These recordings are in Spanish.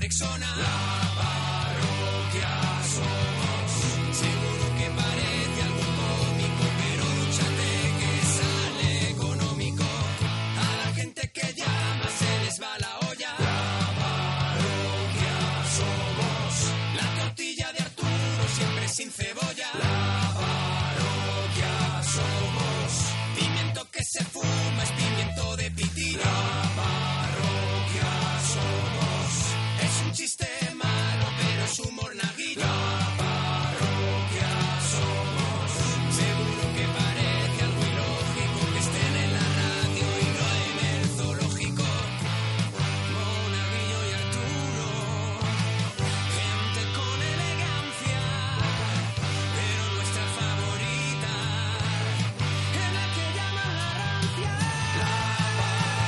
persona. La parroquia somos. Seguro que parece algo cómico, pero dúchate que sale económico. A la gente que llama se les va la olla. La parroquia somos. La tortilla de Arturo siempre sin cebolla. La parroquia somos. Pimiento que se fuma es pimiento de pitina. La parroquia somos. Es un chiste malo, pero es humor naguillo. La parroquia somos. Seguro que parece algo ilógico que estén en la radio y no en el zoológico. Monaguillo y Arturo, gente con elegancia, pero nuestra favorita es la que llaman la rancia. La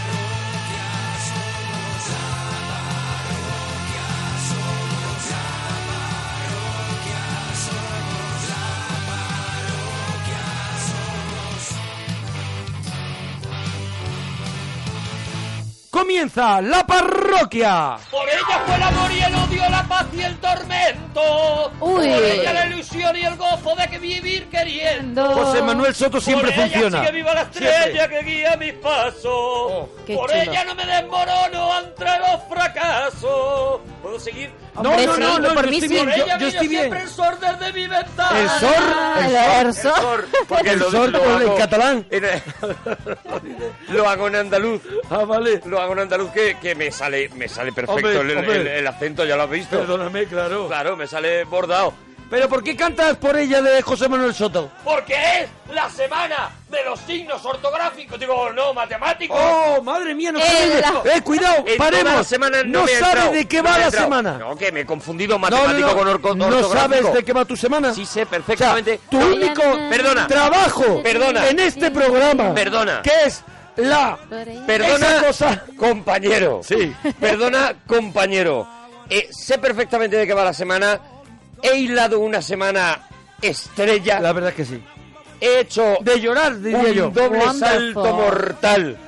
parroquia somos, la parroquia somos, la parroquia somos, la parroquia somos. Comienza la parroquia. Por ella fue el amor y el odio, la paz y el tormento. Uy. Por ella la ilusión y el gozo de que vivir queriendo. José Manuel Soto siempre Por ella funciona. sigue viva la Siempre. Oh, estrella que guía mis pasos. qué Por chulo. ella no me desmorono ante los fracasos. ¿Puedo seguir? No, Hombre, no, sí, no, no, por yo mí estoy sí. bien, Por yo, ella yo brillo estoy bien. siempre el sol desde mi ventana. El sol, Ah, el el sol. Erso. Sor, porque El lo, sol lo con hago el catalán. en- lo hago en andaluz. Ah, vale. Lo hago en andaluz que, que me sale me sale perfecto Hombre, el, el- hombre. el- el acento, ya lo has visto. Perdóname, claro. Claro, me sale bordado. Pero ¿por qué cantas por ella de José Manuel Soto? Porque es la semana de los signos ortográficos. Digo, no, matemáticos. ¡Oh, madre mía! No Eh, sabes de- la- ¡Eh, cuidado! En toda la ¡Paremos! semana no no me ha sabes entrado, de qué no va me ha la entrado. semana. No, que me he confundido No, no, matemático no. con orco- No ortográfico. sabes de qué va tu semana. Sí sé O sea, perfectamente. tu No, único Perdona. trabajo Perdona. en este programa, Perdona. que es la Perdona, esa cosa. compañero. Sí. Perdona, compañero. Eh, sé perfectamente de qué va la semana. He hilado una semana estrella. La verdad es que sí. He hecho De llorar, diría un yo. doble Wonderful. salto mortal.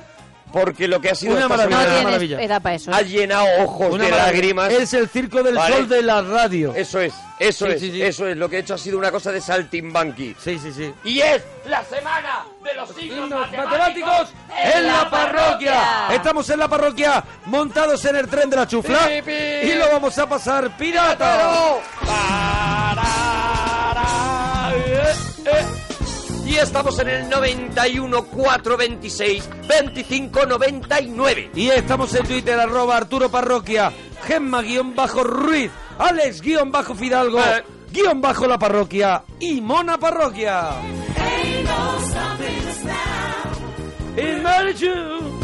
Porque lo que ha sido Una esta maravilla. No semana tienes maravilla. edad para eso. ¿eh? ha llenado ojos Una de maravilla. lágrimas. Es el circo del Vale. sol de la radio. Eso es, eso Sí, es, sí, sí. eso es. Lo que he hecho ha sido una cosa de saltimbanqui. Sí, sí, sí. Y es La semana de los signos Signos matemáticos matemáticos en la parroquia. Estamos en la parroquia montados en el tren de la chufla Pi, pi, pi. y lo vamos a pasar pirata. Parará, eh, eh. Y estamos en el 91 426 25 99. Y estamos en Twitter, arroba Arturo Parroquia, Gemma guión bajo Ruiz, Alex guión bajo Fidalgo, Eh. guión bajo la parroquia y Mona Parroquia.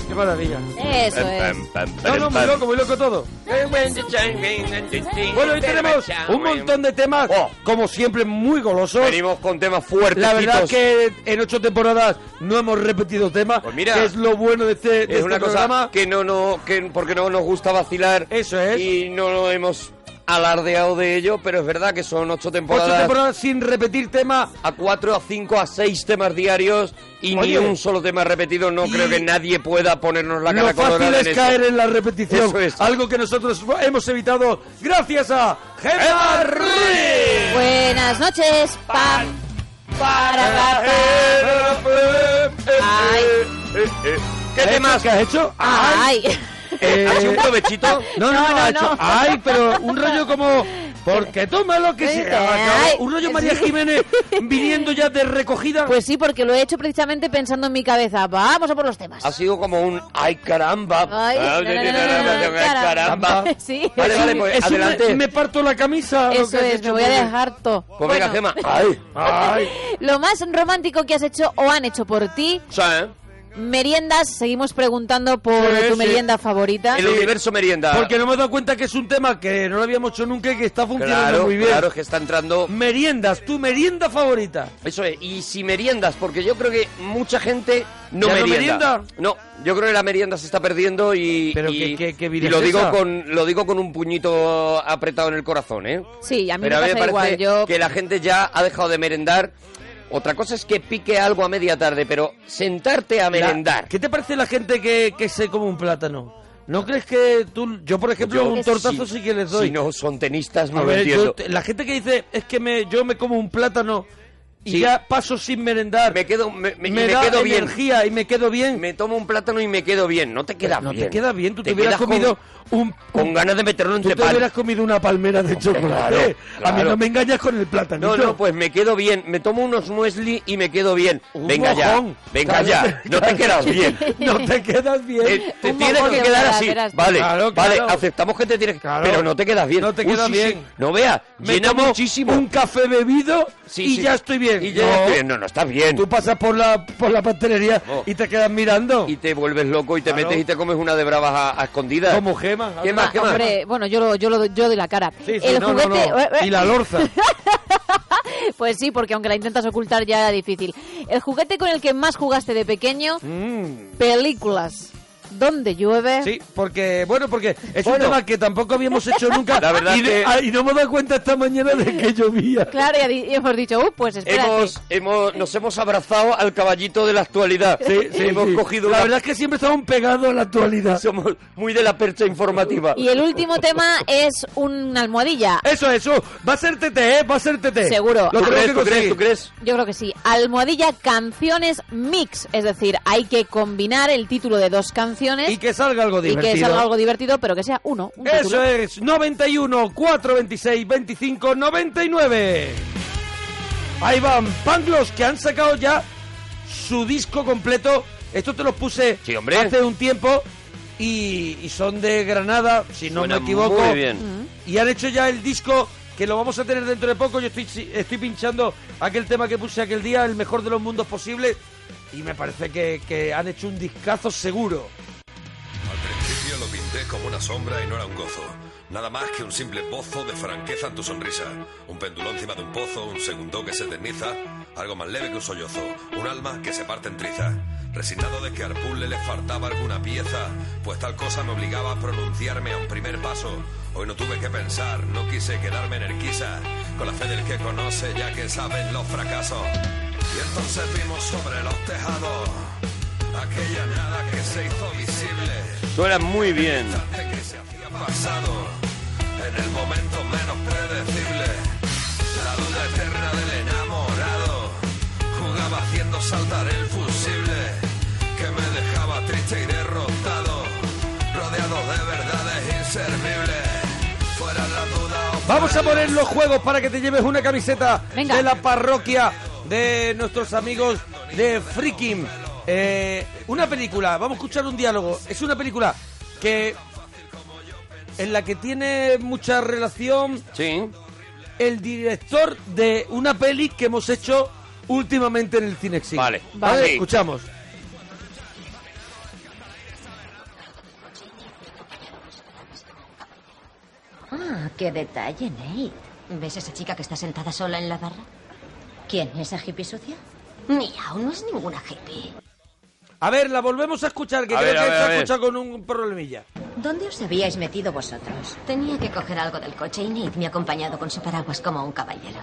Qué maravilla. Eso es. No, no, muy loco, muy loco todo. Eh, Bueno, hoy tenemos un montón de temas, Oh. como siempre, muy golosos. Venimos con temas fuertes. La verdad que en ocho temporadas no hemos repetido temas, Pues mira, que es lo bueno de este, de es este una programa. cosa que no, no, que porque no nos gusta vacilar. Eso es. Y no lo hemos alardeado de ello, pero es verdad que son ocho temporadas. Ocho temporadas sin repetir tema. A cuatro, a cinco, a seis temas diarios y Oye. ni un solo tema repetido. No Y- creo que nadie pueda ponernos la cara Lo fácil colorada en es eso. caer en la repetición, Eso es. algo que nosotros hemos evitado gracias a Gemma Ruiz. Buenas noches. Pam. Para, para, Ay. ¿Qué ¿Has hecho? temas? ¿Qué has hecho? Ay. Eh, ¿Has hecho un provechito? No, no, No, no, no, ha hecho- no. Ay, pero un rollo como. Porque toma lo que Vente, sea. ay. Un rollo María Sí. Jiménez viniendo ya de recogida. Pues sí, porque lo he hecho precisamente pensando en mi cabeza. Vamos a por los temas. Ha sido como un ay caramba. Ah, Ay, no, no, no, no, no, no, Ay, caramba. Sí. Vale, vale, pues Es un me- adelante. me parto la camisa. lo Eso que has es, hecho, me voy a muy bien. dejar todo. Pues venga, Bueno, Gema. Ay. Ay. Lo más romántico que has hecho o han hecho por ti, O sea, ¿eh? meriendas, seguimos preguntando por Sí, tu sí. merienda favorita. El universo merienda. Porque no me he dado cuenta que es un tema que no lo habíamos hecho nunca y que está funcionando Claro, muy bien. claro, es que está entrando. Meriendas, tu merienda favorita. Eso es, y si meriendas, porque yo creo que mucha gente no ¿Ya no merienda. merienda? No, yo creo que la merienda se está perdiendo y, Pero qué- y- qué- qué y vida lo es digo esa. con lo digo con un puñito apretado en el corazón, ¿eh? Sí, a mí Pero a me mí pasa me parece igual. Yo que la gente ya ha dejado de merendar. Otra cosa es que pique algo a media tarde, pero sentarte a La- merendar. ¿Qué te parece la gente que, que se come un plátano? ¿No crees que tú, yo por ejemplo, Yo, un tortazo si- sí, que les doy? Si no son tenistas, no A lo ver, yo entiendo. te- la gente que dice es que me, yo me como un plátano y Sí. ya paso sin merendar, Me quedo, me, me- me, y me da quedo bien. energía y me quedo bien. Me tomo un plátano y me quedo bien. No te queda no bien. te queda bien, tú te, hubieras quedas comido con- un, Con, ganas de meterlo tú entre te pan. hubieras comido una palmera de chocolate. claro, A mí claro. no me engañas con el plátano. No, no, pues me quedo bien. Me tomo unos muesli y me quedo bien. Un Venga mojón. ya. Venga Claro, ya. No te quedas bien. no te quedas bien. Eh, te Un tienes mojón que de quedar verdad, así. verás tú. Vale, Claro, vale, claro. aceptamos que te tienes que. Claro. Pero no te quedas bien. No te Un queda sí, bien. sí. No veas, me llena tomo muchísimo. un café bebido Sí, y sí. ya estoy bien. Y ya No, estoy bien. No, no, estás bien. Tú pasas por la por la pastelería No. y te quedas mirando Y te vuelves loco y te Claro. metes y te comes una de bravas a, a escondidas. como gemas. ¿Qué más? Ah, hombre, bueno, yo, lo, yo, lo, yo doy la cara. Sí, sí, el no, no, juguete. no. eh, eh, Y la lorza. Pues sí, porque aunque la intentas ocultar ya era difícil. El juguete con el que más jugaste de pequeño, Mm. películas. Donde llueve. Sí, porque, bueno, porque es Bueno. un tema que tampoco habíamos hecho nunca. La verdad y, de- que- ah, y no hemos dado cuenta esta mañana de que llovía. Claro, y ha di- y hemos dicho, uh, pues espérate. Hemos, hemos, nos hemos abrazado al caballito de la actualidad. Sí, sí, hemos sí. cogido La una- verdad es que siempre estamos pegados a la actualidad. Somos muy de la percha informativa. Y el último tema es una almohadilla. Eso, eso. Va a ser TT, ¿eh? Va a ser TT. Seguro. Lo ¿Tú tenemos crees, que tú crees, conseguir. tú crees? Yo creo que sí. Almohadilla canciones mix. Es decir, hay que combinar el título de dos canciones Y que salga algo y divertido. que salga algo divertido, pero que sea uno. un título. Eso es 91 426 25 99. Ahí van Panglos que han sacado ya su disco completo. Esto te los puse Sí, hombre. hace un tiempo y, y son de Granada, si no Suena me equivoco. Muy bien. Y han hecho ya el disco que lo vamos a tener dentro de poco. Yo estoy, si- estoy pinchando aquel tema que puse aquel día, el mejor de los mundos posible. Y me parece que, que han hecho un discazo seguro. Al principio lo pinté como una sombra y no era un gozo. Nada más que un simple pozo de franqueza en tu sonrisa. Un péndulo encima de un pozo, un segundo que se eterniza. Algo más leve que un sollozo, un alma que se parte en trizas. Resignado de que al puzzle le faltaba alguna pieza, pues tal cosa me obligaba a pronunciarme a un primer paso. Hoy no tuve que pensar, no quise quedarme en erquisa, con la fe del que conoce ya que sabes los fracasos. Y entonces vimos sobre los tejados aquella nada que se hizo visible Suena muy bien. instante que se hacía pasado, en el momento menos predecible, la duda eterna del enamorado jugaba haciendo saltar el fusible que me dejaba triste y derrotado, rodeado de verdades inservibles, fuera la duda o Vamos a poner los juegos para que te lleves una camiseta Venga. de la parroquia de nuestros amigos de Freaking. Eh, una película, vamos a escuchar un diálogo. Es una película que en la que tiene mucha relación Sí. el director de una peli que hemos hecho últimamente en el Cinexin. Vale. vale, Vale. escuchamos. Ah, qué detalle, Nate. ¿Ves esa chica que está sentada sola en la barra? ¿Quién? ¿Esa hippie sucia? Mira, no es ninguna hippie. A ver, la volvemos a escuchar, que A creo ver, a que ver, se a ha ver. escuchado con un problemilla. ¿Dónde os habíais metido vosotros? Tenía que coger algo del coche y Nate me ha acompañado con su paraguas como un caballero.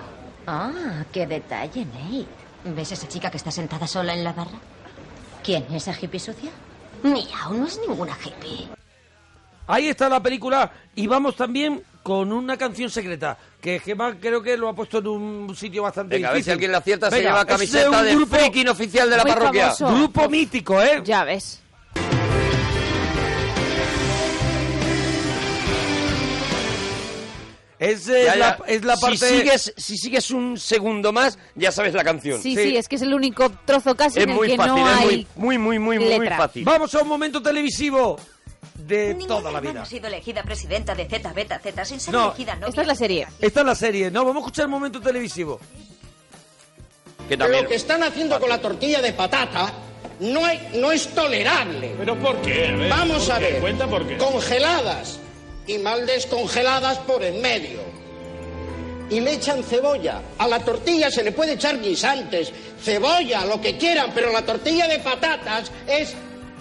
Ah, qué detalle, Nate. ¿Ves esa chica que está sentada sola en la barra? ¿Quién? ¿Esa hippie sucia? Mira, no es ninguna hippie. Ahí está la película y vamos también con una canción secreta que Gemma creo que lo ha puesto en un sitio bastante Venga, a ver si difícil. alguien la acierta, se Venga, lleva es de camiseta un del grupo, freaking oficial de la muy parroquia. famoso. grupo mítico, ¿eh? Ya ves. Es, eh, Ya, La, ya. es la parte... si, sigues, si sigues un segundo más, ya sabes la canción. Sí, sí, Sí. es que es el único trozo casi Es en el muy que fácil, no es hay. muy, muy, muy, muy, muy letra. fácil. Vamos a un momento televisivo de toda la vida. ha sido elegida presidenta de Z Beta Z sin ser No, elegida no Esta es la serie. Esta es la serie, ¿no? Vamos a escuchar un momento televisivo. Que también. Lo que están haciendo con la tortilla de patata no, hay- no es tolerable. ¿Pero por qué? ver, Vamos ¿por a qué? ver. Cuenta por qué. Congeladas y mal descongeladas por en medio. Y le echan cebolla. A la tortilla se le puede echar guisantes, cebolla, lo que quieran, pero la tortilla de patatas es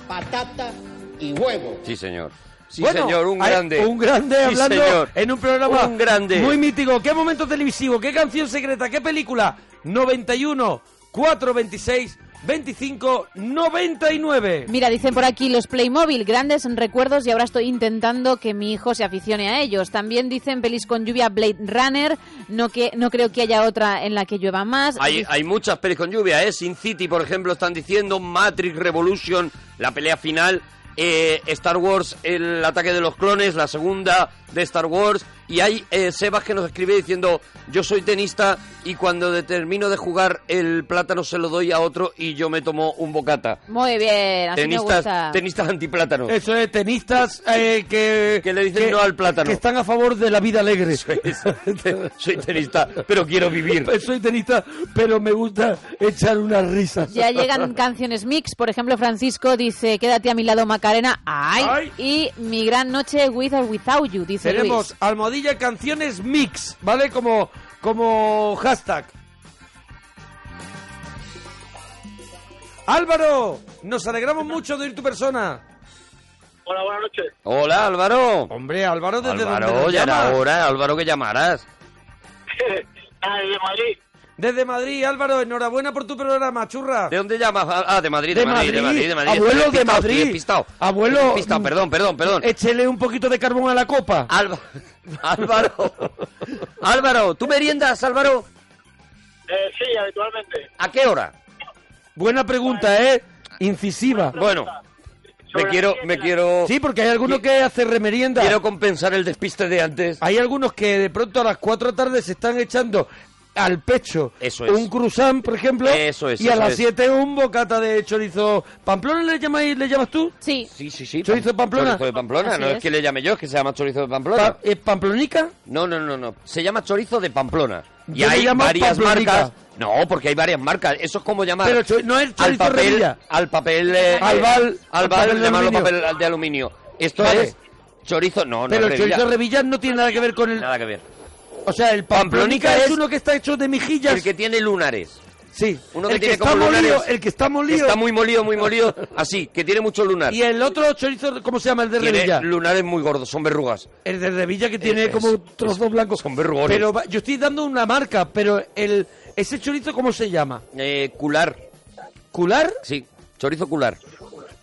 patata y huevo. Sí, señor. Sí, Bueno, señor, un hay- grande. Un grande Sí, hablando señor. en un programa Un grande. muy mítico. ¿Qué momento televisivo? ¿Qué canción secreta? ¿Qué película? 91 426 25 99. Mira, dicen por aquí los Playmobil, grandes recuerdos y ahora estoy intentando que mi hijo se aficione a ellos. También dicen pelis con lluvia Blade Runner, no que no creo que haya otra en la que llueva más. Hay, hay muchas pelis con lluvia, ¿eh? Sin City, por ejemplo, están diciendo, Matrix Revolution, la pelea final, eh, Star Wars, el ataque de los clones, la segunda de Star Wars. Y hay eh, Sebas que nos escribe diciendo, yo soy tenista y cuando de- termino de jugar el plátano se lo doy a otro y yo me tomo un bocata. Muy bien, así me gusta. Tenistas, tenistas antiplátanos. Eso es, tenistas eh, que... Que le dicen no al plátano. Que están a favor de la vida alegre. Soy, Soy tenista, pero quiero vivir. tenista, pero me gusta echar unas risas. Ya llegan canciones mix, por ejemplo, Francisco dice, "Quédate a mi lado Macarena", ay, y Mi gran noche with or without you, dice Tenemos Luis. almohadilla canciones mix, ¿vale? Como, como hashtag. Álvaro, nos alegramos mucho de oír tu persona. Hola, buenas noches. Hola, Álvaro. Hombre, Álvaro, ¿desde dónde Álvaro, nos ya era llamas? hora, Álvaro, que llamaras. Ah, de Madrid. Desde Madrid, Álvaro, enhorabuena por tu programa, churra. ¿De dónde llamas? Ah, de Madrid, de, De Madrid, de Madrid. Madrid, de Madrid. Abuelo, Estoy de despistado, estoy Madrid. despistado. Abuelo, mm, Estoy despistado, perdón, perdón, perdón. Échele un poquito de carbón a la copa. Alba- Álvaro, Álvaro, ¿tú meriendas, Álvaro? Eh, sí, habitualmente. ¿A qué hora? Buena pregunta, ¿eh? Incisiva. Bueno, me Sobre quiero, las me siete, quiero, Sí, porque hay algunos que hace remerienda. quiero compensar el despiste de antes. Hay algunos que de pronto a las 4 de la tarde se están echando al pecho Eso es. un cruzán, por ejemplo, Eso es, y a eso las es. 7 un bocata de chorizo. ¿Pamplona le llamáis, le llamas tú? Sí. Sí, sí, sí. ¿Chorizo de Pamplona? Chorizo de Pamplona, Así no es. es. que le llame yo, es que se llama chorizo de Pamplona. Pa- eh, ¿Pamplonica? No, no, no, no. Se llama chorizo de Pamplona. Y Yo le hay llamo varias Pamplonica. marcas. No, porque hay varias marcas. Eso es como llamar. Pero cho- no es al chorizo papel, Revilla. al papel, eh, Al bal- al al bal papel de llamarlo aluminio. papel de aluminio. Esto Vale. es chorizo, no, no Pero es el Revilla. chorizo Revilla no tiene nada que ver con el... Nada que ver. O sea, el Pamplonica, Pamplonica es, es uno que está hecho de mejillas. El que tiene lunares. sí, Uno que el, que tiene está como molido, lunares. el que está molido. Está muy molido, muy molido, así, que tiene mucho lunar. Y el otro chorizo, ¿cómo se llama? El de Tiene Revilla. lunares muy gordos, son verrugas. El de Revilla que tiene Es- como es- trozos blancos. son vergones. Pero va- yo estoy dando una marca, pero el ese chorizo, ¿cómo se llama? Eh, cular, ¿Cular? sí, chorizo cular.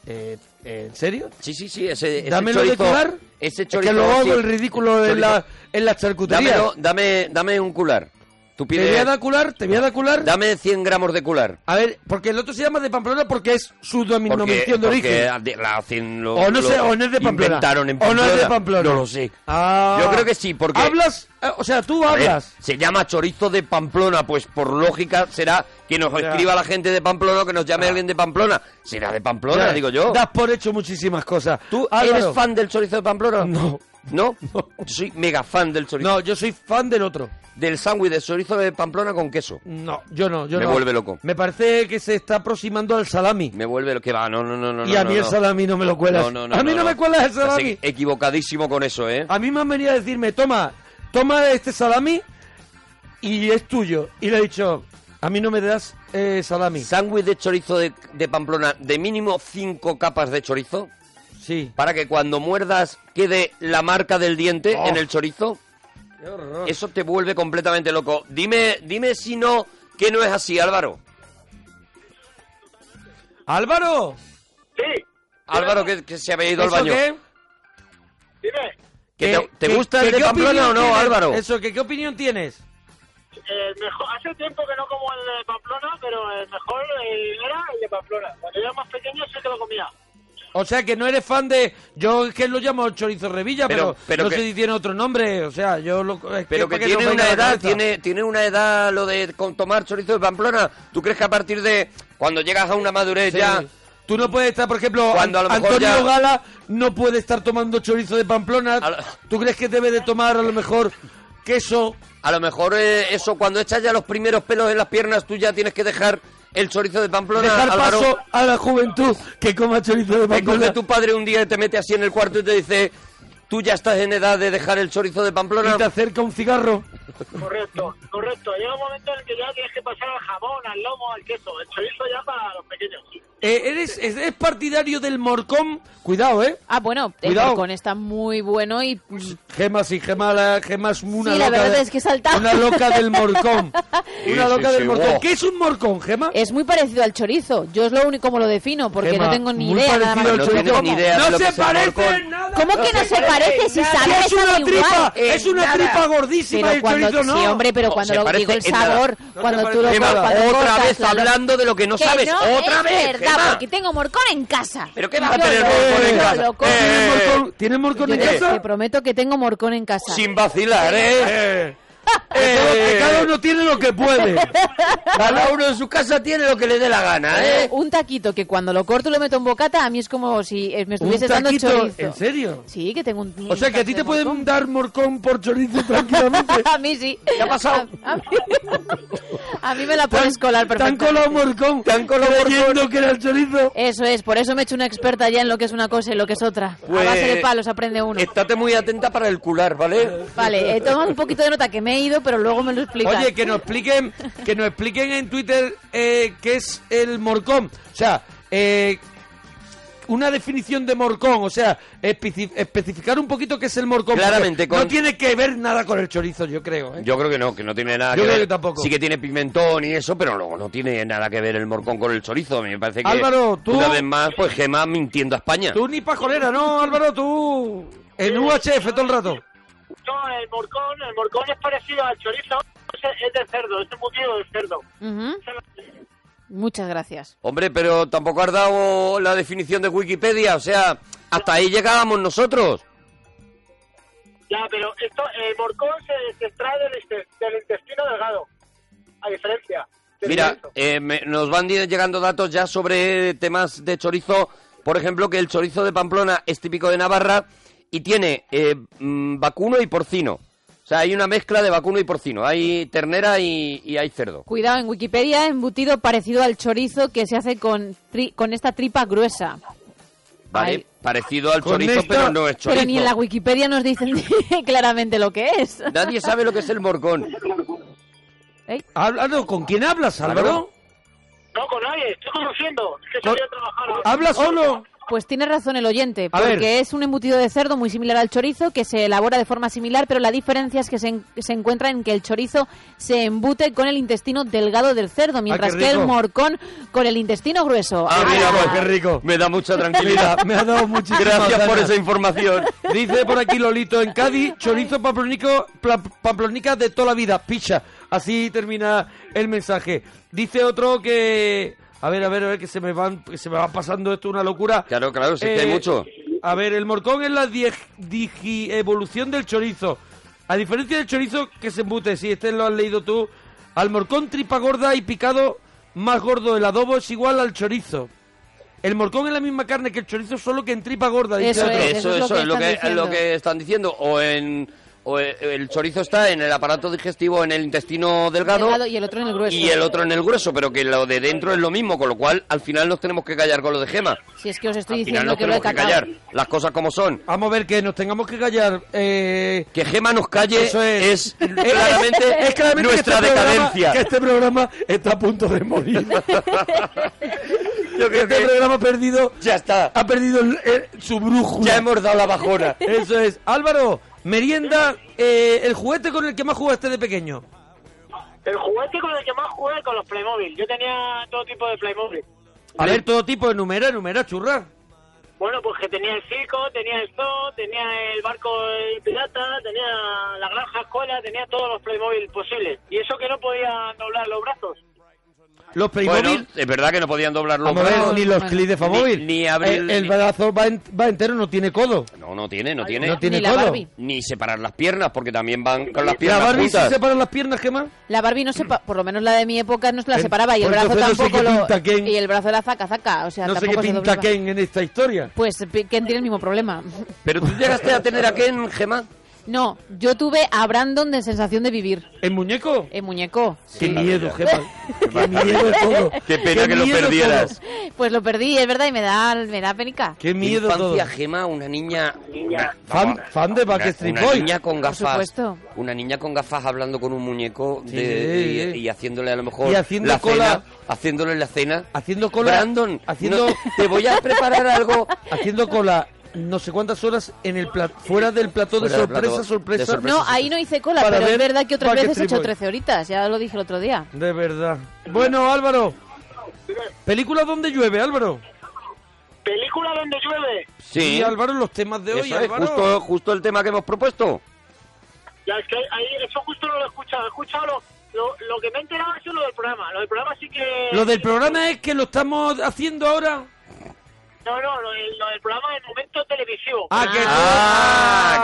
Eh, eh, ¿En serio? Sí, sí, sí, ese, ese ¿Dámelo chorizo. de cular? Ese Es chorizo. que luego hago sí. el ridículo Chorizo. en la, en la charcutería. Dámelo, dame, dame un cular. Tú Te voy a pides. dar cular, te voy a dar cular. Dame 100 gramos de cular. A ver, porque el otro se llama de Pamplona porque es su denominación de porque origen. de- la hacen lo- O no, sé, lo o no es de Pamplona. Inventaron en O no Pamplona. es de Pamplona. No lo sé. Ah. Yo creo que sí, porque. Hablas, eh, o sea, tú A ver, hablas. se llama chorizo de Pamplona, pues por lógica será que nos Ya. escriba la gente de Pamplona o que nos llame alguien de Pamplona. Será de Pamplona, Ah. Ya, digo yo. Das por hecho muchísimas cosas. ¿Tú Álvaro, eres fan del chorizo de Pamplona? No. ¿No? Yo soy mega fan del chorizo. No, yo soy fan del otro. Del sándwich de chorizo de Pamplona con queso. No, yo no, yo Me no. vuelve loco. Me parece que se está aproximando al salami. Me vuelve lo que va, no, no, no, no. y a no, mí no. el salami no me lo cuelas. No, no, no, a mí no, me cuelas el Estás salami. equ- equivocadísimo con eso, ¿eh? A mí me han venido a decirme, toma, toma este salami y es tuyo. Y le he dicho, a mí no me das eh, salami. Sándwich de chorizo de, de Pamplona de mínimo cinco capas de chorizo Sí. para que cuando muerdas quede la marca del diente Oh. en el chorizo. Qué horror. Eso te vuelve completamente loco. Dime, dime si no, que no es así, Álvaro. Álvaro, Sí, Álvaro, que, que se había ido al ¿eso baño. qué? dime. ¿Que te, te ¿Qué- gusta qué- el de qué Pamplona o opinión no, tienes? Álvaro? Eso, ¿qué, ¿qué opinión tienes? Eh, mejor, hace tiempo que no como el de Pamplona, pero el mejor eh, era el de Pamplona. Cuando yo era más pequeño sí que lo comía. O sea, que no eres fan de... Yo es que lo llamo chorizo revilla, Pero- pero, pero no que- sé si tiene otro nombre. O sea, yo lo... es Pero que para tiene no venga una a la edad, cabeza. tiene, tiene una edad lo de con tomar chorizo de Pamplona. ¿Tú crees que a partir de cuando llegas a una madurez Sí. ya Tú no puedes estar, por ejemplo, Cuando a lo An- mejor Antonio ya- Gala no puede estar tomando chorizo de Pamplona. A lo- ¿Tú crees que debe de tomar a lo mejor queso? A lo mejor eh, eso, cuando echas ya los primeros pelos en las piernas, tú ya tienes que dejar el chorizo de Pamplona, dejar Álvaro. paso a la juventud que coma chorizo de Te Pamplona. coge tu padre un día y te mete así en el cuarto y te dice, tú ya estás en edad de dejar el chorizo de Pamplona. Y te acerca un cigarro. Correcto, correcto. Llega un momento en el que ya tienes que pasar al jamón, al lomo, al queso. El chorizo ya para los pequeños. Eh, ¿Eres es partidario del morcón? Cuidado, ¿eh? Ah, bueno, el Cuidado. balcón está muy bueno y... Gemas y gemas, gemas una sí, la loca verdad de- es que he saltado. Una loca del morcón. Sí, una sí, loca sí, Oh. del morcón. wow. ¿Qué es un morcón, Gema? Es muy parecido al chorizo. Yo es lo único como lo defino, porque Gema, no tengo ni muy idea. Nada parecido más. al No chorizo. tengo ni idea de ¡No lo que se es el parece morcón. en nada! ¿Cómo que no se parece? Si sabe, ¡Es una sabe tripa! igual. Eh, ¡Es una tripa gordísima Pero el cuando, chorizo, no! Sí, hombre, pero No, cuando se lo parece digo el en nada. sabor, No te cuando parece tú lo en Gema, nada. cuando otra cortas vez la- hablando de lo que no que sabes. no, otra es vez. verdad, Gema. porque tengo morcón en casa. ¿Pero Ah, qué vas a Yo tener lo- morcón en yo casa? lo como. Eh, ¿Tienes morcón, ¿Tienes morcón en Yo te- casa? Te prometo que tengo morcón en casa. Sin vacilar, ¿eh? Que todo- que Eh. cada uno tiene lo que puede. Cada uno en su casa tiene lo que le dé la Ah, gana, ¿eh? Un taquito que cuando lo corto y lo meto en bocata, a mí es como si eh, Un me estuviese dando taquito, chorizo. ¿en serio? Sí, que tengo un. O sea que a ti de te pueden morcón. dar morcón por chorizo tranquilamente. A mí sí. ¿Qué ha pasado? A, a mí, a mí me la puedes colar Tan perfectamente. colado morcón, tan colado creyendo que era el chorizo. Eso es, por eso me he hecho una experta ya en lo que es una cosa y lo que es otra. Pues- A base de palos aprende uno. Estate muy atenta para el cular, ¿vale? Vale, he tomado un poquito de nota que me he ido, pero luego me lo explicas. Oye, que nos expliquen, que nos expliquen en Twitter eh, qué es el morcón. O sea, eh, una definición de morcón, o sea, especi- especificar un poquito qué es el morcón. porque Claramente, con- No tiene que ver nada con el chorizo, yo creo. ¿eh? Yo creo que no, que no tiene nada Yo que creo que ver. tampoco. Sí que tiene pimentón y eso, pero luego no tiene nada que ver el morcón con el chorizo. A mí me parece que Álvaro, tú- una vez más, pues Gemma mintiendo a España. Tú ni pajolera, ¿no, Álvaro? Tú en UHF todo el rato. No, el morcón, el morcón es parecido al chorizo. Es es de cerdo, es embutido de cerdo. Ujú. Muchas gracias. Hombre, pero tampoco has dado la definición de Wikipedia, o sea, hasta ahí llegábamos nosotros. Ya, pero esto, el morcón se, se extrae del, inte- del intestino delgado. A diferencia. del Mira, chorizo. eh, me- nos van di- llegando datos ya sobre temas de chorizo. Por ejemplo, que el chorizo de Pamplona es típico de Navarra y tiene eh, mm, vacuno y porcino. O sea, hay una mezcla de vacuno y porcino. Hay ternera y, y hay cerdo. Cuidado, en Wikipedia, embutido parecido al chorizo que se hace con, tri- con esta tripa gruesa. ¿Vale? Ay. Parecido al Con chorizo, esta- pero no es chorizo. Pero ni en la Wikipedia nos dicen claramente lo que es. Nadie sabe lo que es el morcón. Ey, Álvaro, ¿con quién hablas, Álvaro? No, con nadie, estoy conduciendo. Es que salí a trabajar. ahora. ¿Habla solo? Pues tiene razón el oyente, A porque ver. es un embutido de cerdo muy similar al chorizo que se elabora de forma similar, pero la diferencia es que se, en- se encuentra en que el chorizo se embute con el intestino delgado del cerdo, mientras qué que el rico. morcón con el intestino grueso. Ah, mira, pues, qué rico. Me da mucha Mira, tranquilidad. me ha dado muchísimas Gracias por ganas. esa información. Dice por aquí Lolito, en Cádiz, chorizo pamplonico, pla- pamplonica de toda la vida, picha. Así termina el mensaje. Dice otro que... A ver, a ver, a ver, que se me van, que se me va pasando esto una locura. Eh, Claro, claro, sí que hay mucho. A ver, el morcón es la die- digievolución del chorizo. A diferencia del chorizo que se embute, si este lo has leído tú, al morcón tripa gorda y picado más gordo, el adobo es igual al chorizo. El morcón es la misma carne que el chorizo, solo que en tripa gorda. dice Eso otro. es. Eso, eso eso es lo que, están lo que están diciendo. O en o e- el chorizo está en el aparato digestivo, en el intestino delgado, Delgado y el otro en el grueso. y el otro en el grueso, pero que lo de dentro es lo mismo, con lo cual al final nos tenemos que callar con lo de gema. Si es que os estoy Al final diciendo nos que lo he tenemos que cacao. callar, las cosas como son. Vamos a ver que nos tengamos que callar. Eh, Que gema nos calle Eso es. es, claramente, es claramente que nuestra este programa- decadencia. que este programa está a punto de morir. Yo creo este que programa ha perdido, ya está, ha perdido el- el- su brújula. ya hemos dado la bajona. Eso es. Álvaro, merienda, eh, el juguete con el que más jugaste de pequeño. El juguete con el que más jugué con los Playmobil. Yo tenía todo tipo de Playmobil. A ver, todo tipo, enumera, enumera, churra. Bueno, pues que tenía el circo, tenía el zoo, tenía el barco el pirata, tenía la granja escuela, tenía todos los Playmobil posibles. Y eso que no podía doblar los brazos. Los Bueno, Playmobil. es verdad que no podían doblar los Vamos a ver, brazos. ni los clics de Famóvil. Ni- ni abrir- el, el ni- brazo va, en- va entero, no tiene codo. No, no tiene, no tiene. No tiene Ni la codo. Barbie. Ni separar las piernas, porque también van con las La piernas Barbie juntas. se separan las piernas, ¿qué más? La Barbie no sepa, por lo menos la de mi época no se la En- separaba y el pues brazo entonces no sé tampoco qué lo- pinta Ken. y el brazo era zaca zaca, o sea, No sé tampoco qué se pinta doblaba. Ken en esta historia. Pues Ken tiene el mismo problema. Pero tú llegaste a tener a Ken, Gemma. No, yo tuve a Brandon de sensación de vivir. ¿El muñeco? El muñeco. Qué miedo, jefa. Qué miedo todo. Qué pena Qué que lo miedo todo. perdieras. Pues lo perdí, es verdad, y me da, me da penica. Qué miedo todo. Infancia Gema, una niña... una- Fan, vamos, fan de una- Backstreet una Boy. niña con gafas. supuesto. Una niña con gafas hablando con un muñeco Sí, de- sí, y- sí. Y, haciéndole a lo mejor Y haciendo la cola. cena, haciéndole la cena. Haciendo cola. Brandon, haciendo, no- te voy a preparar algo. haciendo cola no sé cuántas horas en el pla- fuera del plató de Fuera del sorpresa, plató de sorpresa. sorpresa. No, ahí no hice cola, Para pero es ver verdad que otras Backstreet veces he hecho Boy. 13 horitas, ya lo dije el otro día. De verdad. Bueno, Álvaro. ¿Película donde llueve, Álvaro? ¿Película donde llueve? Sí, Y Álvaro, los temas de hoy, eso es Álvaro. justo, justo el tema que hemos propuesto. Ya, es que ahí, eso justo no lo he escuchado. He escuchado lo, lo, lo que me he enterado es lo del programa. Lo del programa sí que... Lo del programa es que lo estamos haciendo ahora. No, no, lo del, lo del programa de momento televisivo. Ah, que, Ah,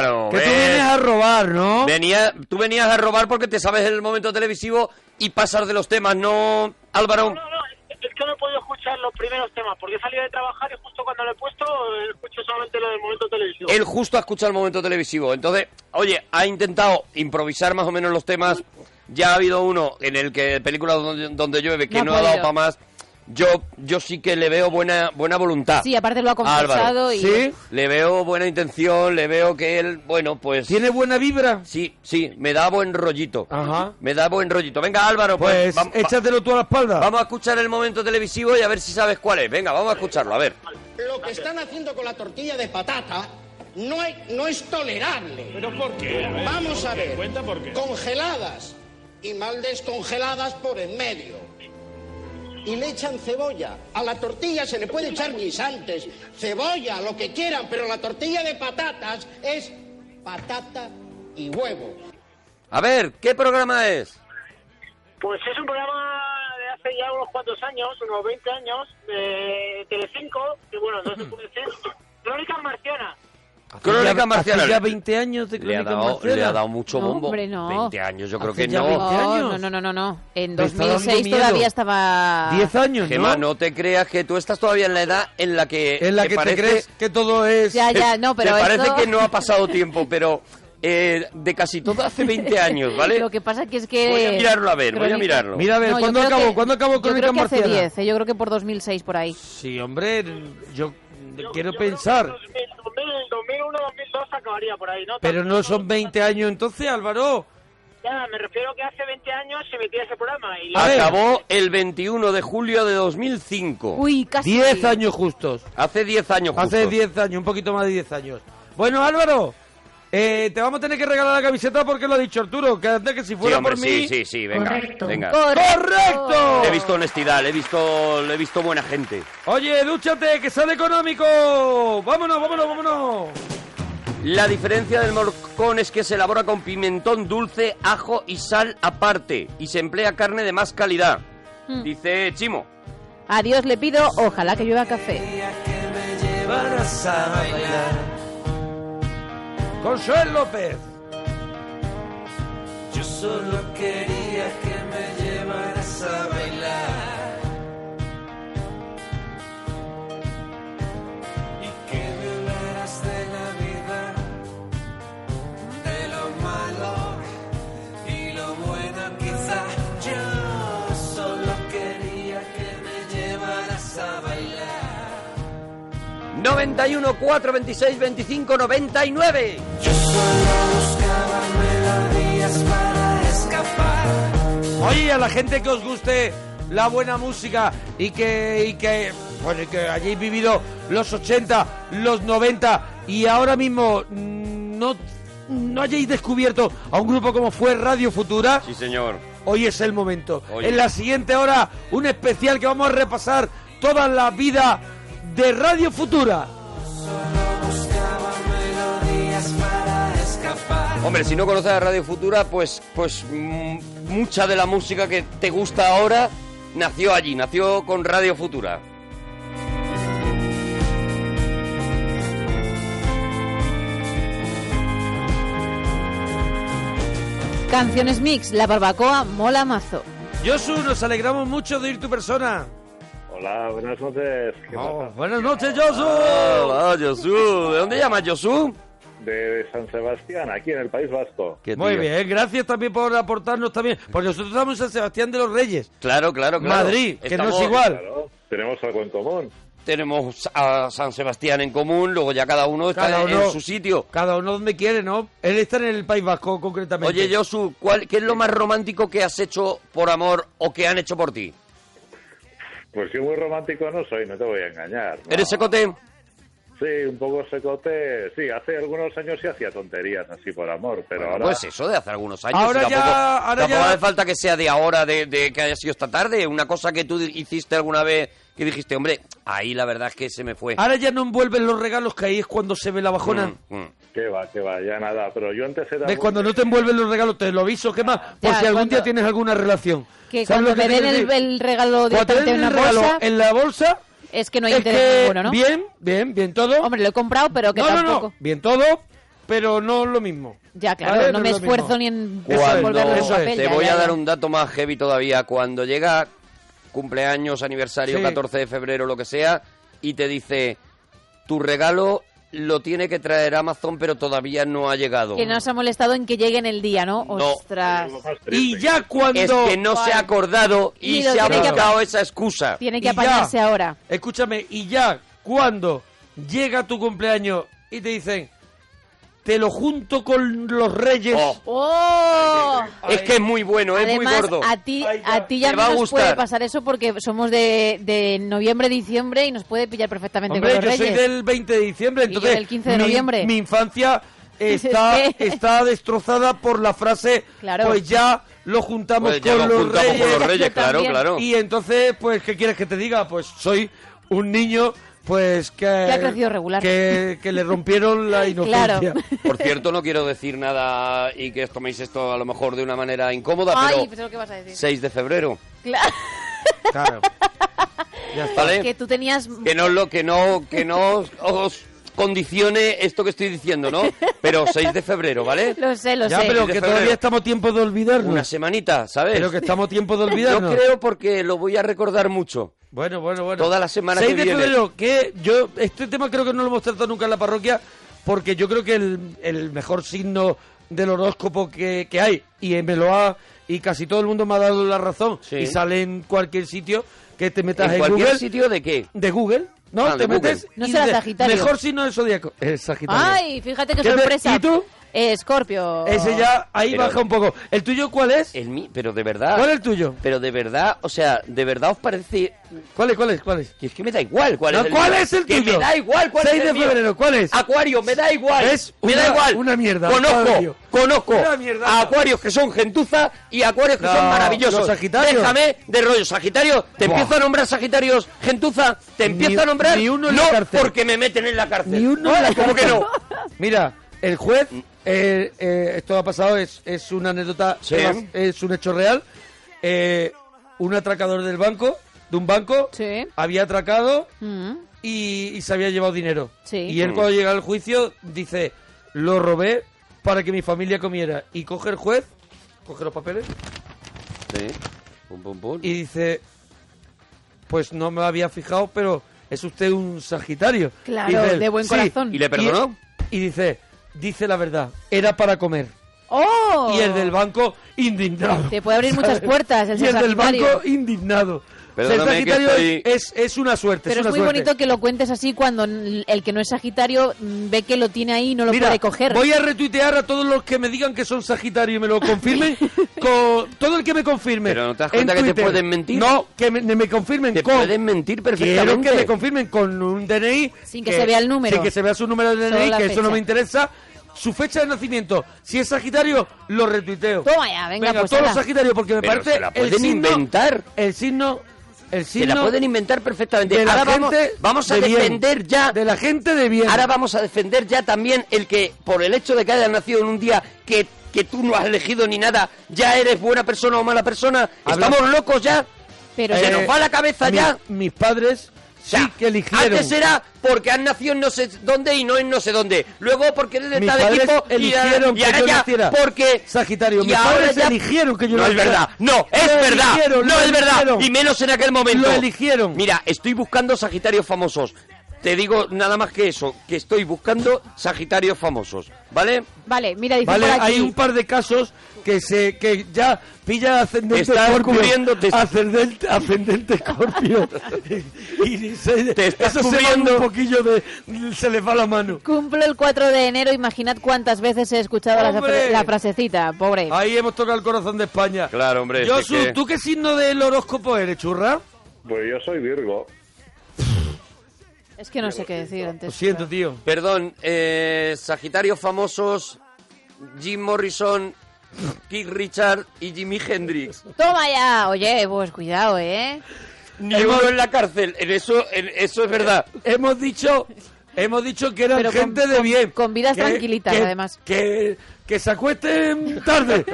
claro. que tú ¿ves? vienes a robar, ¿no? Venía- tú venías a robar porque te sabes el momento televisivo y pasar de los temas, ¿no, Álvaro? No, no, no, es es que no he podido escuchar los primeros temas porque he salido de trabajar y justo cuando lo he puesto eh, escucho solamente lo del momento televisivo. Él justo ha escuchado el momento televisivo. Entonces, oye, ha intentado improvisar más o menos los temas. Ya ha habido uno en el que película donde, donde llueve que No ha no, ha dado podido. para más. Yo, yo sí que le veo buena, buena voluntad. Sí, aparte lo ha a Álvaro. confesado y... Sí. Le veo buena intención, le veo que él, bueno, pues... ¿Tiene buena vibra? Sí, sí, me da buen rollito. Ajá. Me da buen rollito. Venga, Álvaro, pues, Pues vam- va- échatelo tú a la espalda. vamos a escuchar el momento televisivo y a ver si sabes cuál es. Venga, vamos a escucharlo, a ver. Lo que están haciendo con la tortilla de patata no, hay- no es tolerable. ¿Pero por qué? ver, Vamos a ¿qué? ver. Cuenta por qué. Congeladas y mal descongeladas por en medio. Y le echan cebolla. A la tortilla se le puede echar guisantes, cebolla, lo que quieran, pero la tortilla de patatas es patata y huevo. A ver, ¿qué programa es? Pues es un programa de hace ya unos cuantos años, unos 20 años, de Telecinco, que bueno, no se puede decir, Crónicas Marcianas. Crónica Hace ya- Marcial. hace ya 20 años de Le ha Crónica dado, Marcial. le ha dado mucho No, bombo. hombre, no. 20 años, yo creo Hace que ya 20 no. Oh, años. no, no, no, no, no. En Me está dando 2006 miedo. todavía estaba... 10 años, ¿no? Gemma, no te creas que tú estás todavía en la edad en la que... En la que te parece- crees que todo es... Ya, ya, no, pero Te parece esto- que no ha pasado tiempo, pero eh, de casi todo hace 20 años, ¿vale? Lo que pasa que es que... Voy a mirarlo, a ver, voy a Crónica- mirarlo. Mira a ver, No, yo ¿cuándo creo acabó? que- ¿Cuándo acabó Crónica Yo creo que hace Marciana? 10, eh, yo creo que por 2006, por ahí. Sí, hombre, yo quiero Yo creo que pensar. 2000, 2000, 2001, 2002 acabaría por ahí, ¿no? Pero no son 20 años entonces, Álvaro. Ya, me refiero que hace 20 años se metía ese programa y A ver. Acabó el 21 de julio de 2005. Uy, casi... 10 años justos. Hace 10 años justo. Hace 10 años, un poquito más de 10 años. Bueno, Álvaro, eh, te vamos a tener que regalar la camiseta porque lo ha dicho Arturo, que antes que si Sí, fuera hombre, por mí... sí, sí, sí, venga, Correcto. venga. ¡Correcto! Le he visto honestidad, le he visto, le he visto buena gente. Oye, dúchate, que sale económico. Vámonos, vámonos, vámonos. La diferencia del morcón es que se elabora con pimentón dulce, ajo y sal aparte y se emplea carne de más calidad. Dice Chimo. A Dios le pido, ojalá que llueva café. Consuelo López. ¡91, 4, 26, 25, 99. Oye, a la gente que os guste la buena música y que, y que, bueno, y que hayáis vivido los 80, los 90 y ahora mismo mm, no, no hayáis descubierto a un grupo como fue Radio Futura, Sí, señor. hoy es el momento. Hoy. En la siguiente hora, un especial que vamos a repasar toda la vida de Radio Futura. Hombre, si no conoces a Radio Futura, pues, pues mm, mucha de la música que te gusta ahora nació allí, nació con Radio Futura. Canciones mix, la barbacoa mola mazo. Josu, nos alegramos mucho de ir tu persona. Hola, buenas noches. ¿Qué Oh, buenas noches, Josu. Hola, Josu. ¿De dónde llamas, Josu? pasa? de San Sebastián, aquí en el País Vasco. Muy bien, gracias también por aportarnos también. Pues nosotros estamos en San Sebastián de los Reyes. Claro, claro, claro. Madrid, que no Estamos- es igual. Tenemos algo en común. Tenemos a San Sebastián en común, luego ya cada uno está Cada en- uno- en su sitio. Cada uno donde quiere, ¿no? Él está en el País Vasco, concretamente. Oye, Josu, ¿cuál, ¿qué es lo más romántico que has hecho por amor o que han hecho por ti? Pues yo muy romántico no soy, no te voy a engañar. ¿no? ¿Eres secote? Sí, un poco secote. Sí, hace algunos años sí hacía tonterías así por amor, pero ahora... Pues eso, de hace algunos años. Ahora y tampoco, ya- ahora tampoco ya- hace falta que sea de ahora, de, de que haya sido esta tarde. Una cosa que tú hiciste alguna vez que dijiste, hombre, ahí la verdad es que se me fue. Ahora ya no envuelven los regalos, que ahí es cuando se ve la bajona. Mm. Que va, que va, ya nada. Pero yo antes era... ¿Ves? muy- Cuando no te envuelven los regalos, te lo aviso, ¿qué más? Por Ya, si algún cuando- día tienes alguna relación. Que ¿Sabes cuando lo que te te den quiero el, decir? el regalo Cuando te directamente den en una el regalo bolsa, en la bolsa, es que no hay es interés que ninguno, ¿no? bien, bien, bien todo. Hombre, lo he comprado, pero que no, tampoco... no, no, bien todo, pero no lo mismo. Ya, claro, Vale, no no me es lo mismo. esfuerzo ni en Eso es, volverlo en eso es. papel. Te ya, voy ya, a dar ya. un dato más heavy todavía. Cuando llega cumpleaños, aniversario, Sí. 14 de febrero, lo que sea, y te dice, tu regalo lo tiene que traer Amazon, pero todavía no ha llegado. Que no se ha molestado en que llegue en el día, ¿no? Ostras. Y ya cuando... Es que no se ha acordado Y y lo se ha tiene que buscado esa excusa. Tiene que Y ya. apañarse ahora. Escúchame, y ya cuando llega tu cumpleaños y te dicen, te lo junto con los reyes... Oh. ¡Oh! Es que es muy bueno, es muy Además, gordo. a ti, a ti ya Te va a no nos gustar. puede pasar eso porque somos de, de noviembre, diciembre y nos puede pillar perfectamente Hombre, yo con los soy pues, reyes. del 20 de diciembre, entonces del 15 de mi- noviembre. Mi, infancia está, Es que- está destrozada por la frase, Claro. pues ya lo juntamos, Pues ya con, lo los juntamos con reyes. los reyes, Yo claro, también. claro. Y entonces, pues, ¿qué quieres que te diga? Pues soy un niño, pues, que... ha crecido regular. Que, que le rompieron la inocencia. Claro. Por cierto, no quiero decir nada y que os toméis esto a lo mejor de una manera incómoda, Ay, pues, pero pero ¿qué vas a decir? 6 de febrero. Claro, Claro. Ya está. ¿Vale? que tú tenías... Que no lo que no que no os- os condicione esto que estoy diciendo, ¿no? Pero 6 de febrero, ¿vale? Lo sé, lo Ya, sé. pero de que febrero. todavía estamos tiempo de olvidarnos. Una semanita, ¿sabes? Pero que estamos tiempo de Yo olvidarnos. creo porque lo voy a recordar mucho. Bueno, bueno, bueno. Toda la semana 6 que de viene. febrero, que yo, este tema creo que no lo hemos tratado nunca en la parroquia, porque yo creo que el, el mejor signo del horóscopo que, que hay, y me lo ha, y casi todo el mundo me ha dado la razón, Sí. y sale en cualquier sitio que te metas en, ¿En cualquier Google, sitio de qué? de Google, ¿no? Ah, de te metes Google. No y será dices, Sagitario. Mejor signo del zodiaco. Es Sagitario. Ay, fíjate qué ¿Qué te- sorpresa. ¿Y tú? Escorpio. Ese ya, ahí Pero- baja un poco. ¿El tuyo cuál es? El mí- pero de verdad. ¿Cuál es el tuyo? Pero de verdad, o sea, de verdad os parece ¿Cuál es, cuál es, cuál es? que es que me da igual cuál No, es el ¿cuál mío? es el Que tuyo? me da igual cuál 6 es el de mío. febrero, ¿cuál es? Acuario, me da igual. Es me da una- igual. una mierda, Conozco, padre mío. conozco Una mierda. a acuarios que son gentuza y a acuarios que No, son maravillosos. los Sagitarios. Déjame de rollo. Sagitario, te Buah. empiezo a nombrar Sagitarios gentuza, te Ni- empiezo a nombrar. ni uno en no la cárcel. porque me meten en la cárcel. Ni uno en la ¿Cómo que cárcel. no? Mira, el juez, eh, eh, esto ha pasado, es, es una anécdota, Sí. es- es un hecho real. Eh, un atracador del banco, de un banco, Sí. había atracado Mm. y, y se había llevado dinero. Sí. Y Mm. él cuando llega al juicio dice, lo robé para que mi familia comiera. Y coge el juez, coge los papeles Sí. Pum, pum, pum. y dice, pues no me había fijado, pero es usted un sagitario. Claro, Y dice él, de buen "Sí". corazón. ¿Y le perdonó? Y, y dice, dice la verdad, era para comer. ¡Oh! Y el del banco, indignado. Te puede abrir muchas ¿Sabes? puertas el Y el del Sagitario. banco, indignado. O sea, el Perdóname que sagitario estoy- es, es una suerte. Pero es una muy suerte. bonito que lo cuentes así cuando n- el que no es Sagitario mm, ve que lo tiene ahí y no lo Mira, puede coger. Voy a retuitear a todos los que me digan que son Sagitario y me lo confirmen. con todo el que me confirme. Pero ¿no te das en cuenta que te Twitter. pueden mentir? No, que me, me confirmen Te con. pueden mentir Quiero perfectamente. que me confirmen con un DNI. Sin que se vea el número. Sin que se vea su número de Solo DNI, la que eso no fecha. me interesa. Su fecha de nacimiento. Si es Sagitario, lo retuiteo. Toma ya, venga, pues todos los ala. Sagitarios, porque me Pero parece. se la pueden el signo, inventar. El signo. El Se signo. la pueden inventar perfectamente. de la Ahora vamos, gente vamos a de bien. defender ya De la gente de bien. Ahora vamos a defender ya también el que, por el hecho de que hayas nacido en un día que, que tú no has elegido ni nada, ya eres buena persona o mala persona. Habla- Estamos locos ya. Pero se Eh, nos va la cabeza mi- ya. Mis padres O sea, sí que eligieron. Antes era porque has nacido en no sé dónde y no en no sé dónde. Luego porque eres de Mis tal padres equipo y, eligieron y ahora que yo ya naciera porque Sagitario, y mis ahora padres ya- eligieron que yo no es naciera. verdad, no, es Lo verdad, eligieron, no lo es verdad eligieron. y menos en aquel momento. Lo eligieron. Mira, estoy buscando Sagitarios famosos. Te digo nada más que eso, que estoy buscando Sagitarios famosos, ¿vale? Vale, mira, dice Vale, por aquí. hay un par de casos que se que ya pilla ascendente Está Scorpio, descubriendo, te- ascendente ascendente Scorpio. y, y se, Te estás eso se va cubriendo. un poquillo de se le va la mano. Cumplo el 4 de enero, imaginad cuántas veces he escuchado la, ¡Hombre! la frasecita, pobre. Ahí hemos tocado el corazón de España. Claro, hombre. es Josu, que- ¿tú qué signo del horóscopo eres, churra? Pues yo soy Virgo. Es que no sé qué decir Lo antes. siento, tío. Perdón, eh, Sagitarios famosos, Jim Morrison, Keith Richard y Jimi Hendrix. Toma ya, oye, pues cuidado, ¿eh? Ni uno en la cárcel, en eso, en eso es verdad. Hemos dicho hemos dicho que eran Pero con- gente de con- bien. con vidas Que- tranquilitas, que- además. Que, que se acuesten tarde.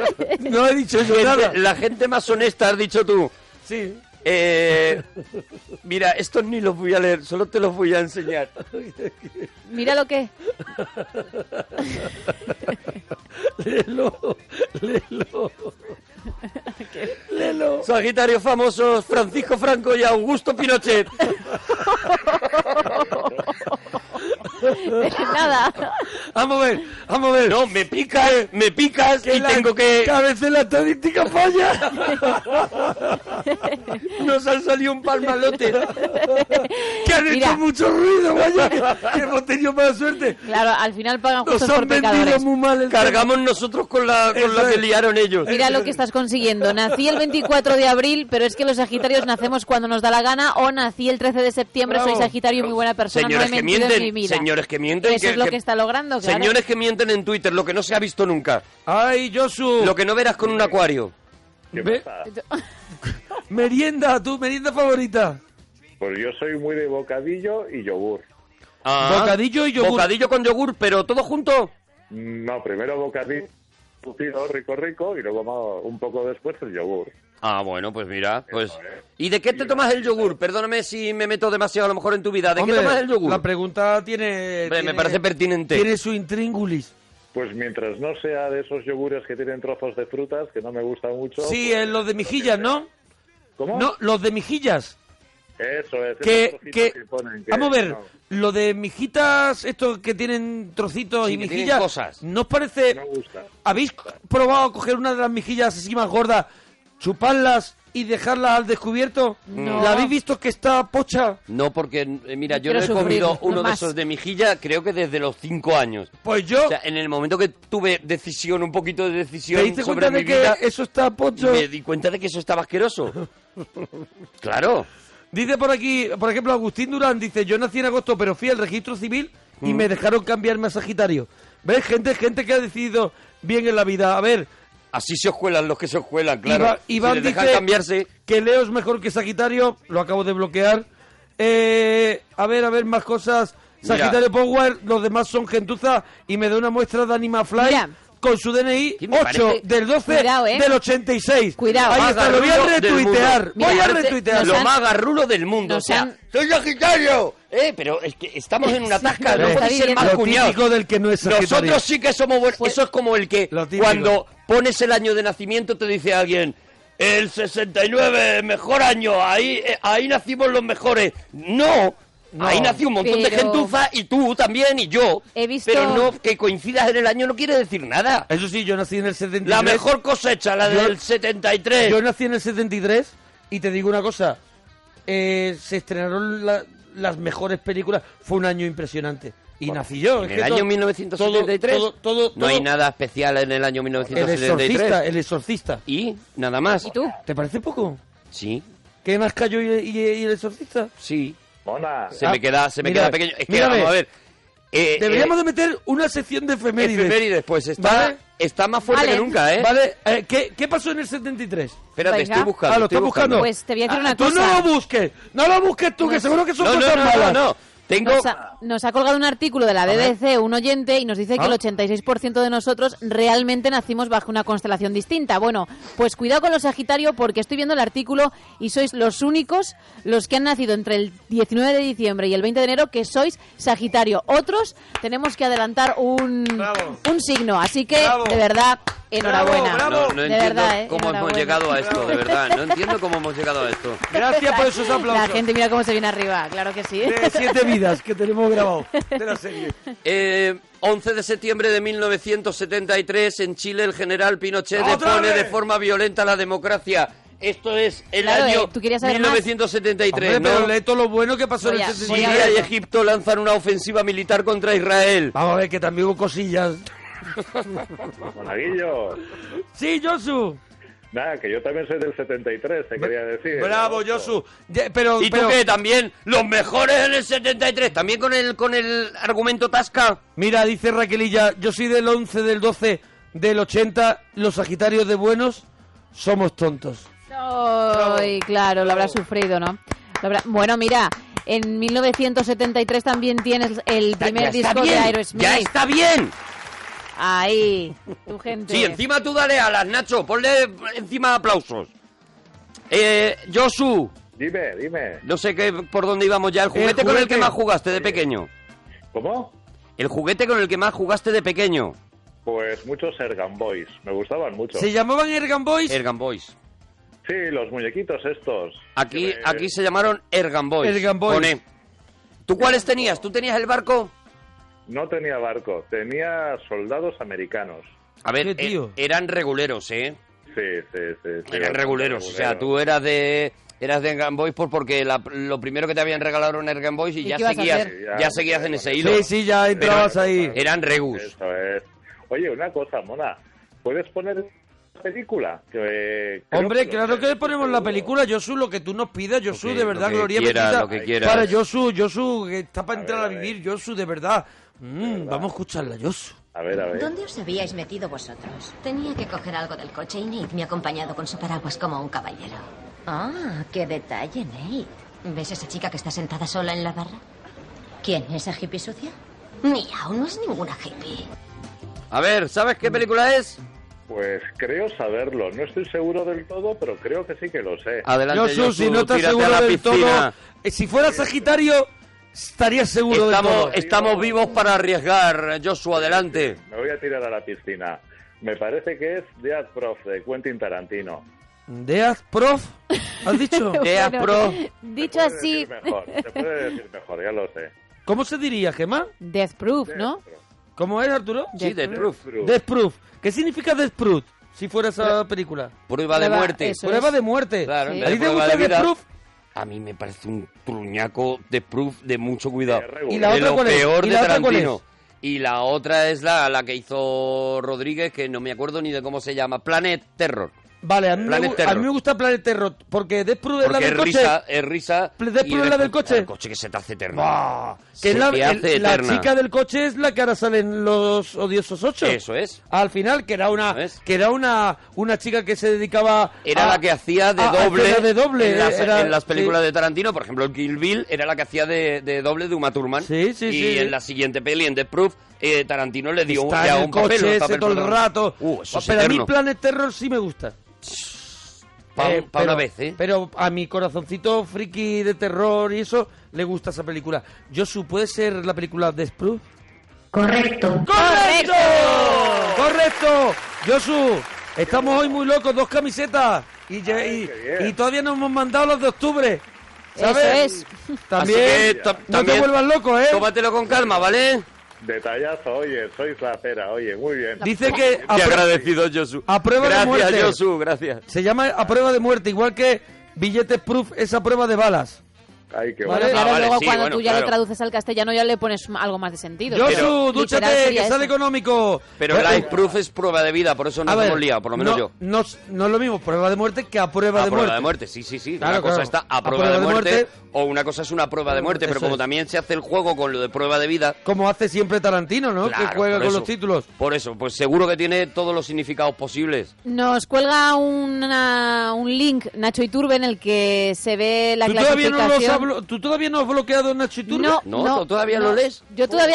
no he dicho yo Gente- nada. la gente más honesta, has dicho tú. Sí. Eh, mira, estos ni los voy a leer, solo te los voy a enseñar. Mira lo que... Léelo, léelo. léelo. Sagitarios famosos, Francisco Franco y Augusto Pinochet. Nada. Vamos a ver, vamos a ver. No, me picas, me picas y la- tengo que... a veces la estadística falla. Nos han salido un palmalote. que han Mira. hecho mucho ruido, vaya. que hemos tenido mala suerte. Claro, al final pagan Nos justos por han vendido pecadores. muy mal el Cargamos nosotros con la, con la Eso que es. liaron ellos. Mira lo que estás consiguiendo. Nací el 24 de abril, pero es que los sagitarios nacemos cuando nos da la gana, o nací el 13 de septiembre, Bravo. soy sagitario y muy buena persona, Señores no he que mentido mienten, en mi vida. señores que mienten, Eso que- es lo que- que, está logrando, claro. Señores que mienten en Twitter, lo que no se ha visto nunca. Ay, Josu. Lo que no verás con un acuario. ¿Qué Ve- pasa? Merienda, tu merienda favorita. Pues yo soy muy de bocadillo y yogur. Ah. Bocadillo y yogur. Bocadillo con yogur, pero todo junto. No, primero bocadillo, cocido, rico, rico, y luego más- un poco después el yogur. Ah, bueno, pues mira, pues... Eso es. ¿Y de qué te tomas el yogur? Perdóname si me meto demasiado a lo mejor en tu vida. ¿De Hombre, qué tomas el yogur? La pregunta tiene, Hombre, me tiene- parece pertinente. Tiene su intríngulis. Pues mientras no sea de esos yogures que tienen trozos de frutas, que no me gusta mucho. Sí, pues- en los de mejillas, ¿no? ¿Cómo? No, los de mejillas. pues Eso es. esos eh, que, trocitos que, ponen, que- vamos a ver, no, lo de mijitas, estos que tienen trocitos Sí, y que tienen mejillas, cosas. ¿no os parece? no gusta. ¿Habéis probado coger una de las mejillas así más gordas, chuparlas y dejarlas al descubierto? No. ¿La habéis visto que está pocha? No, porque, eh, mira, yo Quiero no he sufrir, comido no uno de más. esos de mejilla, creo que desde los cinco años. Pues yo, O sea, en el momento que tuve decisión, un poquito de decisión ¿te diste sobre cuenta de mi que vida, eso está pocho? me di cuenta de que eso estaba asqueroso. claro. Dice por aquí, por ejemplo, Agustín Durán dice, yo nací en agosto, pero fui al registro civil Mm. y me dejaron cambiarme a Sagitario. ¿Ves? Gente, gente que ha decidido bien en la vida. A ver, Así se oscuelan los que se oscuelan, claro. Iba- Iván si les dejan dice cambiarse... que Leo es mejor que Sagitario, lo acabo de bloquear. Eh, a ver, a ver, más cosas. Mira. Sagitario Power, los demás son gentuza y me da una muestra de Anima Fly Mira. con su DNI ¿Qué me 8 parece? del 12 Cuidado, eh. del 86. Cuidado. Ahí más está, lo voy a garrulo del retuitear. mundo. Voy Me a parece retuitear. Lo Nos han- más garrulo del mundo. nos O sea, han- soy sagitario. Eh, pero es que estamos en una tasca. pero no está puede ser diciendo- más Lo típico cuñado. del que no es Sagitario. Nosotros sí que somos buenos. Eso es como el que Lo típico. cuando pones el año de nacimiento te dice alguien... El 69, mejor año, ahí, eh, ahí nacimos los mejores. No, No. ahí nació un montón de Pero- gentuza y tú también y yo. He visto- Pero no, que coincidas en el año no quiere decir nada. Eso sí, yo nací en el 73. La mejor cosecha, la Yo- del 73. Yo nací en el 73 y te digo una cosa. eh, se estrenaron la- las mejores películas. Fue un año impresionante. Y nací yo. En es el que todo- año 1973 todo- todo- todo- no hay todo- nada especial en el año El 1973. exorcista, el exorcista. Y nada más. ¿Y tú? ¿Te parece poco? Sí, ¿Qué más cayó y, y- y el exorcista? sí. Mona, Se Ah, me queda, se me mira, queda pequeño. Es que mírame. vamos a ver. eh, Deberíamos eh, de meter una sección de efemérides. efemérides, pues está, ¿Vale? está más fuerte Vale. que nunca, ¿eh? Vale, eh, ¿qué, qué pasó en el 73? Espérate, Venga. estoy buscando. ah, lo estoy estás buscando. Pues te voy a decir Ah, una Tú no cosa. lo busques. No lo busques tú, que seguro que son Pues, No, no, cosas no, no, malas. no. Tengo, Nos ha- nos ha colgado un artículo de la BBC, un oyente, y nos dice que Ah. el 86% de nosotros realmente nacimos bajo una constelación distinta. Bueno, pues cuidado con los Sagitario porque estoy viendo el artículo y sois los únicos, los que han nacido entre el 19 de diciembre y el 20 de enero, que sois Sagitario. Otros tenemos que adelantar un, un signo, así que de verdad, enhorabuena. No, no de entiendo verdad, ¿eh? cómo hemos Enhorabuena. llegado a esto, de verdad. No entiendo cómo hemos llegado a esto. Gracias por esos aplausos. La gente mira cómo se viene arriba, claro que sí. De siete vidas que tenemos grabado de la serie. Eh, 11 de septiembre de 1973, en Chile, el general Pinochet depone de forma violenta la democracia. Esto es el Claro, eh, año tú querías saber más. 1973, Hombre, pero ¿no? lee todo lo bueno que pasó Voy en a- el voy a 73. Siria y Egipto lanzan una ofensiva militar contra Israel. Vamos a ver, que también hubo cosillas. Monaguillo. Sí, Josu. Nada, que yo también soy del 73, te quería decir. Bravo, Josu. Ya, Pero, ¿Y tú pero- qué? ¿También los mejores en el 73? ¿También con el, con el argumento Tasca? Mira, dice Raquelilla, yo soy del 11, del 12, del 80. Los Sagitarios de buenos somos tontos. Ay, claro, lo habrá sufrido, ¿no? Lo habrá- Bueno, mira, en 1973 también tienes el primer disco de Aerosmith. ¡Ya está bien! Ahí, tu gente. Sí, encima tú dale alas, Nacho. Ponle encima aplausos. Eh, Josu, Dime, dime. no sé qué, por dónde íbamos ya. El juguete, con el juguete. que más jugaste de pequeño. ¿Cómo? El juguete con el que más jugaste de pequeño. Pues muchos Ergan Boys. Me gustaban mucho. ¿Se llamaban Ergan Boys? Ergan Boys. Sí, los muñequitos estos. Aquí, Que me- aquí se llamaron Ergan Boys. Ergan Boys. Con E. ¿Tú cuáles tenías? ¿Tú tenías el barco? No tenía barco, tenía soldados americanos. A ver, ¿Qué, eh, tío? eran reguleros, ¿eh? Sí, sí, sí. sí, Eran reguleros. O sea, reguleros. tú eras de eras de Ergan Boys por- porque la- lo primero que te habían regalado era un Ergan Boys y, ¿Y ya qué ibas a seguías, hacer? ya, seguías en ese hilo. Sí, sí, ya entrabas Pero- ahí. Eran regus. Eso es. Oye, una cosa, Mona. ¿Puedes poner la película? Que- eh, creo Hombre, lo claro que le merece, ponemos la seguro. película, Josu, lo que tú nos pidas, Josu, que- de lo verdad, que gloria quieras, bendita. lo que quieras. Para Josu, Josu, que está para entrar a, ver, a ver. vivir, Josu, de verdad. Mm, Vamos a escucharla, Josu. A ver, a ver. ¿Dónde os habíais metido vosotros? Tenía que coger algo del coche y Nate me ha acompañado con su paraguas como un caballero. Ah, qué detalle, Nate. ¿Ves esa chica que está sentada sola en la barra? ¿Quién? ¿Esa hippie sucia? Ni aún no es ninguna hippie. A ver, ¿sabes qué película es? Mm. Pues creo saberlo. No estoy seguro del todo, pero creo que sí que lo sé. Adelante, Josu, si no estás tírate seguro a la del todo, piscina. eh, si fuera Sagitario, estarías seguro de Estamos, todo. estamos vivos para arriesgar, Josu, adelante. Me voy a tirar a la piscina. Me parece que es Dead Prof de Quentin Tarantino. Deaz, prof, ¿has dicho? Dea Pro. Dicho Se puede así, decir Mejor, se puede decir mejor, ya lo sé. ¿Cómo se diría, Gemma? Death Proof, ¿no? ¿Cómo es, Arturo? Sí, de proof. Death Proof. ¿Qué significa Death Proof? Si fuera esa película. Prueba de Prueba, muerte. eso. Prueba de muerte. Claro, en ¿A vez de ti te prueba gusta de Death vida. Proof? A mí me parece un truñaco de proof de mucho cuidado. ¿Y la de otra lo cuál es? peor ¿Y de la otra cuál Tarantino. es? Y la otra es la, la que hizo Rodríguez, que no me acuerdo ni de cómo se llama. Planet Terror. Vale, a mí, me, Planet gu- Terror. a mí me gusta Planet Terror porque Death Proof es la Porque del es coche. risa, es risa. Pl- de y prueba la del coche. El coche que se te hace eterno. Buah, que Se es la, te el- hace la eterna. chica del coche es la que ahora sale en los odiosos 8. Eso es. Al final, que era una Eso es. que era una, una chica que se dedicaba Era a- la Ah, que hacía de a- a doble, hacer ah, de doble en, las, era- en las películas sí. de Tarantino. Por ejemplo, Kill Bill era la que hacía de, de doble de Uma Thurman. Sí, sí, y sí, en sí. la siguiente peli, en The Proof, eh, Tarantino le dio Está ya en el un coche papel. un ese papel todo el protagonista. rato. Uh, eso es pero a mí eterno. Planet Terror sí me gusta. Pa- Eh, pa' pero- una vez, ¿eh? Pero a mi corazoncito friki de terror y eso, le gusta esa película. Josu, ¿puede ser la película de Proof? Correcto. ¡Correcto! ¡Correcto! Josu, estamos hoy muy locos, dos camisetas. Y, lle- y- qué bien. y todavía nos hemos mandado las de octubre. ¿Sabes? Eso Así También. que ta- no también te vuelvas loco, ¿eh? Tómatelo con calma, ¿vale? Detallazo, oye, sois la pera, oye, muy bien. Dice que a Te pr- agradecido, Josu. A prueba de gracias, muerte. Josu, gracias. se llama a prueba de muerte, igual que billetes proof, esa prueba de balas. Ay, qué Vale. bueno. Pero claro, Ah, vale, luego sí, cuando bueno, tú ya claro. lo traduces al castellano ya le pones m- algo más de sentido. Josu, Literal dúchate, sería que sale eso. económico. Pero Eh, Life Proof es prueba de vida, por eso nos a ver, hemos liado, por lo menos no, yo. No, es- no es lo mismo prueba de muerte que a prueba, a de, prueba muerte. de muerte, sí, sí, sí. Claro, una cosa claro. está a prueba, de, muerte, o una cosa es una prueba de muerte, pero Eso como es. también se hace el juego con lo de prueba de vida, Como hace siempre Tarantino, ¿no? claro, que juega por con eso. los títulos. Por eso, pues seguro que tiene todos los significados posibles. Nos cuelga una- un link, Nacho Iturbe, en el que se ve la Tú todavía clasificación. no lo blo- ¿Tú todavía no has bloqueado a Nacho Iturbe? No, no. Yo todavía lo Ah, leo. yo No, a hace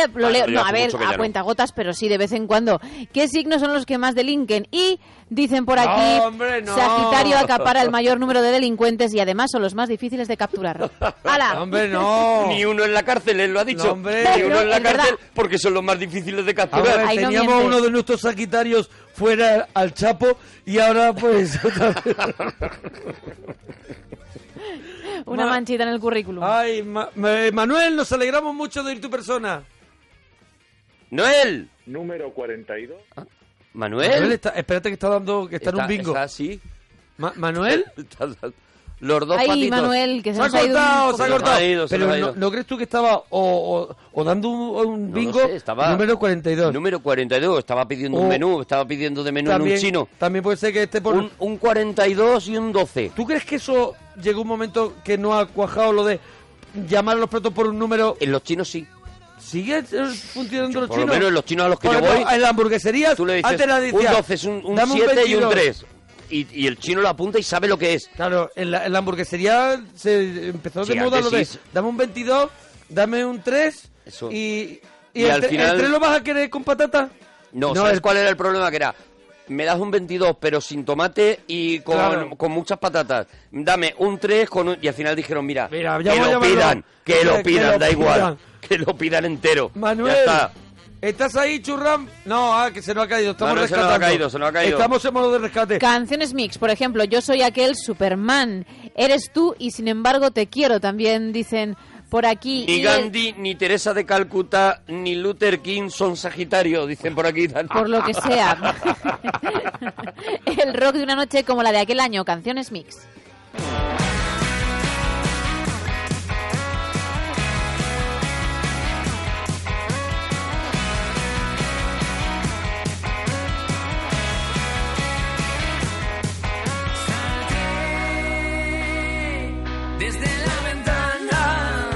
ver, mucho que ya a no. cuentagotas, pero sí de vez en cuando. ¿Qué signos son los que más delinquen? Y dicen por aquí, No, hombre, no. Sagitario acapara el mayor número de delincuentes y además son los más difíciles de capturar. ¡Hala! Hombre, no. Ni uno en la cárcel, él lo ha dicho. No, hombre. Ni uno en la Es verdad. cárcel porque son los más difíciles de A capturar. ver, teníamos uno de nuestros sagitarios fuera al Chapo y ahora pues... otra vez. Una Ma- manchita en el currículum. Ay, Ma- eh, Manuel, nos alegramos mucho de ir tu persona. Noel. Número 42. Manuel. está- espérate que está dando, que está, en un Está- bingo. está así. Ma- Manuel. Los dos Ay, patitos. Manuel, que se se ha nos ha ido un cortado, se ha poco. cortado. Se nos ha ido, se Pero nos ha no, ido. ¿no crees tú que estaba o, o- o dando un, un No lo bingo sé, estaba- número 42? Número 42, estaba pidiendo O- un menú, estaba pidiendo de menú en un chino. Oh. También puede ser que esté por... Un, un 42 y un 12. ¿Tú crees que eso llegó un momento que no ha cuajado lo de llamar a los platos por un número? En los chinos sí. ¿Sigue eh, funcionando los Por chinos? lo menos en los chinos a los que Por yo voy, ejemplo, En las hamburgueserías, tú le dices antes la un decía, 12 es un, un "Dame 7 y 22". un 3. Y, y el chino lo apunta y sabe lo que es. Claro, en la, en la hamburguesería se empezó Sí, de moda antes lo de sí. dame un 22, dame un 3 Eso. y, y, Y el, al tre- final- el 3 lo vas a querer con patata. No, No, ¿sabes el- cuál era el problema? Que era, me das un 22 pero sin tomate y con, Claro. con muchas patatas. Dame un 3 con un- y al final dijeron, mira, Mira, ya voy que a lo llamarlo. pidan, que Que- lo que pidan, lo da pidan. igual. Que lo pidan entero. Ya Manuel, está. ¿estás ahí, churram? No, ah, que se nos ha caído, estamos Manuel, se nos ha rescatando. caído, se nos ha caído. Estamos en modo de rescate. Canciones mix, por ejemplo, yo soy aquel Superman, eres tú y sin embargo te quiero, también dicen por aquí. Ni Y- Gandhi, ni Teresa de Calcuta, ni Luther King son Sagitario, dicen por aquí. por lo que sea. el rock de una noche como la de aquel año, canciones mix. Desde la ventana,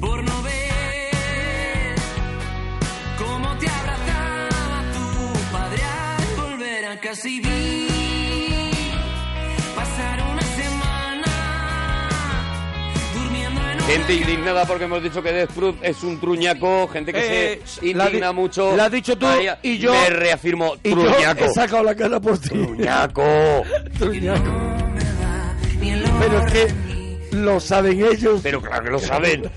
por no ver cómo te abrazaba tu padre al volver a casa y vi pasar una semana durmiendo en un Gente indignada porque hemos dicho que Death Proof es un truñaco, gente que Eh, se indigna la di- mucho. la has dicho tú Ahí- y yo- Me reafirmo, y yo Oh, truñaco. he sacado la cara por ti. Truñaco. Truñaco. Pero es que lo saben ellos Pero claro que lo saben.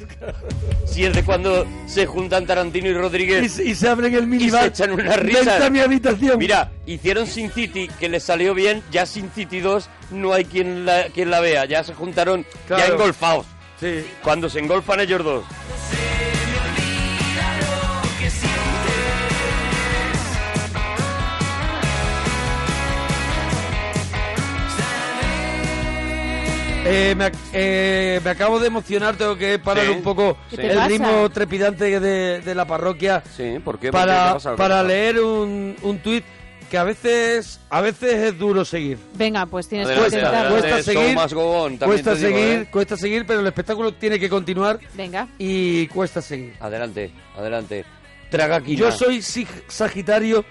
Si es de cuando se juntan Tarantino y y, Rodríguez. se- y se abren el Y minibar. se echan unas Vente a risas. mi habitación. Mira, hicieron Sin City, que les salió bien. Ya Sin City 2 no hay quien la, quien la vea. Ya se juntaron, ya Claro. engolfados. Sí. Cuando se engolfan ellos dos. Eh, me, ac- eh, me acabo de emocionar, tengo que parar Sí. un poco ¿Qué te el pasa? ritmo trepidante de, de la parroquia Sí, ¿por qué? para, para leer un, un tuit que a veces, a veces es duro seguir. Venga, pues tienes que Adelante, Cuesta, intentarlo. adelante. cuesta seguir, Tomás Gogón, también cuesta te digo, seguir, ¿eh? cuesta seguir, pero el espectáculo tiene que continuar Venga. y cuesta seguir. Adelante, adelante. Traga quina. Yo soy sig- Sagitario,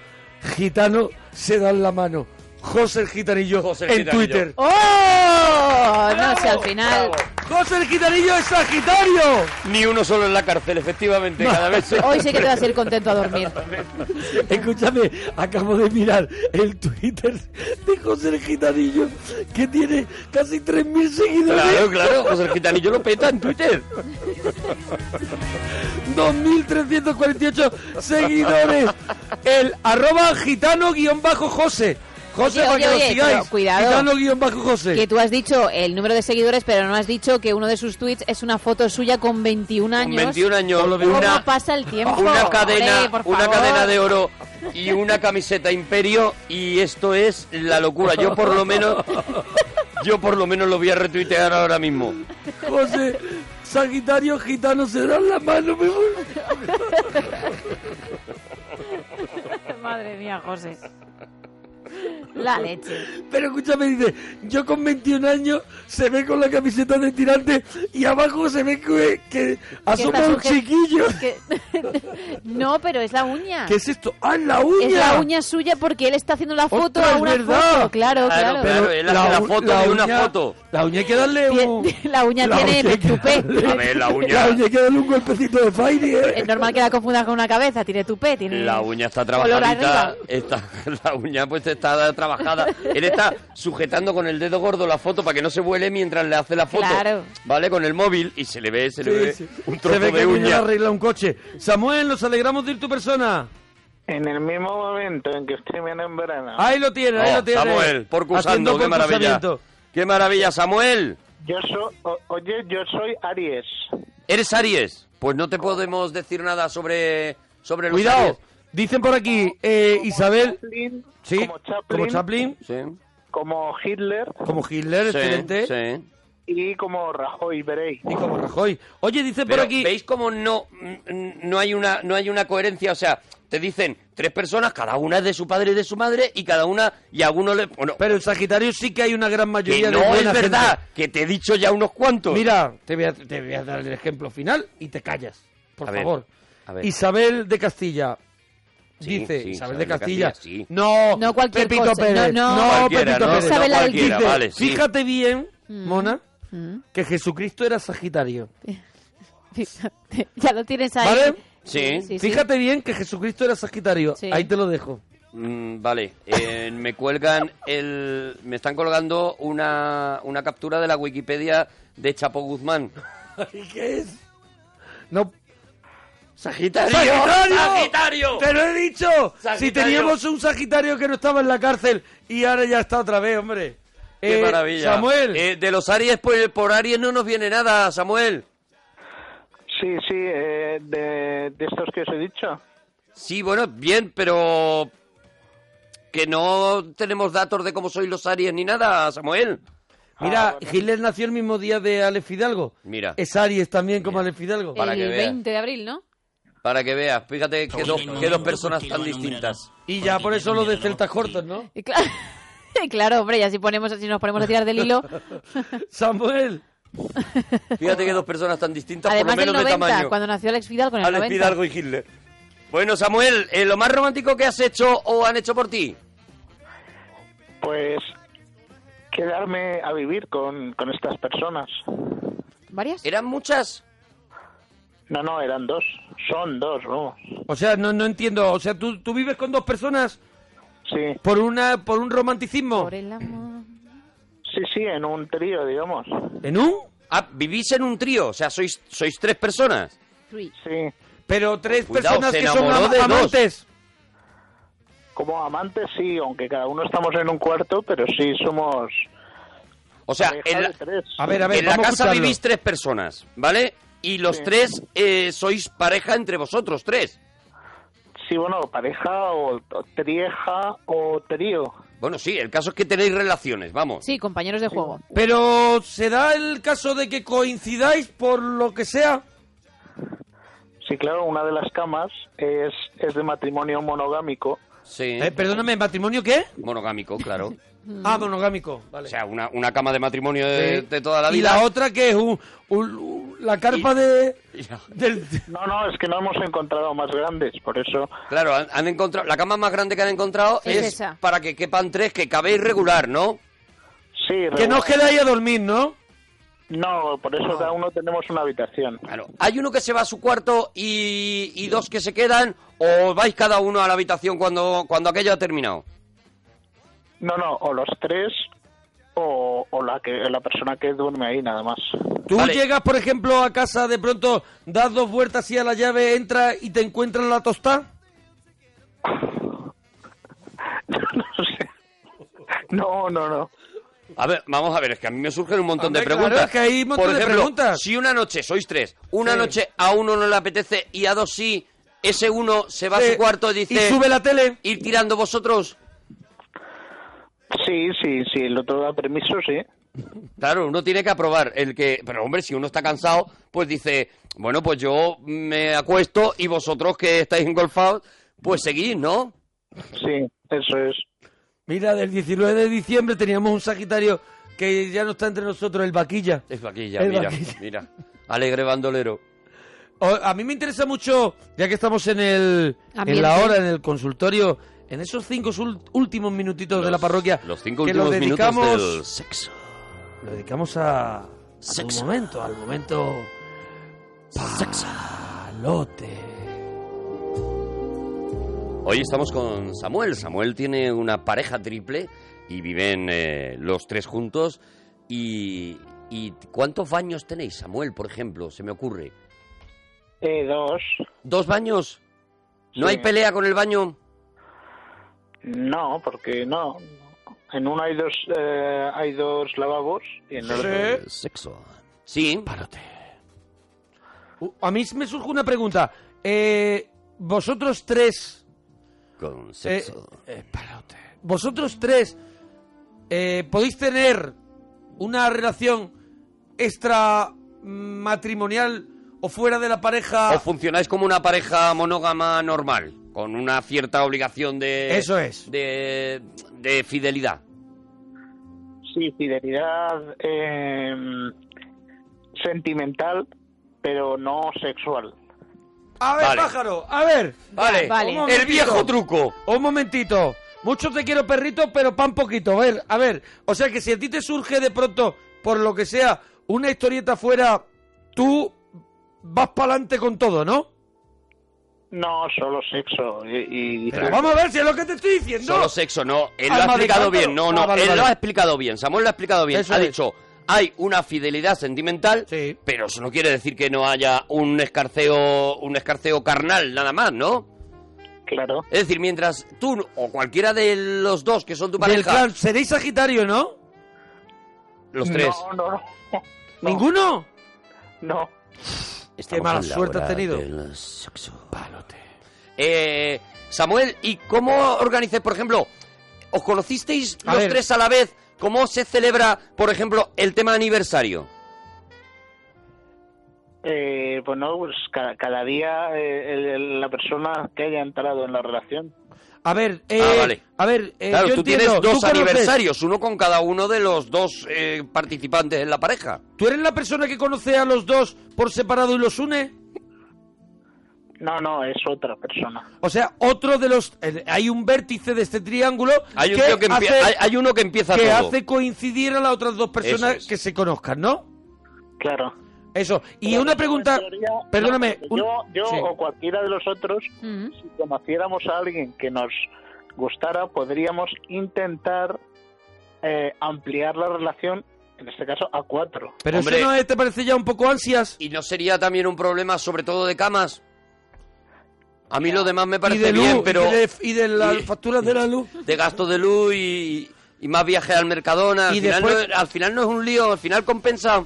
gitano, se dan la mano. José el Gitanillo José el en Gitanillo. Twitter. ¡Oh! No sé, al final. ¡José el Gitanillo es Sagitario! Ni uno solo en la cárcel, efectivamente. Cada vez se- Hoy sí que te vas a ir contento a dormir. Escúchame, acabo de mirar el Twitter de José el Gitanillo, que tiene casi 3.000 seguidores. Claro, claro. José el Gitanillo lo peta en Twitter. 2.348 seguidores. El arroba gitano guión bajo José. José, Oye, para oye, que oye, lo sigáis. pero cuidado. Gitano guión bajo José. Que tú has dicho el número de seguidores, pero no has dicho que uno de sus tweets es una foto suya con 21 Con años. 21 años, ¿Cómo una, pasa el tiempo? una Hombre, cadena, por una favor. cadena de oro y una camiseta imperio y esto es la locura. Yo por lo menos, yo por lo menos lo voy a retuitear ahora mismo. José, Sagitario, gitano, se dan la mano. me voy. Madre mía, José. La leche. Pero escúchame, dice, yo con 21 años se ve con la camiseta de tirante y abajo se ve que, que asoma está un suje- chiquillo. Que- No, pero es la uña. ¿Qué es esto? ¡Ah, la uña! Es la uña suya porque él está haciendo la foto Ostras, a una es verdad. foto. Claro, Claro, claro. pero él hace la u- foto de una foto. La uña hay que darle un... La uña tiene hay que tupé. darle- A ver, la uña- La uña hay que darle un golpecito de Fairy, ¿eh? Es normal que la confundas con una cabeza, tiene tupé, tiene... La uña está Color trabajadita. arriba. Está, la uña pues está trabajada. Él está sujetando con el dedo gordo la foto para que no se vuele mientras le hace la foto. Claro. ¿Vale? Con el móvil y se le ve, se le ve Sí, sí. un trozo Se ve que de el niño uña. arregla un coche. Samuel, nos alegramos de ir tu persona. En el mismo momento en que usted viene en verano, Ahí lo tiene, ahí Oh, lo tiene. Samuel, por Haciendo qué maravilla. cursamiento. Qué maravilla, Samuel. yo soy, oye, yo soy Aries. ¿Eres Aries? Pues no te podemos decir nada sobre, sobre los Cuidado. Aries. Dicen por aquí, eh, Isabel, Chaplin, sí, como como Chaplin, como, Chaplin, Sí. Hitler como Hitler, Sí, excelente, sí. y como Rajoy, veréis. y como Rajoy. Oye, dicen por Pero aquí, ¿Veis cómo no, mm, no, hay una, no hay una coherencia? O sea, te dicen tres personas, cada una es de su padre y de su madre, y cada una, y a uno le. Bueno, pero en Sagitario sí que hay una gran que mayoría de no buena es verdad, gente. que te he dicho ya unos cuantos. Mira, te voy, a, te voy a dar el ejemplo final y te callas, por A ver, favor. a ver. Isabel de Castilla. Sí, Dice sí, Isabel, de Castilla. sí. No, No cualquier Pepito cosa, Pérez. no, no. Cualquiera, Pepito no, Pérez. no Isabel la del cualquiera, Dice, vale, sí. Fíjate bien, Mm. Mona, Mm, que Jesucristo era Sagitario. fíjate, ya lo tienes ahí. ¿Vale? Sí. Fíjate bien que Jesucristo era Sagitario. Sí. Ahí te lo dejo. Mm, vale, Eh, me cuelgan el. Me están colgando una, una captura de la Wikipedia de Chapo Guzmán. ¿Qué es? No. ¡Sagitario! ¡Sagitario! ¡Sagitario! ¡Te lo he dicho! Si Sagitario. teníamos un Sagitario que no estaba en la cárcel y ahora ya está otra vez, hombre. ¡Qué Eh, maravilla! Samuel. Eh, de los Aries, por, por Aries no nos viene nada, Samuel. Sí, sí, eh, de, de estos que os he dicho. Sí, bueno, bien, pero. Que no tenemos datos de cómo sois los Aries ni nada, Samuel. Mira, Hitler nació el mismo día de Alex Fidalgo. Ah, Mira. Es Aries también como Alex Fidalgo. para el que veas. 20 de abril, ¿no? Para que veas, fíjate que dos, que dos personas tan distintas. Y ya por eso lo de celtas cortos, ¿no? Y cla- y claro, hombre, ya si, ponemos, si nos ponemos a tirar del hilo... Samuel. Fíjate que dos personas tan distintas, Además por del lo menos de 90, tamaño. cuando nació Alex Fidalgo en el Alex 90. Fidalgo y Hitler. Bueno, Samuel, eh, ¿lo más romántico que has hecho o han hecho por ti? Pues quedarme a vivir con, con estas personas. ¿Varias? ¿Eran muchas? No, no, eran dos. Son dos, vamos. O sea, no, no entiendo. O sea, ¿tú, tú vives con dos personas Sí, por una por un romanticismo. Por el amor. sí, sí, en un trío, digamos. ¿En un? Ah, vivís en un trío, o sea, sois, sois tres personas. Three. Sí, Pero tres Cuidado, personas se que son enamoró am- de dos. amantes. como amantes sí, aunque cada uno estamos en un cuarto, pero sí somos O sea, pareja en de la, tres. A ver, a ver, en la vamos a casa escucharlo. vivís tres personas, ¿vale? Y los Sí. tres eh, sois pareja entre vosotros, tres. Sí, bueno, pareja o, o trieja o trío. Bueno, sí, el caso es que tenéis relaciones, vamos. Sí, compañeros de juego. Pero se da el caso de que coincidáis por lo que sea. Sí, claro, una de las camas es, es de matrimonio monogámico. Sí. Eh, perdóname, ¿matrimonio qué? Monogámico, claro. Mm. Ah, monogámico. Vale. O sea, una, una cama de matrimonio de, Sí. de toda la Y vida. la otra que es un, un- un- la carpa de, del... No, no, es que no hemos encontrado más grandes, por eso. Claro, han, han encontrado la cama más grande que han encontrado Es es, esa. para que quepan tres, que cabéis regular, ¿no? Sí, Que no regular. os quedáis a dormir, ¿no? No, por eso cada uno tenemos una habitación. Claro. Hay uno que se va a su cuarto y, y dos que se quedan, o vais cada uno a la habitación cuando, cuando aquello ha terminado. No, no, o los tres o, o la que la persona que duerme ahí nada más. Tú Vale. llegas, por ejemplo, a casa, de pronto das dos vueltas así a la llave, entras y te encuentras la tostada. no sé. No, no, no. A ver, vamos a ver, es que a mí me surgen un montón Hombre, de claro, preguntas. es que hay un montón Por de ejemplo, preguntas. si una noche, sois tres, una Sí. noche a uno no le apetece y a dos sí, ese uno se va a eh, su cuarto y dice... Y sube la tele. Ir tirando vosotros. Sí, sí, sí, el otro da permiso, sí. Claro, uno tiene que aprobar el que... Pero hombre, si uno está cansado, pues dice... Bueno, pues yo me acuesto y vosotros que estáis engolfados, pues seguís, ¿no? Sí, eso es. Mira, del 19 de diciembre teníamos un Sagitario que ya no está entre nosotros, el vaquilla. Es vaquilla, Es mira, vaquilla. mira. Alegre bandolero. O- a mí me interesa mucho, ya que estamos en el en Ambiente. la hora, en el consultorio, en esos cinco sul- últimos minutitos de la parroquia, Los cinco que últimos los dedicamos minutos del sexo. lo dedicamos a, a tu momento, al momento palote. Hoy estamos con Samuel. Samuel tiene una pareja triple y viven eh, los tres juntos. Y, y cuántos baños tenéis, Samuel, por ejemplo? Se me ocurre. Eh, dos. ¿Dos baños? ¿No Sí. hay pelea con el baño? No, porque no. En uno hay dos, eh, hay dos lavabos y en el otro... Sexo. Sí. Uh, A mí me surge una pregunta. Eh, vosotros tres. eh, Con sexo. Vosotros tres. eh, ¿Podéis tener una relación extra matrimonial o fuera de la pareja? Oh, ¿O funcionáis como una pareja monógama normal? Con una cierta obligación de... Eso es. De, de fidelidad. Sí, fidelidad eh, sentimental, pero no sexual. A ver, Vale. pájaro, a ver. Vale, Un momentito. el viejo truco. Un momentito. Mucho te quiero, perrito, pero pan poquito. A ver, a ver. O sea que si a ti te surge de pronto, por lo que sea, una historieta fuera, tú vas para adelante con todo, ¿no? No, solo sexo. Y, y- Pero Vamos a ver si es lo que te estoy diciendo. Solo sexo, no. Él lo ha Alma de cántaro. explicado bien. No, Ah, no. vale, él vale. lo ha explicado bien. Samuel lo ha explicado bien. Eso ha es. dicho, hay una fidelidad sentimental, pero eso no quiere decir que no haya un escarceo, un escarceo carnal, nada más, ¿no? Claro. Es decir, mientras tú o cualquiera de los dos que son tu Del pareja, clan, seréis Sagitario, ¿no? los tres. No, no, no. ¿Ninguno? No. Estamos Qué mala en la suerte hora has tenido. del sexo. Eh, Samuel, ¿y cómo organizáis, por ejemplo, os conocisteis A los ver. tres a la vez? ¿Cómo se celebra, por ejemplo, el tema aniversario? Eh, pues no, pues cada, cada día eh, el- el- la persona que haya entrado en la relación. A ver, eh, Ah, vale. a ver, eh, claro, yo tú entiendo, tienes dos conoces- aniversarios, uno con cada uno de los dos eh, participantes en la pareja. ¿Tú eres la persona que conoce a los dos por separado y los une? No, no, eh. es otra persona. O sea, otro de los... el- hay un vértice de este triángulo Hay, un que tío que empie- hace- hay, hay uno que empieza que todo. hace coincidir a las otras dos personas que se conozcan, ¿no? Claro. Eso. Y una pregunta... Perdóname. No, un- yo yo sí. o cualquiera de los otros, si conociéramos a alguien que nos gustara, podríamos intentar eh, ampliar la relación, en este caso a cuatro. Pero eso no es- te parece ya un poco ansias. ¿Y no sería también un problema, sobre todo de camas? A mí lo demás me Y parece de luz, bien, pero... y de, y de las y- facturas de la luz. de gasto de luz y, y más viaje al Mercadona. Al, Y final después- no, al final no es un lío, al final compensa.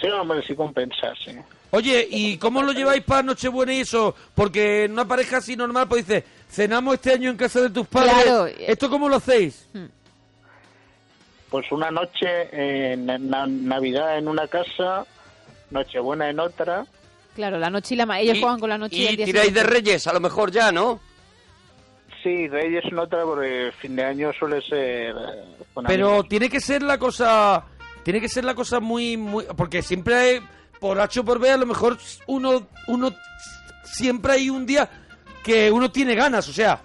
Sí, hombre, sí compensa, sí. Oye, ¿y cómo lo lleváis para Nochebuena y eso? Porque en una pareja así normal, pues dices, cenamos este año en casa de tus padres. Claro. eh. ¿Esto cómo lo hacéis? Hmm. Pues una noche, eh, na- na- Navidad en una casa, Nochebuena en otra. Claro, la noche y la mañana. Ellos Y- juegan con la noche y, y el día tiráis siguiente. de Reyes, a lo mejor ya, ¿no? Sí, Reyes en otra, porque fin de año suele ser. eh, con Pero amigos. tiene que ser la cosa. Tiene que ser la cosa muy. muy porque siempre hay. Por H o por B, a lo mejor uno. uno Siempre hay un día que uno tiene ganas. O sea,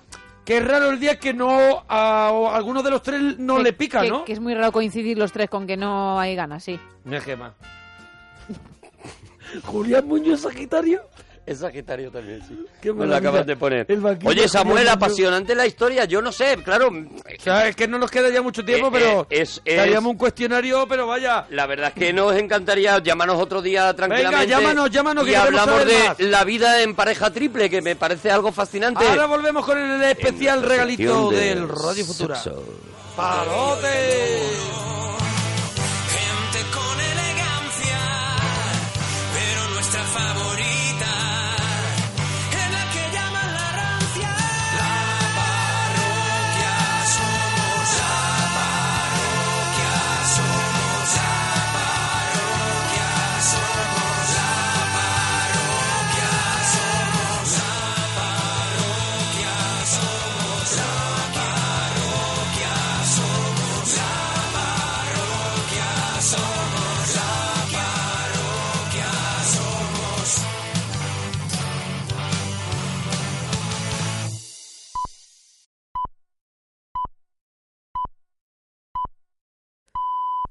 que es raro el día que no. A, o a alguno de los tres no Que- le pica, que- ¿no? Que es muy raro coincidir los tres con que no hay ganas, sí. No es gema. Julián Muñoz Sagitario. Es Sagitario también, sí. Qué Me lo acabas de poner. El banquillo Oye, Julián Samuel, Muñoz. apasionante la historia. Yo no sé, claro. Eh, Claro, es que no nos queda ya mucho tiempo, pero es, es- Daríamos un cuestionario, pero vaya. La verdad es que nos encantaría. Llámanos otro día tranquilamente. llámanos, llámanos, que Y queremos hablamos saber de más. la vida en pareja triple, que me parece algo fascinante. Ahora volvemos con el especial nuestra regalito sección de del Radio Futura. sexo. ¡Palote! Gente con elegancia, pero nuestra favorita es la que llaman la rancia. La parroquia somos, la parroquia somos, la parroquia somos, la parroquia somos, la parroquia somos, la parroquia somos, la parroquia.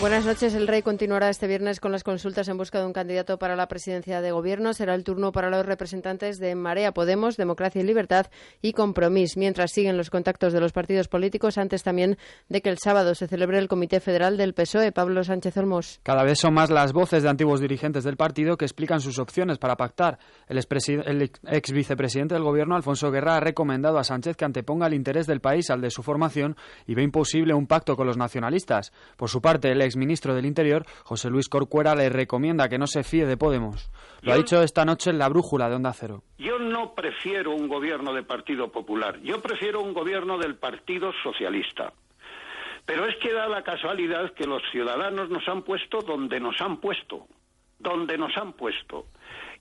Buenas noches. El rey continuará este viernes con las consultas en busca de un candidato para la presidencia de gobierno. Será el turno para los representantes de Marea Podemos, Democracia y Libertad y Compromís, mientras siguen los contactos de los partidos políticos antes también de que el sábado se celebre el Comité Federal del PSOE. E. Pablo Sánchez Olmos. Cada vez son más las voces de antiguos dirigentes del partido que explican sus opciones para pactar. El, expresi- el ex vicepresidente del gobierno, Alfonso Guerra, ha recomendado a Sánchez que anteponga el interés del país al de su formación y ve imposible un pacto con los nacionalistas. Por su parte, el exministro del Interior, José Luis Corcuera, le recomienda que no se fíe de Podemos. Lo ha dicho esta noche en la brújula de Onda Cero. Yo no prefiero un gobierno de Partido Popular, yo prefiero un gobierno del Partido Socialista. Pero es que da la casualidad que los ciudadanos nos han puesto donde nos han puesto, donde nos han puesto.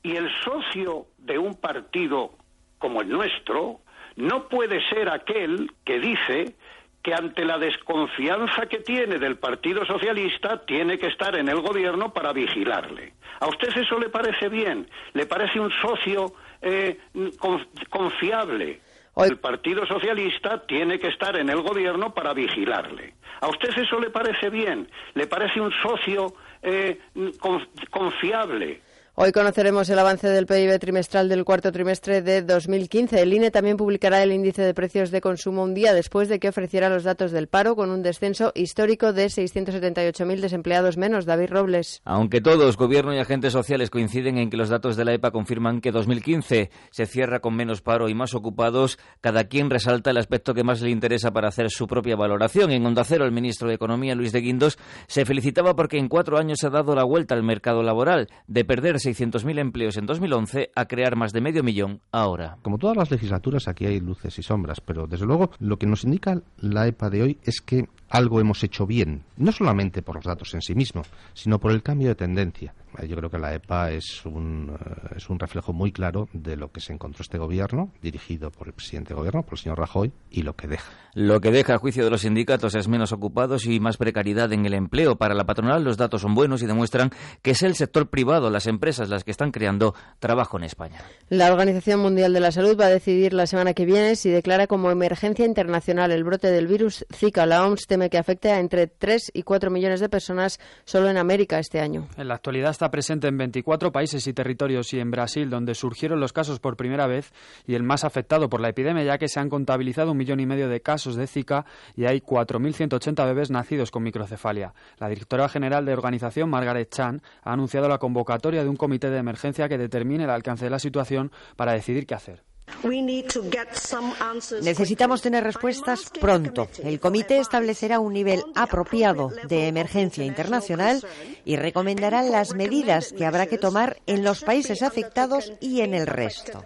Y el socio de un partido como el nuestro no puede ser aquel que dice que ante la desconfianza que tiene del Partido Socialista tiene que estar en el gobierno para vigilarle. ¿A usted eso le parece bien? ¿Le parece un socio eh, con- confiable? El Partido Socialista tiene que estar en el gobierno para vigilarle. ¿A usted eso le parece bien? ¿Le parece un socio eh, con- confiable? Hoy conoceremos el avance del PIB trimestral del cuarto trimestre de 2015. El INE también publicará el índice de precios de consumo un día después de que ofreciera los datos del paro con un descenso histórico de 678.000 desempleados menos. David Robles. Aunque todos, gobierno y agentes sociales, coinciden en que los datos de la EPA confirman que 2015 se cierra con menos paro y más ocupados, cada quien resalta el aspecto que más le interesa para hacer su propia valoración. En Onda Cero, el ministro de Economía, Luis de Guindos, se felicitaba porque en cuatro años se ha dado la vuelta al mercado laboral, de perder 600.000 empleos en 2011 a crear más de medio millón ahora. Como todas las legislaturas, aquí hay luces y sombras, pero desde luego lo que nos indica la EPA de hoy es que algo hemos hecho bien, no solamente por los datos en sí mismos, sino por el cambio de tendencia. Eh, Yo creo que la EPA es un, eh, es un reflejo muy claro de lo que se encontró este gobierno, dirigido por el presidente de gobierno, por el señor Rajoy, y lo que deja. Lo que deja a juicio de los sindicatos es menos ocupados y más precariedad en el empleo. Para la patronal los datos son buenos y demuestran que es el sector privado, las empresas, las que están creando trabajo en España. La Organización Mundial de la Salud va a decidir la semana que viene si declara como emergencia internacional el brote del virus Zika. La OMS teme que afecte a entre 3 y 4 millones de personas solo en América este año. En la actualidad está presente en 24 países y territorios y en Brasil, donde surgieron los casos por primera vez y el más afectado por la epidemia, ya que se han contabilizado un millón y medio de casos de Zika y hay 4.180 bebés nacidos con microcefalia. La directora general de organización, Margaret Chan, ha anunciado la convocatoria de un comité de emergencia que determine el alcance de la situación para decidir qué hacer. Necesitamos tener respuestas pronto. El comité establecerá un nivel apropiado de emergencia internacional y recomendará las medidas que habrá que tomar en los países afectados y en el resto.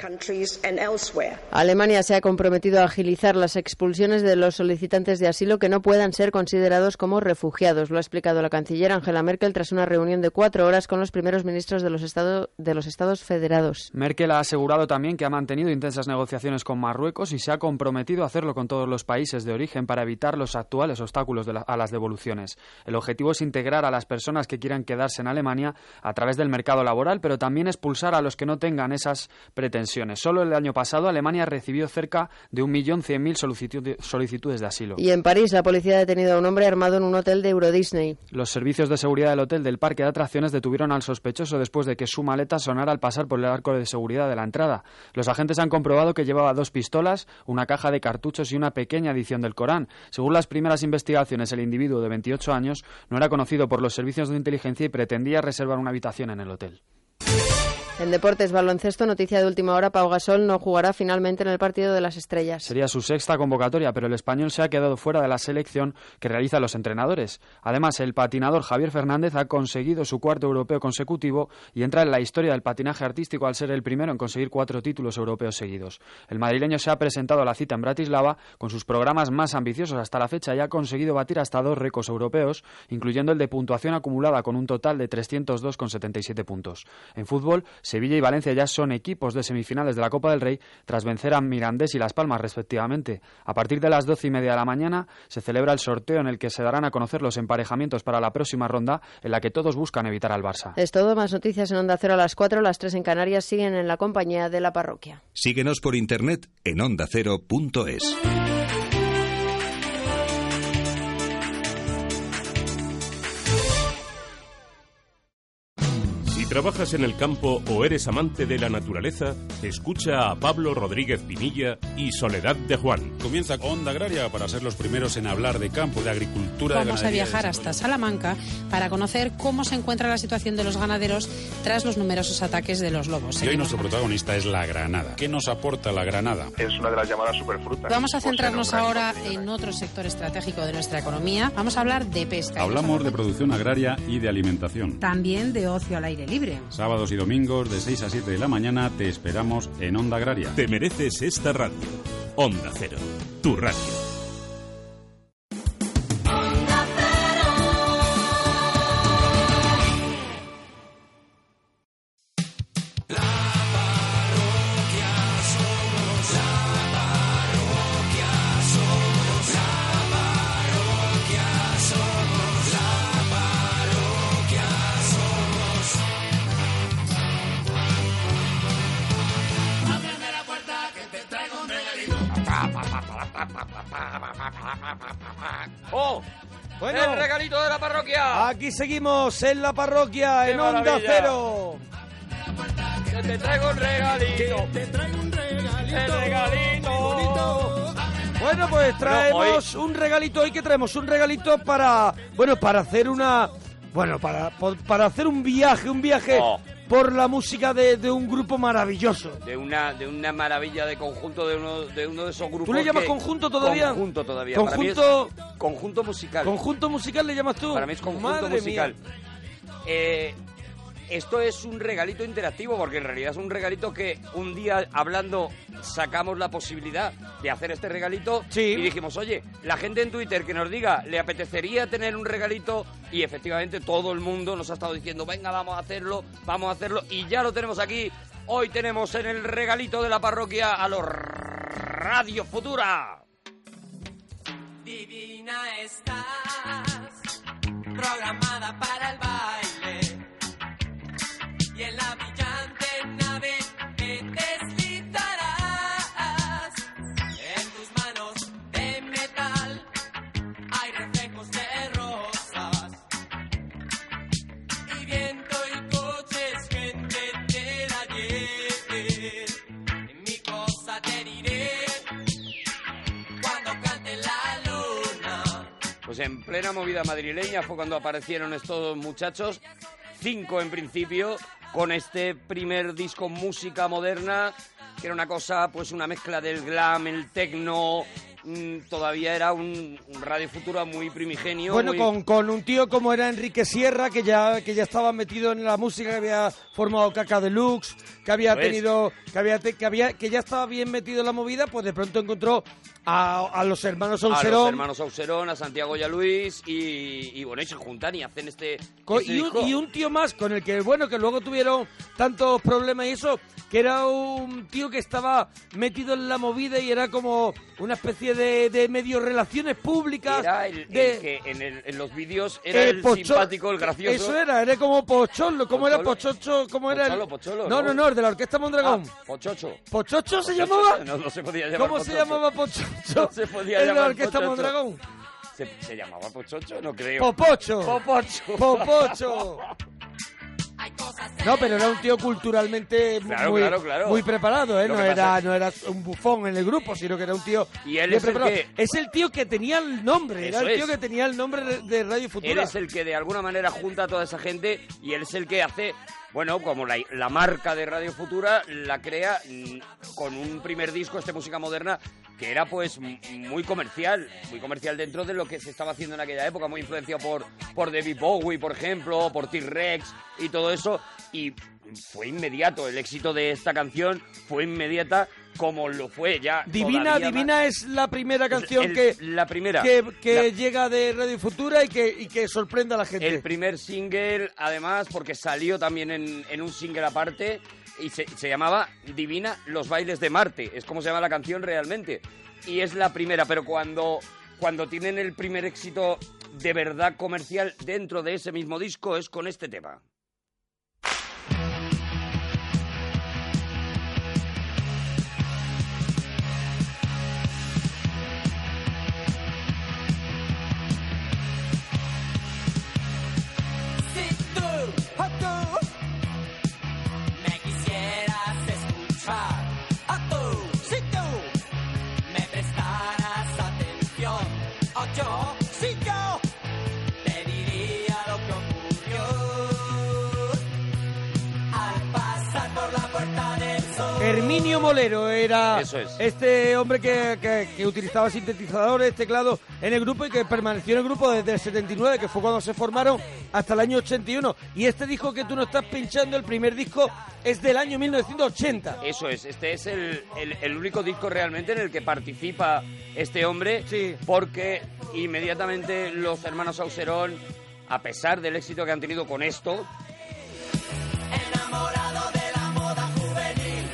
Alemania se ha comprometido a agilizar las expulsiones de los solicitantes de asilo que no puedan ser considerados como refugiados. Lo ha explicado la canciller Angela Merkel tras una reunión de cuatro horas con los primeros ministros de los, estado- de los Estados federados. Merkel ha asegurado también que ha mantenido intensas negociaciones con Marruecos y se ha comprometido a hacerlo con todos los países de origen para evitar los actuales obstáculos de la- a las devoluciones. El objetivo es integrar a las personas que quieran quedarse en Alemania a través del mercado laboral, pero también expulsar a los que no tengan esas pretensiones. Solo el año pasado Alemania recibió cerca de 1.100.000 solicitud- solicitudes de asilo. Y en París, la policía ha detenido a un hombre armado en un hotel de Euro Disney. Los servicios de seguridad del hotel del parque de atracciones detuvieron al sospechoso después de que su maleta sonara al pasar por el arco de seguridad de la entrada. Los agentes han comprobado que llevaba dos pistolas, una caja de cartuchos y una pequeña edición del Corán. Según las primeras investigaciones, el individuo de 28 años no era conocido por los servicios de inteligencia y pretendía reservar una habitación en el hotel. En deportes, baloncesto, noticia de última hora, Pau Gasol no jugará finalmente en el partido de las estrellas. Sería su sexta convocatoria, pero el español se ha quedado fuera de la selección que realizan los entrenadores. Además, el patinador Javier Fernández ha conseguido su cuarto europeo consecutivo y entra en la historia del patinaje artístico al ser el primero en conseguir cuatro títulos europeos seguidos. El madrileño se ha presentado a la cita en Bratislava con sus programas más ambiciosos hasta la fecha y ha conseguido batir hasta dos récords europeos, incluyendo el de puntuación acumulada con un total de 302,77 puntos. En fútbol, Sevilla y Valencia ya son equipos de semifinales de la Copa del Rey tras vencer a Mirandés y Las Palmas, respectivamente. A partir de las doce y media de la mañana se celebra el sorteo en el que se darán a conocer los emparejamientos para la próxima ronda en la que todos buscan evitar al Barça. Es todo, más noticias en Onda Cero a las 4, las 3 en Canarias siguen en la compañía de la parroquia. Síguenos por internet en ondacero.es. Si trabajas en el campo o eres amante de la naturaleza, escucha a Pablo Rodríguez Pinilla y Soledad de Juan. Comienza Onda Agraria para ser los primeros en hablar de campo, de agricultura, de Vamos a ganadería, viajar de hasta Salamanca para conocer cómo se encuentra la situación de los ganaderos tras los numerosos ataques de los lobos. Y hoy nuestro protagonista es la granada. ¿Qué nos aporta la granada? Es una de las llamadas superfrutas. Vamos a centrarnos ahora en otro sector estratégico de nuestra economía. Vamos a hablar de pesca. Hablamos de producción agraria y de alimentación. También de ocio al aire libre. Sábados y domingos de 6 a 7 de la mañana te esperamos en Onda Agraria. Te mereces esta radio. Onda Cero, tu radio. parroquia somos, la parroquia somos, la parroquia somos, la parroquia somos. Ábreme la puerta que te traigo un regalito. ¡Oh! Bueno. ¡El regalito de la parroquia! Aquí seguimos en la parroquia, en Onda maravilla! Cero. ¡Que te traigo un regalito! te traigo un regalito. ¡El regalito! Bueno, pues traemos un regalito hoy que traemos un regalito para bueno para hacer una bueno para por- para hacer un viaje un viaje Oh. por la música de, de un grupo maravilloso. De una, de una maravilla de conjunto, de uno de, uno de esos grupos. le llamas que- conjunto todavía? Conjunto todavía. Conjunto- Para mí es conjunto musical. Conjunto musical le llamas tú. Para mí es conjunto Madre musical. mía. Eh, esto es un regalito interactivo, porque en realidad es un regalito que un día hablando sacamos la posibilidad de hacer este regalito y dijimos, oye, la gente en Twitter que nos diga, ¿le apetecería tener un regalito? Y efectivamente todo el mundo nos ha estado diciendo, venga, vamos a hacerlo, vamos a hacerlo, y ya lo tenemos aquí. Hoy tenemos en el regalito de la parroquia a los Radio Futura. Divina estás, programada para el baile. Y en la brillante nave te deslizarás. En tus manos de metal hay reflejos de rosas. Y viento y coches, gente te la lleve. En mi cosa te diré cuando cante la luna. Pues en plena movida madrileña fue cuando aparecieron estos dos muchachos, cinco en principio, con este primer disco música moderna, que era una cosa, pues una mezcla del glam, el techno, mm, todavía era un, un radio futura muy primigenio. Bueno, muy- con, con un tío como era Enrique Sierra, que ya, que ya estaba metido en la música, que había formado Caca Deluxe, que había Eso es. tenido, que había, te- que había, que ya estaba bien metido en la movida, pues de pronto encontró a, a los hermanos A los Auserón. hermanos Auserón, a Santiago y a Luis, y, y bueno, y se juntan y hacen este, Co- este y, un, disco. y un tío más con el que, bueno, que luego tuvieron tantos problemas y eso, que era un tío que estaba metido en la movida y era como una especie de, de medio relaciones públicas. Era el, el de, que en, el- en los vídeos era eh, el pocho- simpático, el gracioso. Eso era, era como Pocholo, ¿cómo era Pochocho? ¿Cómo era? el- Pocholo, Pocholo, no, ¿no? no, no, el de la Orquesta Mondragón. Ah, Pochocho. ¿Pochocho se Pochocho, llamaba? No, no se podía llamar ¿Cómo se Pochocho. llamaba Pochocho? No se podía el de la llamar Orquesta Pochocho. Mondragón. ¿Se, se llamaba Pochocho? No creo. Popocho. Popocho. Popocho. No, pero era un tío culturalmente mu- Claro, muy, claro, claro. muy preparado, ¿eh? Lo No que pasa era, es- no era un bufón en el grupo, sino que era un tío Y él bien es el preparado. que- Es el tío que tenía el nombre, Eso era el tío es. que tenía el nombre de- de Radio Futura. Él es el que de alguna manera junta a toda esa gente y él es el que hace, bueno, como la, la marca de Radio Futura la crea mm, con un primer disco, este Música Moderna, que era pues m- muy comercial, muy comercial dentro de lo que se estaba haciendo en aquella época, muy influenciado por, por David Bowie, por ejemplo, por T-Rex y todo eso. Y fue inmediato. El éxito de esta canción fue inmediata como lo fue ya. Divina, todavía Divina es la primera canción el- que, la primera. que, que La- llega de Radio Futura y que, y que sorprende a la gente. El primer single, además, porque salió también en, en un single aparte y se, se llamaba Divina Los Bailes de Marte. Es como se llama la canción realmente. Y es la primera, pero cuando, cuando tienen el primer éxito de verdad comercial dentro de ese mismo disco es con este tema. Si tú o tú me quisieras escuchar, o tú, si tú me prestaras atención, o yo, si yo te diría lo que ocurrió al pasar por la puerta del sol. Herminio Molero era este hombre que, que- que utilizaba sintetizadores, teclados en el grupo y que permaneció en el grupo desde el 79, que fue cuando se formaron, hasta el año 81. Y este disco que tú no estás pinchando, el primer disco, es del año 1980. Eso es, este es el, el- el único disco realmente en el que participa este hombre, porque inmediatamente los hermanos Auserón, a pesar del éxito que han tenido con esto, enamorado de la moda juvenil,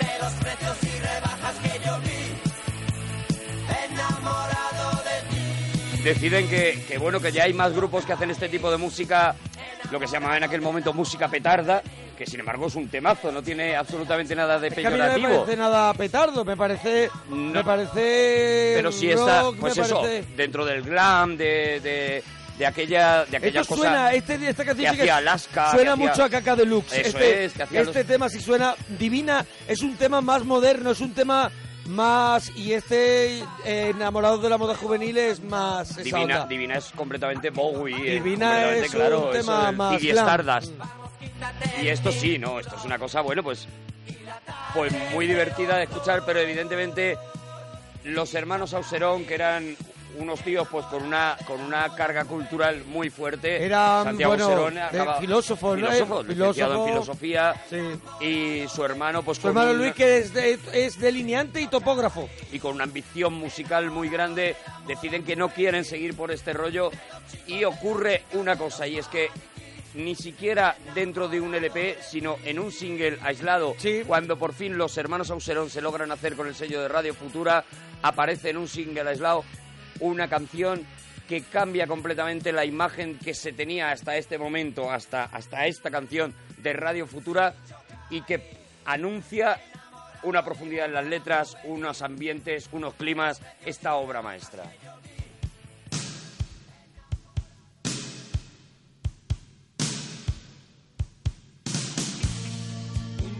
de los precios y rebajas que yo vi, enamorado de ti. deciden que, que, bueno, que ya hay más grupos que hacen este tipo de música, lo que se llamaba en aquel momento música petarda, que sin embargo es un temazo, no tiene absolutamente nada de Que a mí no me peyorativo. parece nada petardo, me parece. Me parece. Pero sí está, rock, pues me eso, parece- dentro del glam, de, de, de aquella, de aquella Esto cosa suena, este, esta canción sí que hacía Alaska. que suena hacía- mucho a caca deluxe. Eso este es, que hacía este los- tema sí suena divina, es un tema más moderno, es un tema más... Y este eh, enamorado de la moda juvenil es más... esa Divina, onda. Divina es completamente Bowie. eh, Divina completamente, es un claro, tema eso, eh, más Ziggy glam. Stardust. Y esto sí, ¿no? Esto es una cosa, bueno, pues, pues muy divertida de escuchar, pero evidentemente los hermanos Auserón, que eran unos tíos pues con una con una carga cultural muy fuerte Eran, Santiago bueno, Auserón de acaba- filósofo, ¿no? filósofo, Eh, licenciado en filósofo. filosofía y su hermano pues Su con hermano una- Luis que es, de- es delineante y topógrafo. y con una ambición musical muy grande deciden que no quieren seguir por este rollo y ocurre una cosa y es que ni siquiera dentro de un LP, sino en un single aislado, cuando por fin los hermanos Auserón se logran hacer con el sello de Radio Futura, aparece en un single aislado una canción que cambia completamente la imagen que se tenía hasta este momento, hasta, hasta esta canción de Radio Futura y que anuncia una profundidad en las letras, unos ambientes, unos climas, esta obra maestra.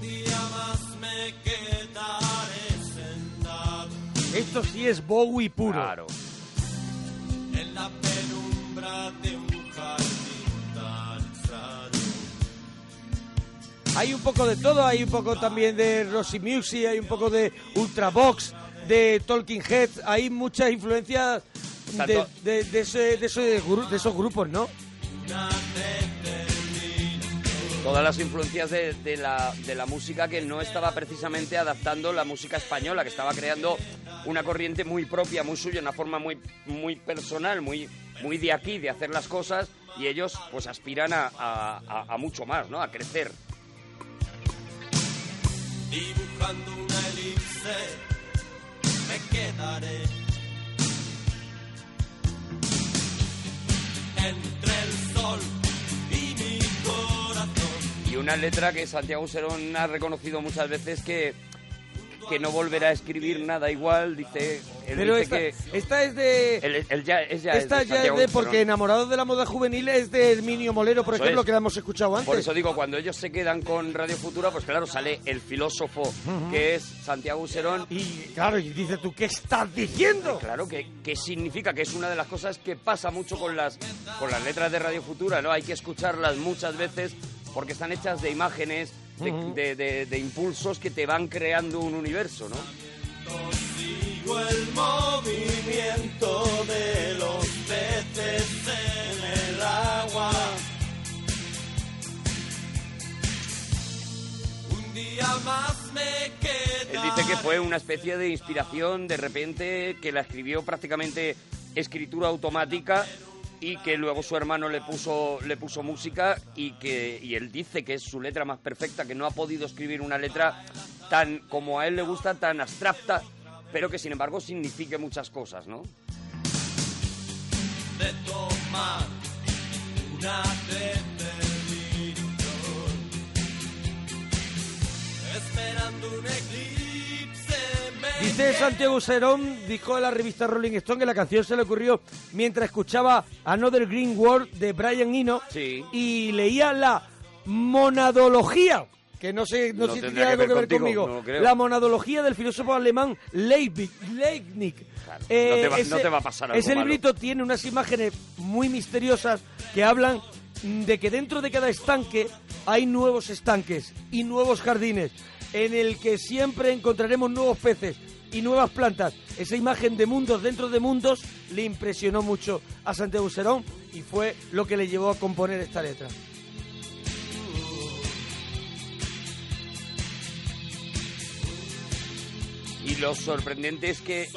día más me quedaré sentado Esto sí es Bowie puro. en la penumbra de un jardín tan extraño. Hay un poco de todo, hay un poco también de Rosy Music, hay un poco de Ultravox, de Talking Head, hay muchas influencias de, Tanto- de- de ese- de ese gru- de esos grupos, ¿no? Todas las influencias de, de la, de la música que no estaba precisamente adaptando la música española, que estaba creando una corriente muy propia, muy suya, una forma muy, muy personal, muy, muy de aquí, de hacer las cosas, y ellos pues aspiran a, a- a- a mucho más, ¿no? A crecer. Dibujando una elipse me quedaré entre el sol y mi corazón. Y una letra que Santiago Serón ha reconocido muchas veces que, que no volverá a escribir nada igual, dice... él Pero dice esta, que- esta es de... Él- él ya- es ya- es esta de ya es Santiago de... Serón. Porque Enamorados de la Moda Juvenil es de Herminio Molero, por Eso ejemplo, es. que la hemos escuchado antes. Por eso digo, cuando ellos se quedan con Radio Futura, pues claro, sale el filósofo Ujú. que es Santiago Serón. Y claro, y dices tú, ¿qué estás diciendo? Claro, que, que significa que es una de las cosas que pasa mucho con las, con las letras de Radio Futura, ¿no? Hay que escucharlas muchas veces porque están hechas de imágenes, de, Ujú. de- de- de impulsos que te van creando un universo, ¿no? Sigo el movimiento de los peces en el agua. fue una especie de inspiración de repente que la escribió prácticamente escritura automática y que luego su hermano le puso le puso música y que y él dice que es su letra más perfecta que no ha podido escribir una letra tan como a él le gusta tan abstracta pero que sin embargo signifique muchas cosas no de tomar una determinación, esperando un eclipse. me Dice Santiago Serón, dijo a la revista Rolling Stone que la canción se le ocurrió mientras escuchaba Another Green World de Brian Eno y leía la monadología, que no sé, no, No sé si tiene tendrá algo que que ver ver contigo, conmigo. no creo. la monadología del filósofo alemán Leibniz. Leibniz. no te va- no te va a pasar algo Ese malo. librito tiene unas imágenes muy misteriosas que hablan de que dentro de cada estanque hay nuevos estanques y nuevos jardines en el que siempre encontraremos nuevos peces y nuevas plantas. Esa imagen de mundos dentro de mundos le impresionó mucho a Santiago Serón y fue lo que le llevó a componer esta letra. Y lo sorprendente es que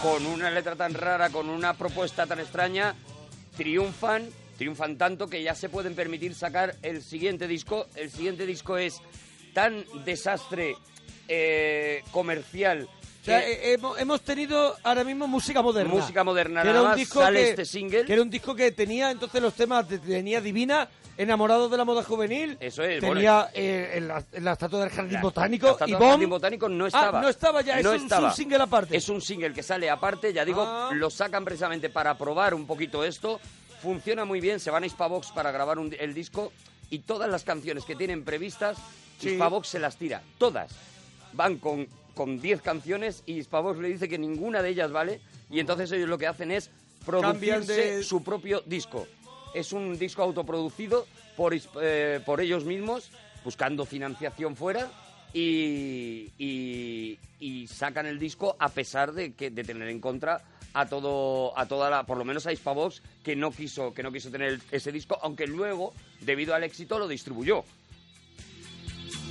con una letra tan rara, con una propuesta tan extraña, triunfan, triunfan tanto que ya se pueden permitir sacar el siguiente disco. El siguiente disco es tan desastre eh, comercial. O sea, que- he- hemos, hemos tenido ahora mismo música moderna. Música moderna, Que nada era un más, disco sale que, este single. que era un disco que tenía entonces los temas, de- tenía Divina, Enamorados de la Moda Juvenil. Eso es, Tenía bueno. eh, en la, en la estatua del Jardín Botánico. La estatua y del Bomb. Jardín botánico no Ah, estaba. no estaba ya, es No un- es estaba. un single aparte. Es un single que sale aparte, ya digo, Ah. lo sacan precisamente para probar un poquito esto. Funciona muy bien, se van a Hispavox para grabar un- el disco y todas las canciones que tienen previstas, Sí. Hispavox se las tira, todas. Van con con 10 canciones y Hispavox le dice que ninguna de ellas vale y entonces ellos lo que hacen es Cambian producirse de- su propio disco. Es un disco autoproducido por, is- eh, por ellos mismos, buscando financiación fuera, y, y- y sacan el disco a pesar de, que, de tener en contra a todo a toda la por lo menos a Hispavox que no quiso que no quiso tener ese disco aunque luego debido al éxito lo distribuyó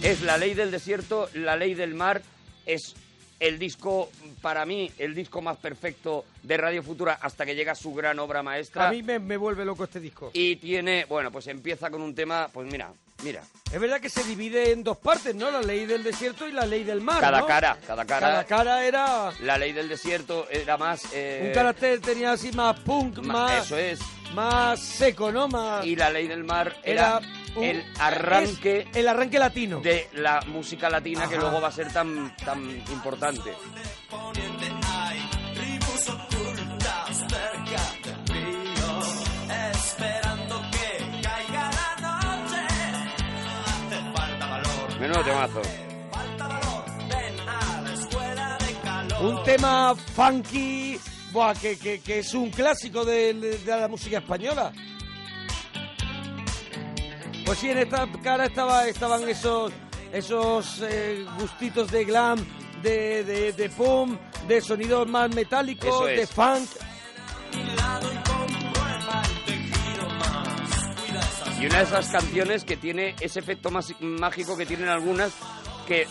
es la ley del desierto, la ley del mar. Es el disco, para mí, el disco más perfecto de Radio Futura hasta que llega su gran obra maestra. A mí me, me vuelve loco este disco. Y tiene, bueno, pues empieza con un tema, pues mira, mira. Es verdad que se divide en dos partes, ¿no? La ley del desierto y la ley del mar. Cada ¿no? cara, cada cara. Cada cara era La ley del desierto era más... eh, un carácter, tenía así más punk, ma- más, Eso es. más seco, ¿no? Más... Y la ley del mar Era era, un- el arranque... El arranque latino. De la música latina que Ajá. luego va a ser tan, tan importante. Poniente hay tribus ocultas cerca del río, esperando que caiga la noche. Hace falta valor, Menudo temazo. falta valor, ven a la escuela de calor. Un tema funky, buah, que, que- que es un clásico de, de la música española. Pues sí, en esta cara estaba, estaban esos, esos eh, gustitos de glam, de, de, de pum, de sonidos más metálicos, Eso de es. funk. Y una de esas canciones que tiene ese efecto más mágico que tienen algunas, que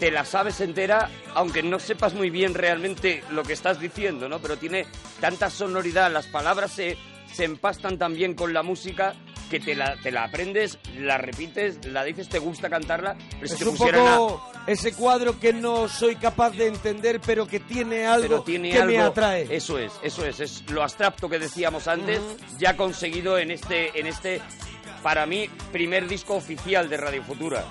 te la sabes entera, aunque no sepas muy bien realmente lo que estás diciendo, ¿no? Pero tiene tanta sonoridad, las palabras se, se empastan tan bien con la música que te la, te la aprendes, la repites, la dices, te gusta cantarla, pero si Es te un pusieran a- poco ese cuadro que no soy capaz de entender, pero que tiene algo pero tiene que me algo- atrae. Eso es, eso es, es lo abstracto que decíamos antes, ya conseguido en este, en este, para mí, primer disco oficial de Radio Futura.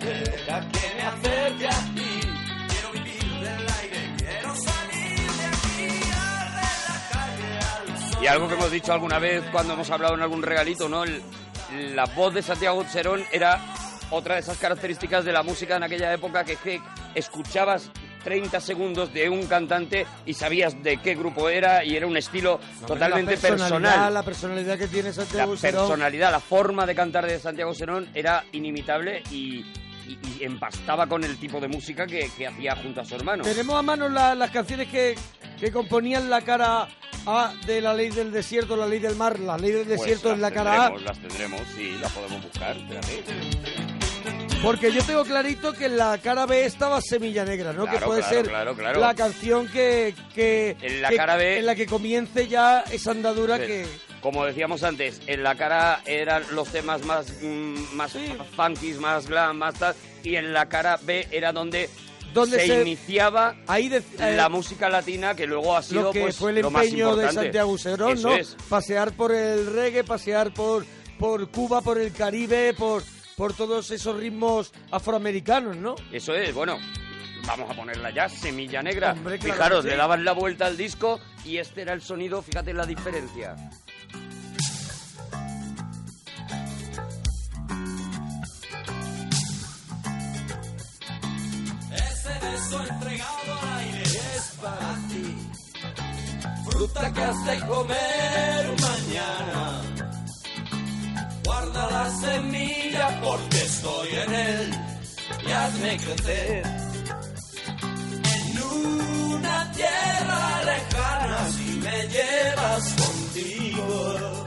Deja que me acerque a ti. Quiero vivir del aire, quiero salir de aquí. Y algo que hemos dicho alguna vez cuando hemos hablado en algún regalito, ¿no? El- la voz de Santiago Cerón era otra de esas características de la música en aquella época que, es que escuchabas 30 segundos de un cantante y sabías de qué grupo era y era un estilo totalmente La personalidad, personal. La personalidad que tiene La Santiago Serón. personalidad, la forma de cantar de Santiago Serón era inimitable y, y- y empastaba con el tipo de música que, que hacía junto a su hermano. Tenemos a mano la- las canciones que, que componían la cara A de la ley del desierto, la ley del mar. La ley del Pues desierto es la las cara A. tendremos, Las tendremos, sí, las podemos buscar. espérate. Porque yo tengo clarito que en la cara B estaba Semilla Negra, ¿no? que Claro, puede claro, ser claro, claro. la canción que, que, En la que- cara B- en la que comience ya esa andadura que... Como decíamos antes, en la cara eran los temas más, mm, más funkis, más glam, más tal, y en la cara B era donde, Donde se, se- iniciaba ahí de- eh, la música latina que luego ha sido lo que pues, fue el lo más empeño de importante. Santiago Serón, Eso ¿no? es. Pasear por el reggae, pasear por, por Cuba, por el Caribe, por, por todos esos ritmos afroamericanos, ¿no? Eso es, bueno, vamos a ponerla ya, Semilla Negra. Hombre, claro Fijaros, que sí. le daban la vuelta al disco y este era el sonido, fíjate la diferencia. Ese beso entregado al aire es para ti. Fruta que has de comer mañana. Guarda la semilla porque estoy en él y hazme crecer. En una tierra lejana si me llevas contigo.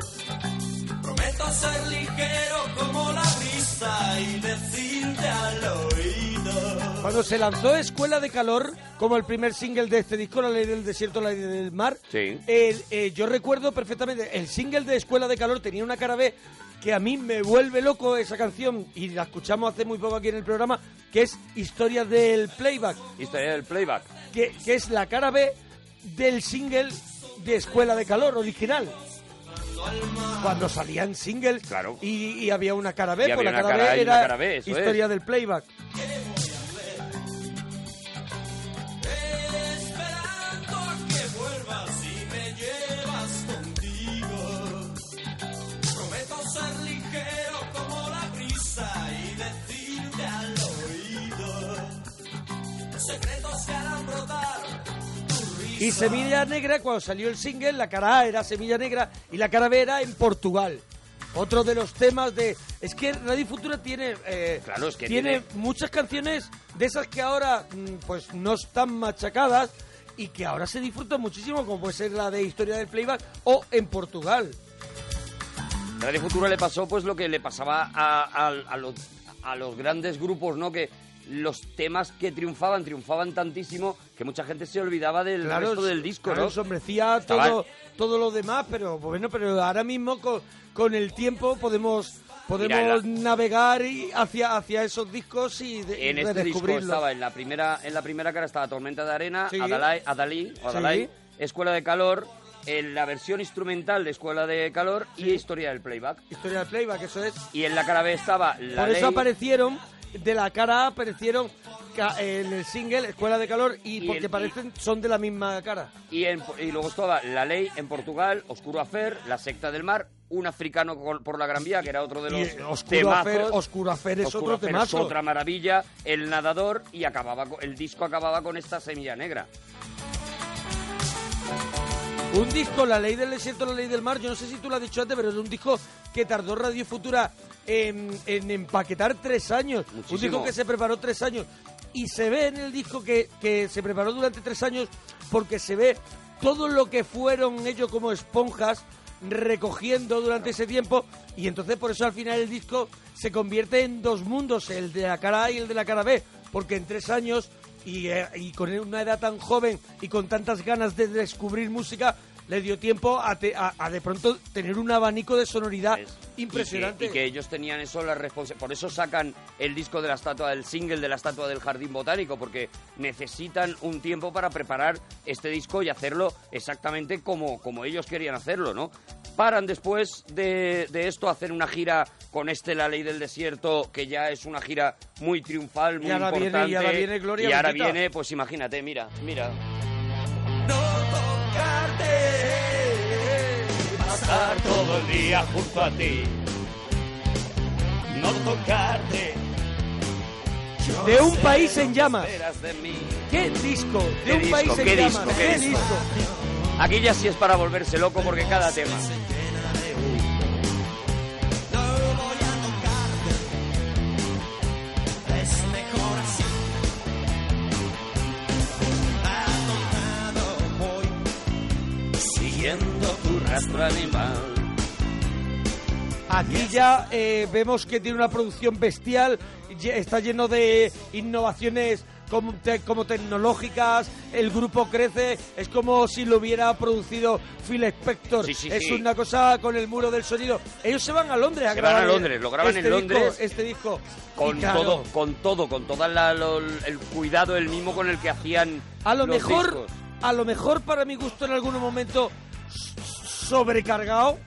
Prometo ser ligero como la brisa y decirte al oído. Cuando se lanzó Escuela de Calor, como el primer single de este disco, La Ley del Desierto, La Ley del Mar, Sí. el- eh, yo recuerdo perfectamente, el single de Escuela de Calor tenía una cara B que a mí me vuelve loco esa canción, y la escuchamos hace muy poco aquí en el programa, que es Historias del Playback, Historia del playback. que, que es la cara B del single de Escuela de Calor original. Cuando salían singles y, y había una cara B, Y pues había la una cara, cara A B y una era cara B, eso Historia es. del Playback. esperando a que vuelvas y me llevas contigo. Prometo ser ligero como la brisa y decirte al oído secretos que harán brotar Y Semilla Negra, cuando salió el single, la cara A era Semilla Negra y la cara B era en Portugal. Otro de los temas de... Es que Radio Futura tiene... eh, Claro, es que tiene, tiene- muchas canciones de esas que ahora mm, pues no están machacadas y que ahora se disfrutan muchísimo, como puede ser la de Historia del Playback o en Portugal. Radio Futuro le pasó pues lo que le pasaba a, a- a los, a los grandes grupos, ¿no? Que los temas que triunfaban, triunfaban tantísimo que mucha gente se olvidaba del resto del disco, claro, ¿no? ensombrecía Estaba- todo, todo lo demás, pero bueno, pero ahora mismo con, con el tiempo podemos podemos navegar y hacia, hacia esos discos y, de, En y este disco redescubrirlos. estaba en la primera, en la primera cara estaba Tormenta de Arena, Sí. Adalai, Adalí, o Sí. Adalai, Escuela de Calor, en la versión instrumental de Escuela de Calor y Historia del Playback. Historia del Playback, eso es. Y en la cara B estaba la Por eso ley aparecieron, de la cara A aparecieron ca- en el single Escuela de Calor y, Y porque el- parecen son de la misma cara. y, en- y luego estaba La Ley en Portugal, Oscuro Afer, La Secta del Mar, Un Africano col- por la Gran Vía, que era otro de Y los eh, Oscuro temazos. Afer, Oscuro Afer es Oscuro otro Afer temazo. otra maravilla, El Nadador y acababa co- el disco acababa con esta semilla negra. Un disco, La Ley del Desierto, La Ley del Mar, yo no sé si tú lo has dicho antes, pero es un disco que tardó Radio Futura en, en empaquetar tres años. Un disco que se preparó tres años. Y se ve en el disco que, que se preparó durante tres años porque se ve todo lo que fueron ellos como esponjas recogiendo durante ese tiempo y entonces por eso al final el disco se convierte en dos mundos, el de la cara A y el de la cara B, porque en tres años y, eh, y con una edad tan joven y con tantas ganas de descubrir música, le dio tiempo a, te- a- a de pronto tener un abanico de sonoridad impresionante. Y que, y que ellos tenían eso la responsabilidad. Por eso sacan el disco de la estatua, el single de la estatua del jardín botánico, porque necesitan un tiempo para preparar este disco y hacerlo exactamente como, como ellos querían hacerlo, ¿no? Paran después de, de esto, hacen una gira con este La Ley del Desierto, que ya es una gira muy triunfal, muy Y ahora viene- y importante. ahora viene Gloria Y ahora Bendita. viene, pues imagínate, mira, mira. pasar todo el día junto a ti. No tocarte, de un país en llamas. ¿Qué disco? De un país en ¿Qué llamas. disco? ¿Qué disco? Aquí ya sí es para volverse loco porque cada tema. Es mejor así. Atontado voy, siguiendo tu rastro animal. Aquí ya eh, vemos que tiene una producción bestial, ye- está lleno de innovaciones como, te- como tecnológicas, el grupo crece, es como si lo hubiera producido Phil Spector, es sí. una cosa con el muro del sonido. Ellos se van a Londres a Se van grabar a el- Londres, lo graban este en disco, Londres. este disco. Con Y claro, todo, con todo, con todo el cuidado, el mismo con el que hacían. A lo los mejor, discos. a lo mejor para mi gusto en algún momento s- sobrecargado.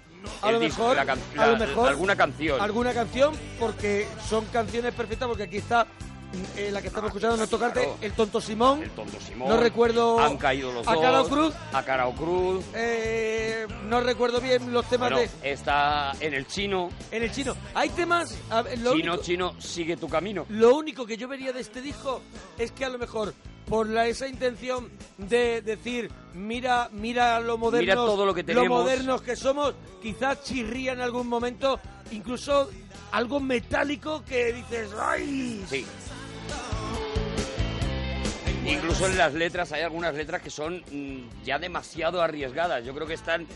A El lo, disco, mejor, la can- a la- lo mejor alguna canción. alguna canción porque son canciones perfectas porque aquí está mm, eh, la que estamos escuchando no tocarte Ah, claro. el tonto Simón el tonto Simón no recuerdo Han caído los a dos. Carao Cruz A Carao Cruz. eh, no recuerdo bien los temas Bueno, de está en el chino. en el chino hay temas a ver, lo chino, único- chino, sigue tu camino. lo único que yo vería de este disco es que a lo mejor por la, esa intención de decir mira mira lo modernos Mira todo lo que tenemos. modernos que somos quizás chirría en algún momento incluso algo metálico que dices ay Sí. Incluso en las letras hay algunas letras que son mm, ya demasiado arriesgadas. Yo creo que están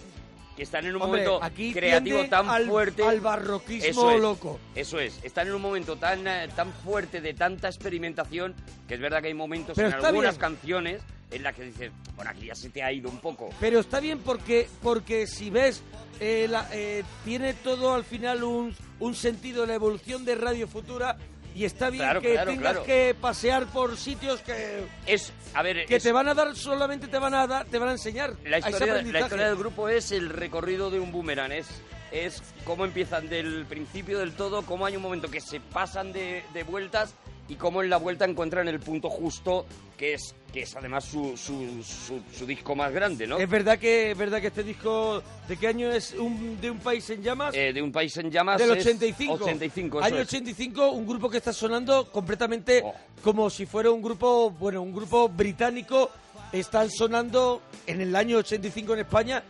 que están en un Hombre, momento aquí creativo tiende tan al- fuerte al barroquismo Eso es, loco. Eso es. Están en un momento tan eh, tan fuerte de tanta experimentación que es verdad que hay momentos Pero en está algunas bien. canciones en las que dices, bueno, aquí ya se te ha ido un poco. Pero está bien porque, porque si ves, eh, la- eh, tiene todo al final un, un sentido, la evolución de Radio Futura. Y está bien Claro, que claro, tengas claro. que pasear por sitios que es a ver que es- te van a dar solamente te van a dar te van a enseñar La a ese historia, la aprendizaje. historia del grupo es el recorrido de un boomerang, es, es cómo empiezan del principio del todo, cómo hay un momento que se pasan de, de vueltas y cómo en la vuelta encuentran el punto justo, que es, que es además su, su- su- su disco más grande, ¿no? Es verdad que es verdad que este disco de qué año es un, de un país en llamas. Eh, de un país en llamas. Del es 85. 85, eso Año es. Oh. 85, un grupo que está sonando completamente como si fuera un grupo, bueno, un grupo británico. Están sonando en el año 85 en España.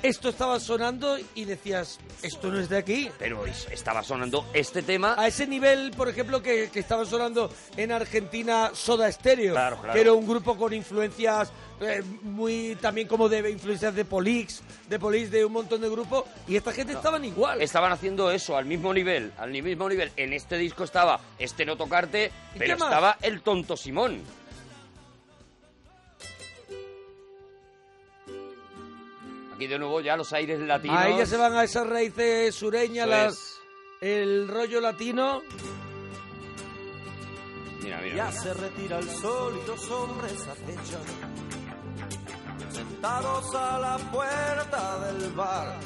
Esto estaba sonando y decías, esto no es de aquí. Pero es- estaba sonando este tema. A ese nivel, por ejemplo, que, que estaba sonando en Argentina Soda Stereo, claro. que era un grupo con influencias eh, muy también como de influencias de Polix, de Polix, de un montón de grupos, y esta gente estaban igual. Estaban haciendo eso al mismo nivel, al mismo nivel. En este disco estaba este no tocarte, ¿Y pero qué más? estaba el tonto Simón. Aquí de nuevo ya los aires latinos. Ahí ya se van a esas raíces sureñas, Eso las, es. el rollo latino. Mira, mira. Ya mira. se retira el sol y dos hombres acechan, sentados a la puerta del bar.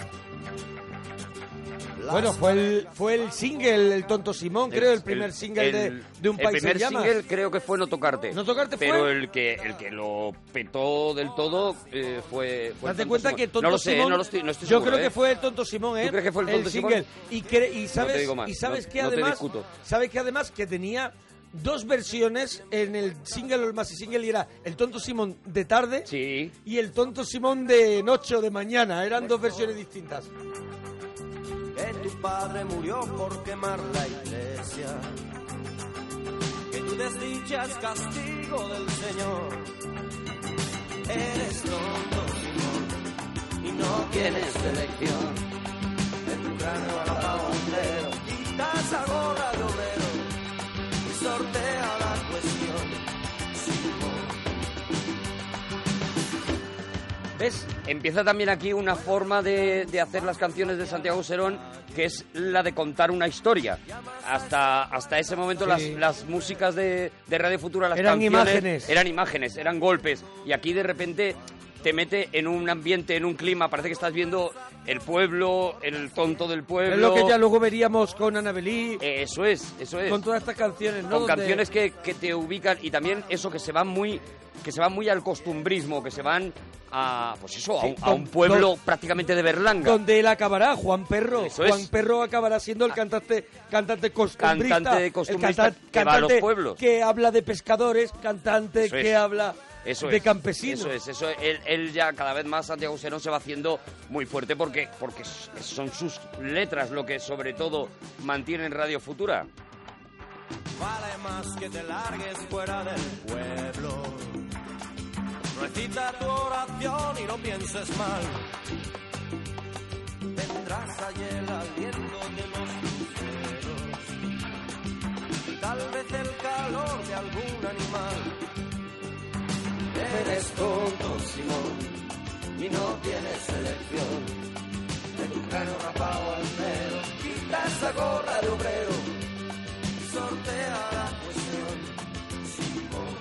Las Bueno, fue el, fue el single, el Tonto Simón, creo, el primer single el- de, de un país El primer en llamas. single creo que fue No Tocarte. No Tocarte fue- pero el que el que lo petó del todo eh, fue, fue Date el Tonto cuenta Simón. que Tonto No lo sé, eh, Simón. no lo estoy, no estoy yo seguro, creo ¿eh? que fue el Tonto Simón, ¿eh? ¿Tú crees que fue el Tonto Simón? single. Y, cre- y sabes, digo más, y sabes no- que no te además. discuto. sabes que además que tenía dos versiones en el single o el maxi single y era el Tonto Simón de tarde y el Tonto Simón de noche o de mañana. Eran dos versiones distintas. que tu padre murió por quemar la iglesia, que tu desdicha es castigo del Señor. Eres tonto Simón, y no tienes elección. De tu cráneo a la bandera, quita esa gorra de obrero y sortea la cuestión. ¿Ves? Empieza también aquí una forma de, de hacer las canciones de Santiago Serón, que es la de contar una historia. Hasta, hasta ese momento Sí. las, las músicas de, de Radio Futura, las Eran canciones, imágenes. Eran imágenes, eran golpes. Y aquí de repente te mete en un ambiente, en un clima, parece que estás viendo el pueblo, el tonto del pueblo. Es lo que ya luego veríamos con Anabelí. Eso es, eso es. Con todas estas canciones, ¿no? Con Donde- canciones que, que te ubican y también eso que se van muy que se van muy al costumbrismo, que se van a, a, pues eso, a, Sí, un, a con- un pueblo con- prácticamente de Berlanga. Donde él acabará, Juan Perro. Eso es. Juan Perro acabará siendo el cantante, cantante costumbrista. Cantante el costumbrista que va a los pueblos. Que habla de pescadores, cantante Eso es. que habla Eso de es, campesinos. Eso es, eso es. Él, él ya cada vez más, Santiago Serón, se va haciendo muy fuerte porque, porque s- son sus letras lo que sobre todo mantienen Radio Futura. Vale más que te largues fuera del pueblo. Recita tu oración y no pienses mal. Tendrás allí el aliento de los luceros. Tal vez el calor de algún animal. Eres tonto, Simón, y no tienes elección. De tu cano rapado al pelo, quita esa gorra de obrero. Sortea la cuestión, Simón.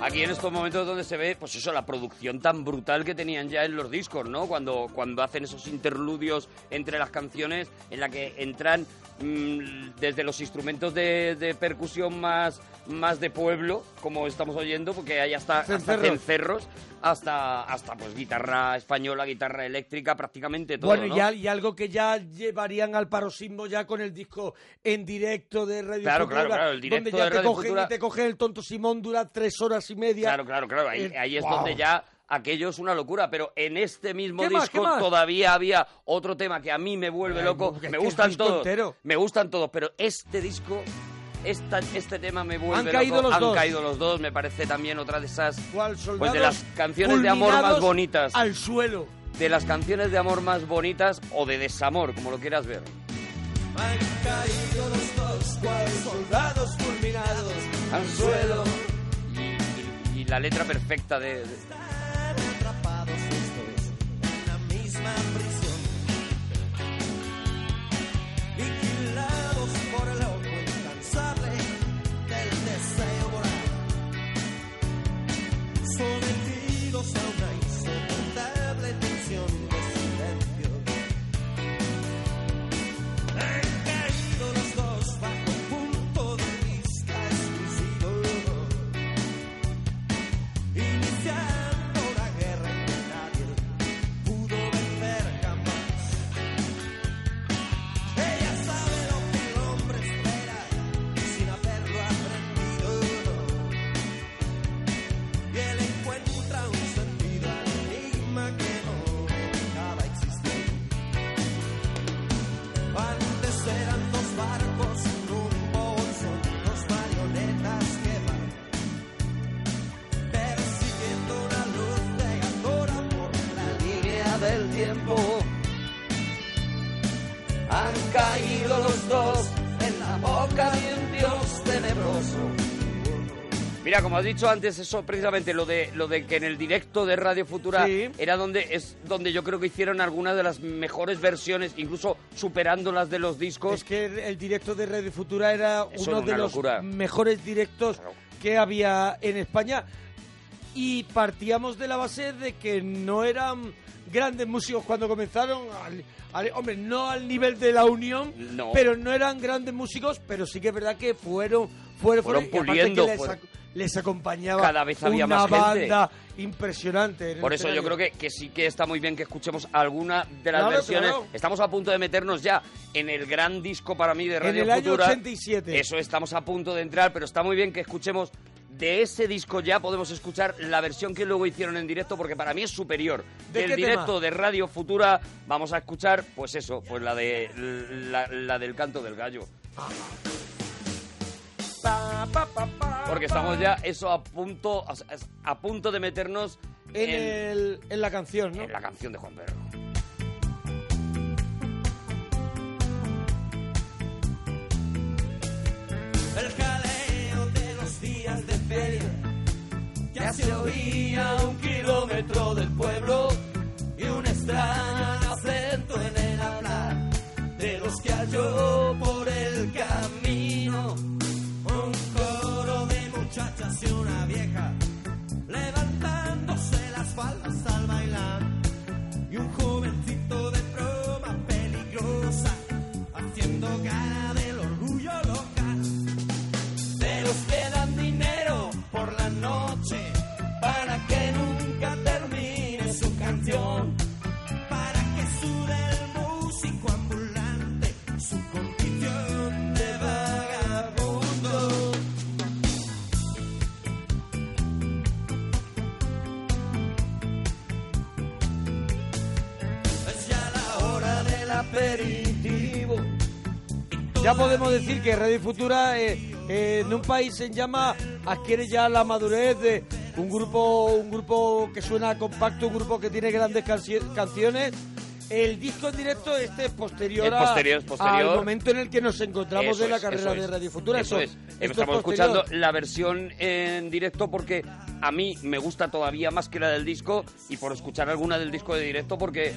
Aquí en estos momentos donde se ve, pues eso, la producción tan brutal que tenían ya en los discos, ¿no? Cuando, cuando hacen esos interludios entre las canciones en la que entran mm, desde los instrumentos de, de percusión más, más de pueblo, como estamos oyendo, porque hay hasta hasta Cencerros. cencerros, hasta, hasta pues guitarra española, guitarra eléctrica, prácticamente todo, Bueno, ¿no? y, al- y algo que ya llevarían al paroxismo ya con el disco en directo de Radio Claro, Futura, claro, claro, el directo donde ya de te Radio cogen Futura. y te cogen el tonto Simón, dura tres horas y media. Claro, claro, claro. Ahí, Eh, ahí es wow. donde ya aquello es una locura. Pero en este mismo ¿Qué disco más, qué más? todavía había otro tema que a mí me vuelve Ay, loco. no, que- me que el gustan disco todos. entero. Me gustan todos. Pero este disco, esta- este tema me vuelve Han loco. caído los Han dos. caído los dos. Me parece también otra de esas. Pues de soldados las canciones de amor más fulminados bonitas. Al suelo. De las canciones de amor más bonitas o de desamor, como lo quieras ver. Han caído los dos, cual soldados fulminados al suelo. Y la letra perfecta de. de- Atrapados los dos en la misma prisión. Vigilados por el ojo incansable del deseo moral. Sometidos a una insoportable tensión de silencio. Han caído los dos bajo un punto de vista exclusivo. Iniciando una guerra que nadie pudo vencer jamás. Ella sabe lo que el hombre espera y sin haberlo aprendido. Y él encuentra un sentido al enigma que no dejaba existir. Antes eran dos barcos sin rumbo, hoy son dos marionetas que van persiguiendo una luz cegadora por la línea del tiempo. Han caído los dos en la boca de un dios tenebroso. Mira, como has dicho antes, eso precisamente lo de lo de que en el directo de Radio Futura Sí. era donde es donde yo creo que hicieron algunas de las mejores versiones, incluso superando las de los discos. Es que el, el directo de Radio Futura era Eso uno era de una los locura. mejores directos que había en España. Y partíamos de la base de que no eran grandes músicos cuando comenzaron. al- al- hombre, no al nivel de la Unión, No. pero no eran grandes músicos, pero sí que es verdad que fueron, fueron, Fueron y aparte que puliendo, les, fueron- ac- les acompañaba Cada vez había una más gente. banda impresionante. en el Por eso yo escenario. creo que, que sí que está muy bien que escuchemos alguna de las Claro, versiones. claro. Estamos a punto de meternos ya en el gran disco para mí de En Radio el año Futura. 87. Eso estamos a punto de entrar, pero está muy bien que escuchemos de ese disco ya podemos escuchar la versión que luego hicieron en directo porque para mí es superior. ¿De Del qué tema? directo de Radio Futura vamos a escuchar pues eso, pues la de la, la del canto del gallo. Ah. Porque estamos ya eso a punto a, a punto de meternos En, el- en la canción, ¿no? en la canción de Juan Perro. El jaleo de los días de feria ya se oía a un kilómetro del pueblo y un extraño acento en el hablar de los que halló por el camino. ya podemos decir que Radio Futura eh, eh, en un país en llama adquiere ya la madurez de un grupo, un grupo que suena compacto, un grupo que tiene grandes cancio- canciones. El disco en directo este es posterior, Es a- posterior, es posterior. al momento en el que nos encontramos Eso de la es, carrera eso de es. Radio Futura. Eso es. esto es Estamos posterior. escuchando la versión en directo porque a mí me gusta todavía más que la del disco y por escuchar alguna del disco de directo porque,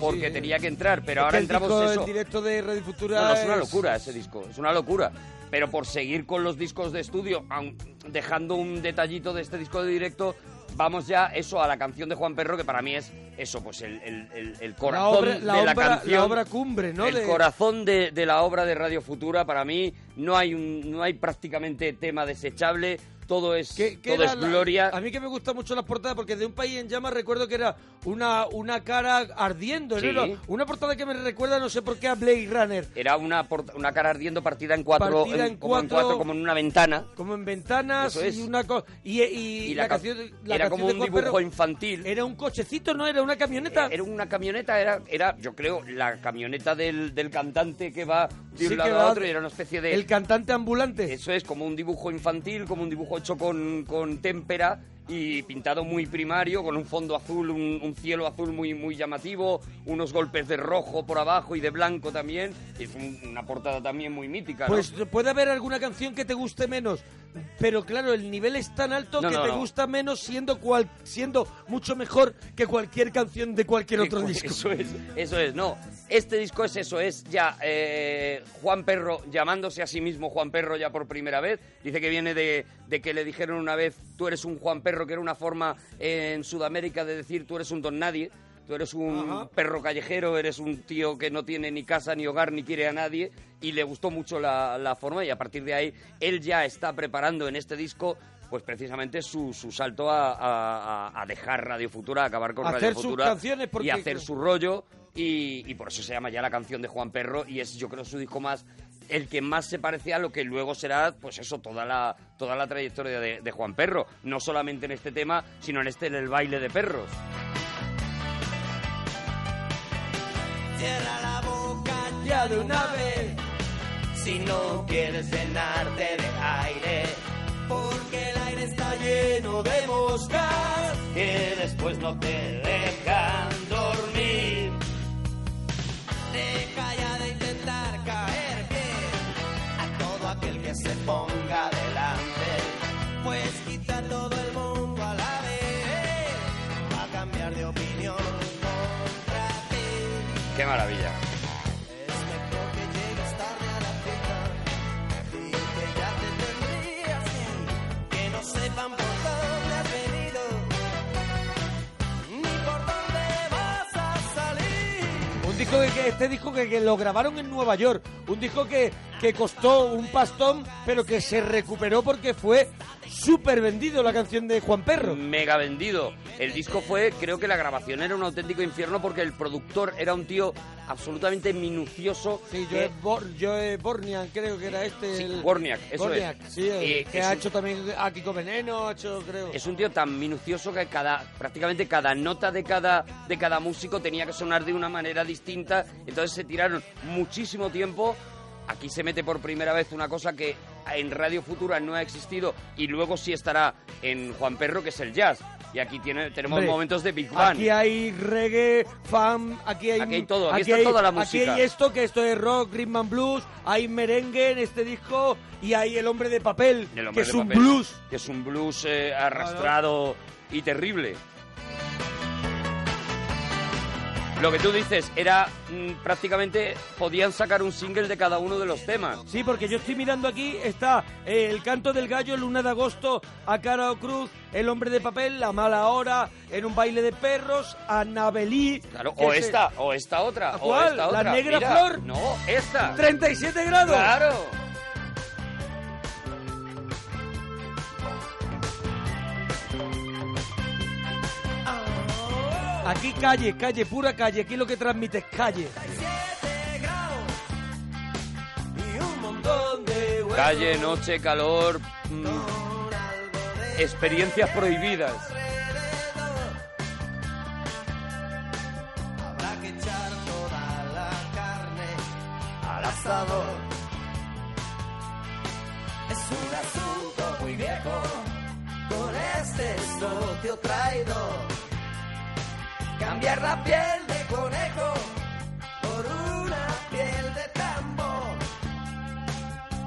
porque tenía que entrar. Pero Es que ahora el entramos disco eso. en directo de Radio Futura. No, no, es una locura ese disco, es una locura. Pero por seguir con los discos de estudio, aun dejando un detallito de este disco de directo, vamos ya eso a la canción de Juan Perro, que para mí es eso, pues el, el- el- el corazón obra- la de la obra- la canción. obra cumbre, ¿no? El de- corazón de, de la obra de Radio Futura, para mí, no hay, un- no hay prácticamente tema desechable, todo es, que todo era es la- gloria. a mí que me gustan mucho las portadas porque de un país en llamas recuerdo que era una, una cara ardiendo. Sí. ¿no? Una portada que me recuerda, no sé por qué, a Blade Runner. Era una, port- una cara ardiendo partida en cuatro, Partida en como en cuatro, cuatro, como en una ventana. Como en ventanas Eso es. y una co- y, y Y la, la ca- canción la canción era como de un Juan dibujo Perro infantil. Era un cochecito, no era una camioneta. Era una camioneta, era, era yo creo, la camioneta del, del cantante que va de Sí, un que lado va a otro y era una especie de... El cantante ambulante. Eso es, como un dibujo infantil, como un dibujo hecho con, con témpera y pintado muy primario, con un fondo azul, un, un cielo azul muy, muy llamativo, unos golpes de rojo por abajo y de blanco también. Es un- una portada también muy mítica, ¿no? Pues puede haber alguna canción que te guste menos, pero claro, el nivel es tan alto No, que no, te no. gusta menos siendo cual, siendo mucho mejor que cualquier canción de cualquier Que otro cu- disco. Eso es, eso es, no. Este disco es eso, es ya eh, Juan Perro llamándose a sí mismo Juan Perro ya por primera vez. Dice que viene de, de que le dijeron una vez, tú eres un Juan Perro, que era una forma eh, en Sudamérica de decir, tú eres un don nadie. Tú eres un Ajá. perro callejero, eres un tío que no tiene ni casa ni hogar ni quiere a nadie y le gustó mucho la, la forma y a partir de ahí él ya está preparando en este disco pues precisamente su, su salto a, a- a- a dejar Radio Futura, a acabar con Hacer Radio sus Futura canciones, porque- y hacer su rollo y, y por eso se llama ya la canción de Juan Perro y es yo creo su disco más el que más se parece a lo que luego será pues eso toda la toda la trayectoria de, de Juan Perro no solamente en este tema sino en este en el baile de perros Cierra la boca ya de una vez. Si no quieres llenarte de aire, porque el aire está lleno de moscas que después no te dejan dormir. Deja ya de intentar caer bien a todo aquel que se ponga delante, pues quita todo el mundo a la vez va a cambiar de opinión contra ti. qué maravilla que ya te tendrías que no sepan por dónde has venido ni por dónde vas a salir. Un disco que- que este disco que, que lo grabaron en Nueva York, un disco que, que costó un pastón, pero que se recuperó porque fue súper vendido la canción de Juan Perro. mega vendido. El disco fue, creo que la grabación era un auténtico infierno porque el productor era un tío absolutamente minucioso. Sí, yo que- Bornian, creo que era este. Sí, el- Borniak, eso Borniak, es. sí, el Eh, que es ha un- hecho también Akiko Ah, Veneno, ha hecho, creo. es un tío tan minucioso que cada prácticamente cada nota de cada de cada músico tenía que sonar de una manera distinta. Entonces se tiraron muchísimo tiempo. Aquí se mete por primera vez una cosa que en Radio Futura no ha existido y luego sí estará en Juan Perro, que es el jazz. Y aquí tiene, tenemos Hombre, momentos de Big Bang. Aquí hay reggae, fam, aquí hay... Aquí hay todo, aquí está toda la música. Aquí hay esto, que esto es rock, rhythm and blues, hay merengue en este disco y hay El Hombre de Papel, El que hombre es de un papel, blues. Que es un blues eh, arrastrado y terrible. Lo que tú dices era mm, prácticamente podían sacar un single de cada uno de los temas. Sí, porque yo estoy mirando aquí, está eh, El Canto del Gallo, Luna de Agosto, A Cara o Cruz, El Hombre de Papel, La Mala Hora, En un Baile de Perros, Anabelí... Claro, o que se- esta, o esta otra, o ¿Cuál? esta ¿La otra. negra Mira, flor? No, esta. 37 grados. Claro. Aquí calle, calle, pura calle, aquí lo que transmite es calle. Y un montón de huevos. Calle, noche, calor. mm, experiencias prohibidas. Habrá que echar toda la carne al asador. este sitio traidor. Cambiar la piel de conejo por una piel de tambo.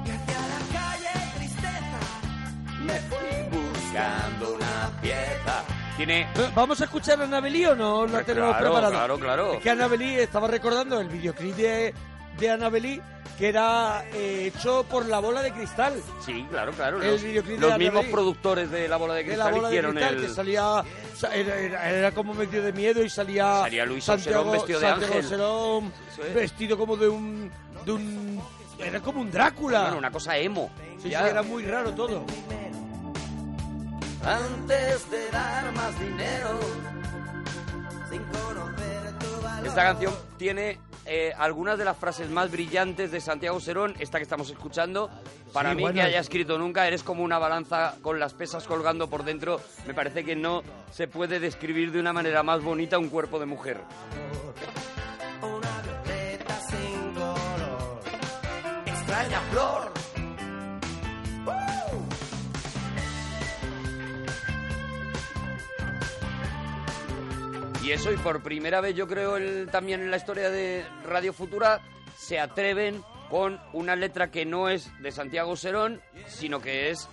Y hacia la calle tristeza me fui buscando una pieza. Tiene. ¿Eh? ¿Vamos a escuchar a Anabelí o no la tenemos Pues claro, preparada? claro, claro. Es que Anabelí, estaba recordando el videoclip de, de Anabelí que era eh, hecho por la bola de cristal. Sí, claro, claro. El los videoclip los de mismos Anabelí. productores de La Bola de De Cristal la bola de hicieron cristal el. que salía. sa- Era, era- era como metido de miedo y salía. Salía Luis Santiago, Obserón vestido de Santiago ángel. Obserón, Eso es. vestido como de un. de un. Era como un Drácula. Bueno, una cosa emo. Sí, Ya. sí, era muy raro todo. Ah, Antes de dar más dinero, sin conocer tu valor. Esta canción tiene eh, algunas de las frases más brillantes de Santiago Serón, esta que estamos escuchando. Para Sí, mí, bueno. que haya escrito nunca, eres como una balanza con las pesas colgando por dentro. Me parece que no se puede describir de una manera más bonita un cuerpo de mujer. Una violeta sin color, extraña flor. ¡Uh! Y eso, y por primera vez, yo creo, el- también en la historia de Radio Futura, se atreven con una letra que no es de Santiago Serón, sino que es.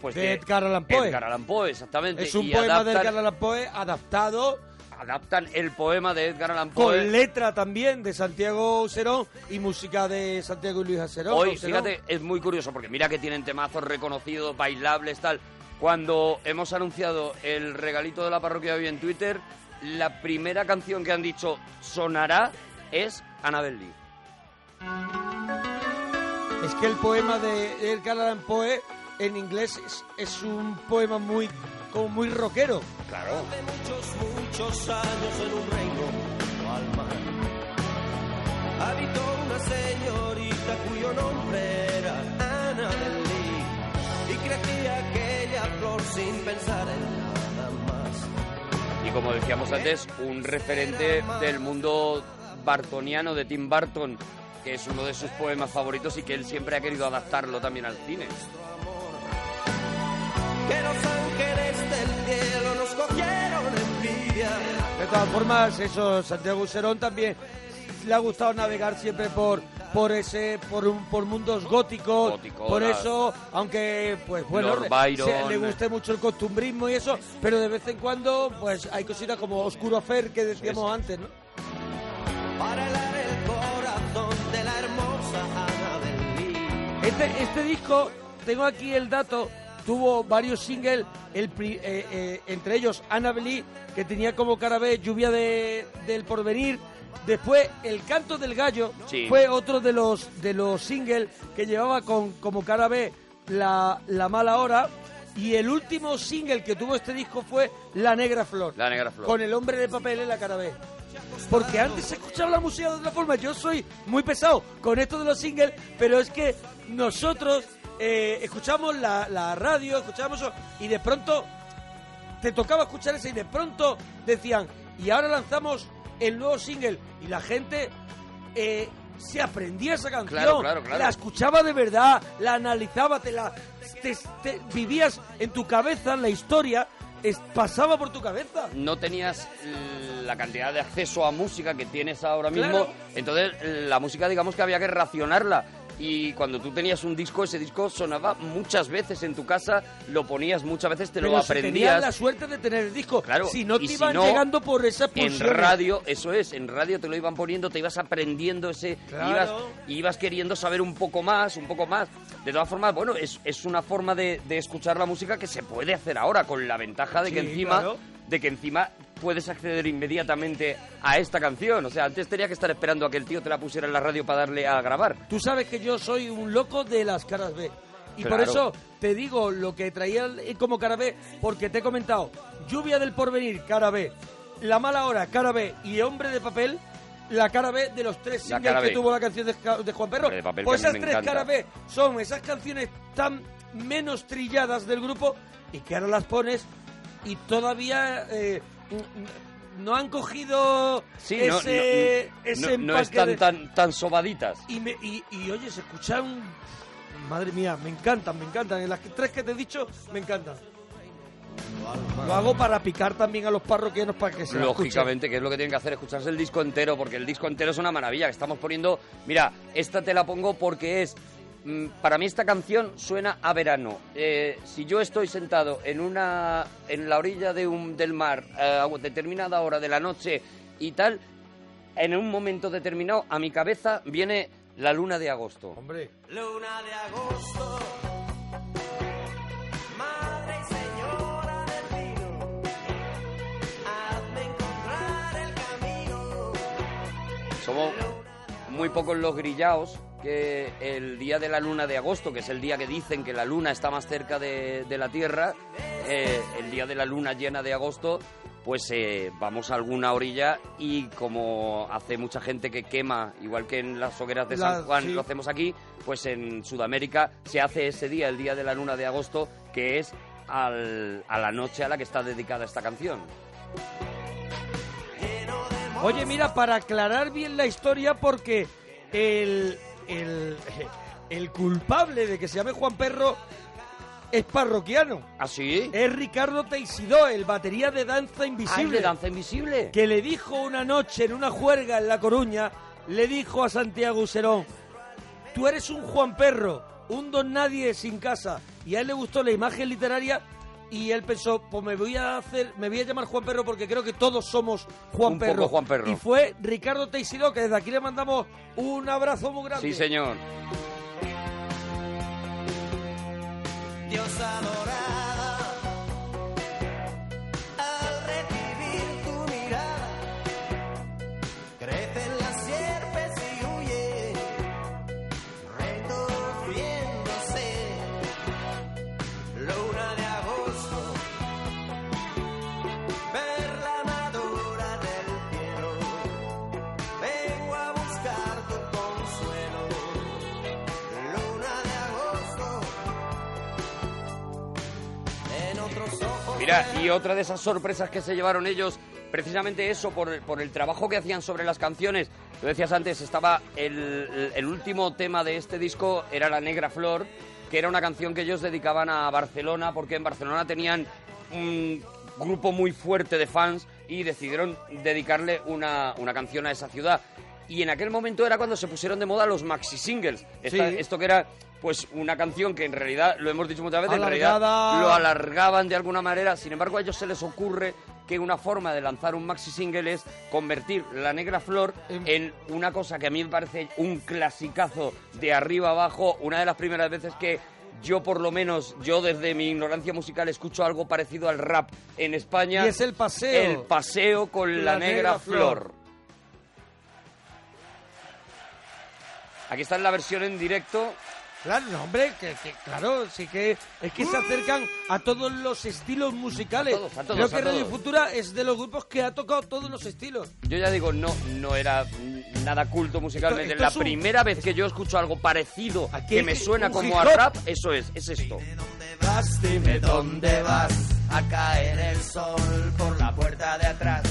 Pues, De Edgar Allan Poe. Edgar Allan Poe, exactamente. Es un Y poema de adaptan- Edgar Allan Poe adaptado. Adaptan el poema de Edgar Allan Poe. Con letra también de Santiago Serón y música de Santiago y Luis Serón. Hoy, fíjate, es muy curioso porque mira que tienen temazos reconocidos, bailables, tal. Cuando hemos anunciado el regalito de la parroquia hoy en Twitter, la primera canción que han dicho sonará es Annabelle Lee. Es que el poema de Edgar Allan Poe en inglés es, es un poema muy como muy rockero. Claro. De muchos, muchos años en un reino junto al mar. Habitó una señorita cuyo nombre era Ana del Lee. Y crecía aquella flor sin pensar en nada más. Y como decíamos antes, un referente del mundo bartoniano de Tim Burton, que es uno de sus poemas favoritos y que él siempre ha querido adaptarlo también al cine. Que los ángeles del cielo nos cogieron envidia. De todas formas, eso Santiago Serón también le ha gustado navegar siempre por por ese por un por mundos góticos. Gótico, por la- eso, aunque pues bueno, Lord le- Byron. se- le guste mucho el costumbrismo y eso, pero de vez en cuando pues hay cositas como Oscuro Affair que decíamos antes, ¿no? para helar el corazón de la hermosa Ana del Lee. Este, este disco, tengo aquí el dato, tuvo varios singles, el pri- eh, eh, entre ellos Annabelle, que tenía como cara B Lluvia de- del Porvenir. Después, El Canto del Gallo Sí. fue otro de los, de los singles que llevaba con, como cara B la, la Mala Hora. Y el último single que tuvo este disco fue La Negra Flor. La Negra Flor. Con el hombre de papel en la cara B. Porque antes se escuchaba la música de otra forma. Yo soy muy pesado con esto de los singles, pero es que nosotros eh, escuchamos la, la radio, escuchamos eso, y de pronto te tocaba escuchar ese y de pronto decían, y ahora lanzamos el nuevo single. Y la gente eh, se aprendía esa canción, Claro, claro, claro. la escuchaba de verdad, la analizaba, te la te- te- vivías en tu cabeza la historia, es- pasaba por tu cabeza. no tenías eh, la cantidad de acceso a música que tienes ahora mismo. Claro. Entonces, eh, la música, digamos que había que racionarla. Y cuando tú tenías un disco, ese disco sonaba muchas veces en tu casa, lo ponías muchas veces, te lo Pero si aprendías. tenías la suerte de tener el disco. Claro, si no y te si iban no, llegando por esa en pulsión. radio, eso es, en radio te lo iban poniendo, te ibas aprendiendo ese, Claro. ibas, ibas queriendo saber un poco más, un poco más. De todas formas, bueno, es, es una forma de, de escuchar la música que se puede hacer ahora, con la ventaja de que Sí, encima, claro. de que encima puedes acceder inmediatamente a esta canción. O sea, antes tenía que estar esperando a que el tío te la pusiera en la radio para darle a grabar. Tú sabes que yo soy un loco de las caras B. Y por Claro. eso te digo lo que traía el- como cara B, porque te he comentado, Lluvia del Porvenir, cara B, La Mala Hora, cara B, y Hombre de Papel, la cara B de los tres La singles cara que B. tuvo la canción de, Ca- de Juan Perro. Hombre de Papel, Pues que a esas mí me tres encanta. cara B son esas canciones tan menos trilladas del grupo y que ahora las pones y todavía eh, no han cogido Sí, no- ese, no, ese no- no empaque están de- tan, tan sobaditas. y, me, y, y oye, se escucharon. Madre mía, me encantan, me encantan. En las que- tres que te he dicho, me encantan. Lo hago para picar también a los parroquianos para que se la escuchen. Lógicamente, que es lo que tienen que hacer, escucharse el disco entero, porque el disco entero es una maravilla. que Estamos poniendo. Mira, esta te la pongo porque es. mm, Para mí, esta canción suena a verano. Eh, si yo estoy sentado en una. en la orilla de un, del mar eh, a determinada hora de la noche y tal, en un momento determinado, a mi cabeza viene la luna de agosto. Hombre. Luna de agosto. Madre y señora del vino. Hazme encontrar el camino. Somos muy pocos los grillados que el día de la luna de agosto, que es el día que dicen que la luna está más cerca de, de la Tierra, eh, el día de la luna llena de agosto, pues eh, vamos a alguna orilla y como hace mucha gente que quema, igual que en las hogueras de La- San Juan sí. lo hacemos aquí, pues en Sudamérica se hace ese día, el día de la luna de agosto, que es al- a la noche a la que está dedicada esta canción. Oye, mira, para aclarar bien la historia, porque el, el, el culpable de que se llame Juan Perro es parroquiano. ¿Ah, sí? Es Ricardo Teisidó, el batería de Danza Invisible. Ah, ¿el de Danza Invisible? Que le dijo una noche en una juerga en La Coruña, le dijo a Santiago Userón, tú eres un Juan Perro, un don nadie sin casa. Y a él le gustó la imagen literaria y él pensó, pues me voy a hacer, me voy a llamar Juan Perro porque creo que todos somos Juan Un poco Perro. Juan Perro. Y fue Ricardo Teisidó, que desde aquí le mandamos un abrazo muy grande. Sí, señor. Dios adorada, al recibir tu mirada, crecen las sierpes y huyen, retorciéndose. Luna de agosto, ver la madura del cielo, vengo a buscar tu consuelo. Luna de agosto. En otros ojos. Mira, y otra de esas sorpresas que se llevaron ellos, precisamente eso, por, por el trabajo que hacían sobre las canciones. Lo decías antes, estaba el, el último tema de este disco, era La Negra Flor, que era una canción que ellos dedicaban a Barcelona, porque en Barcelona tenían un grupo muy fuerte de fans y decidieron dedicarle una, una canción a esa ciudad. Y en aquel momento era cuando se pusieron de moda los maxi singles. Esta- Sí. Esto que era pues una canción que en realidad, lo hemos dicho muchas veces, en Alargada. realidad lo alargaban de alguna manera. Sin embargo, a ellos se les ocurre que una forma de lanzar un maxi single es convertir La Negra Flor Em. en una cosa que a mí me parece un clasicazo de arriba abajo. Una de las primeras veces que yo, por lo menos, yo desde mi ignorancia musical escucho algo parecido al rap en España. Y es el paseo. El paseo con La, Negra, Flor. Aquí está la versión en directo. Claro, no, hombre, que, que, claro, sí que es que se acercan a todos los estilos musicales. a todos, Creo a que Radio todos. Futura es de los grupos que ha tocado todos los estilos. Yo ya digo, no, no era mm, nada culto musicalmente. esto la es un- primera vez que yo escucho algo parecido Aquí que hay me suena un como hip a hop. rap, eso es, es esto. vas, dime dónde vas. A caer el sol por la puerta de atrás.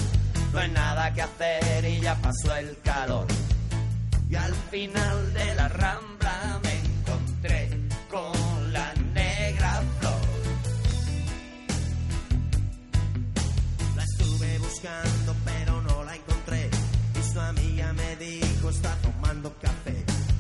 No hay nada que hacer y ya pasó el calor. Y al final de la rambla me encontré con la negra flor. La estuve buscando pero no la encontré. Y su amiga me dijo está tomando café.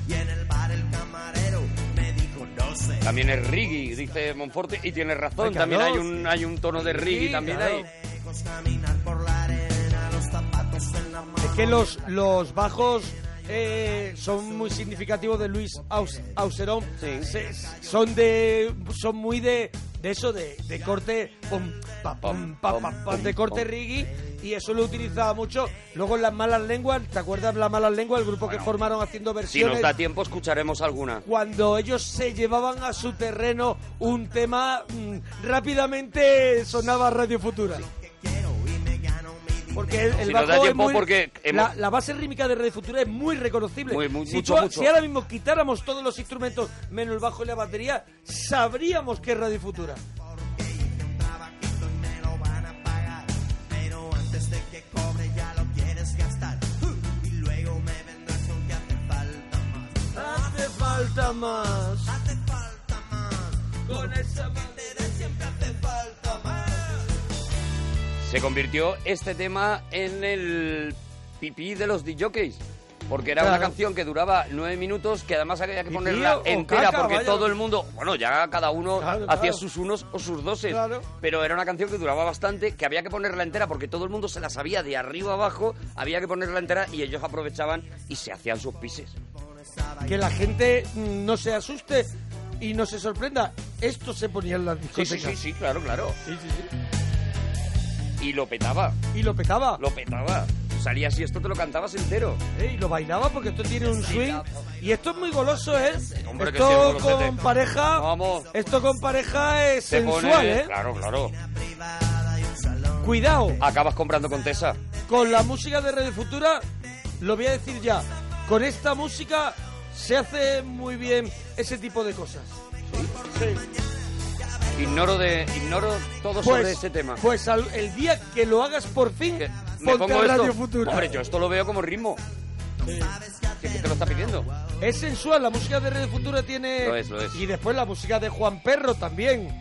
Y en el bar el camarero me dijo no sé. También es reggae, dice Monforte, y tiene razón, Ay, también hay claro. un, hay un tono de reggae, también hay. Lejos, caminar por la arena, los zapatos en la mano. Es que los, los bajos eh, son muy significativos de Luis Aus- Auserón. Se- son de son muy de, de eso, de, de corte pom, pa, pom, pa, pa, pa, de corte reggae y eso lo utilizaba mucho. Luego en las malas lenguas, ¿te acuerdas las malas lenguas? El grupo que formaron haciendo Si versiones. nos da tiempo, escucharemos alguna. cuando ellos se llevaban a su terreno un tema, mm, rápidamente sonaba Radio Futura. Porque el, el Si nos bajo da es tiempo, muy- porque hemos- la, la base rítmica de Radio Futura es muy reconocible. Muy, muy, si, mucho, tú- mucho. si ahora mismo quitáramos todos los instrumentos menos el bajo y la batería, sabríamos que es Radio Futura. Pero antes de que cobre ya lo quieres gastar. Uh, Y luego me vendrás con que hace falta más. Hace falta más. Hace falta más. Con esa que te dé siempre hace falta más. Se convirtió este tema en el pipí de los DJs. Porque era una Claro. canción que duraba nueve minutos, que además había que ponerla o entera, caca, porque vaya. todo el mundo, bueno, ya cada uno Claro, hacía claro. sus unos o sus doses. Claro. Pero era una canción que duraba bastante, que había que ponerla entera, porque todo el mundo se la sabía de arriba abajo, había que ponerla entera y ellos aprovechaban y se hacían sus pises. Que la gente mm, no se asuste y no se sorprenda. Esto se ponía en las Sí, discotecas. sí, sí, sí, claro, claro. Sí, sí, sí. Y lo petaba. Y lo petaba. Lo petaba. Salías y esto te lo cantabas entero. Eh, Y lo bailaba porque esto tiene un swing. Y esto es muy goloso, ¿eh? Hombre, que sí, esto es golosete. con pareja. Esto con pareja es Te sensual, pone- ¿eh? Claro, claro. Cuidado. Acabas comprando Contesa. Con la música de Red Futura, lo voy a decir ya. Con esta música se hace muy bien ese tipo de cosas. Ignoro de ignoro todo sobre este tema. Pues al- el día que lo hagas por fin, Me ponte pongo a esto. Radio Futura. Hombre, yo esto lo veo como ritmo. ¿Qué te lo está pidiendo? Es sensual, la música de Red Futura tiene... Lo es, lo es. Y después la música de Juan Perro también.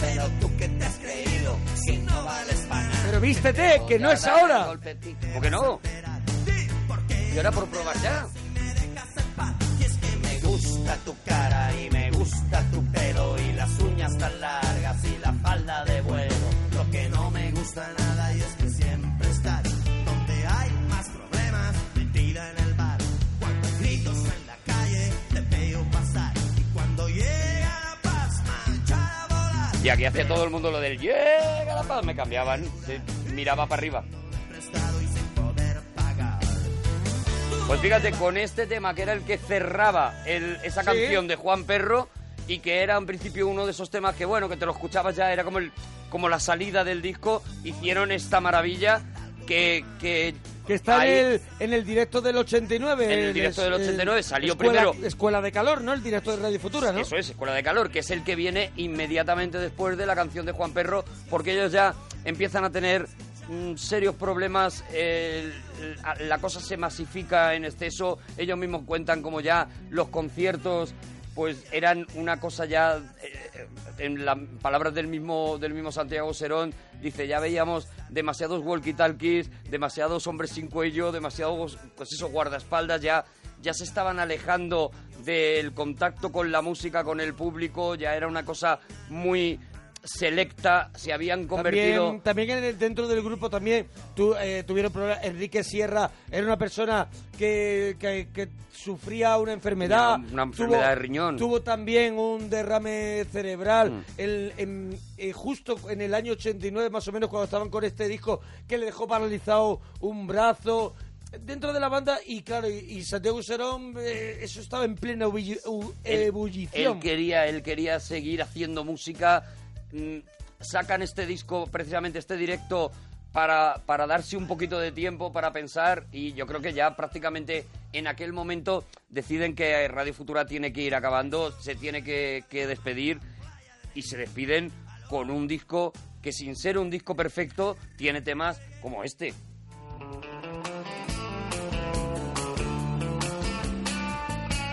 Pero tú que te has creído, si no vales para nada. Pero vístete, que no es ahora. ¿Por qué no? Y ahora por probar ya. Me gusta tu cara y me gusta tu pelo y las uñas tan largas y la falda de vuelo. Lo que no me gusta nada y es que siempre estás donde hay más problemas, metida en el bar. Cuando hay gritos en la calle te veo pasar y cuando llega la paz mancha a volar. Y aquí hacía todo el mundo lo del llega la paz. Me cambiaban. se miraba para arriba. Prestado y sin poder pagar. Pues fíjate, con este tema que era el que cerraba el- esa Sí. canción de Juan Perro y que era en principio uno de esos temas que, bueno, que te lo escuchabas ya, era como, el, como la salida del disco, hicieron esta maravilla que... que Que está ahí- en el, en el directo del 89. En el es- directo del 89 salió escuela- primero. Escuela de Calor, ¿no? El directo de Radio Futura, ¿no? Eso es, Escuela de Calor, que es el que viene inmediatamente después de la canción de Juan Perro, porque ellos ya empiezan a tener mm, serios problemas, el- la- la cosa se masifica en exceso, ellos mismos cuentan como ya los conciertos pues eran una cosa ya, eh, en las palabras del mismo, del mismo Santiago Serón, dice, ya veíamos demasiados walkie-talkies, demasiados hombres sin cuello, demasiados, pues eso, guardaespaldas, ya, ya se estaban alejando del contacto con la música, con el público, ya era una cosa muy selecta, se habían convertido... También, también en el- dentro del grupo también tu- eh, tuvieron problemas. Enrique Sierra era una persona que, que- que sufría una enfermedad. Una- una enfermedad de riñón. Tuvo también un derrame cerebral. Mm. El- en- eh, justo en el año 89, más o menos, cuando estaban con este disco, que le dejó paralizado un brazo. eh, Dentro de la banda, y claro, y, y Santiago Serón, eh, eso estaba en plena ebulli- u- Él- ebullición. Él quería, él quería seguir haciendo música. Mm, Sacan este disco, precisamente este directo, para, para darse un poquito de tiempo para pensar. Y yo creo que ya prácticamente en aquel momento deciden que Radio Futura tiene que ir acabando, se tiene que, que despedir. Y se despiden con un disco que, sin ser un disco perfecto, tiene temas como este.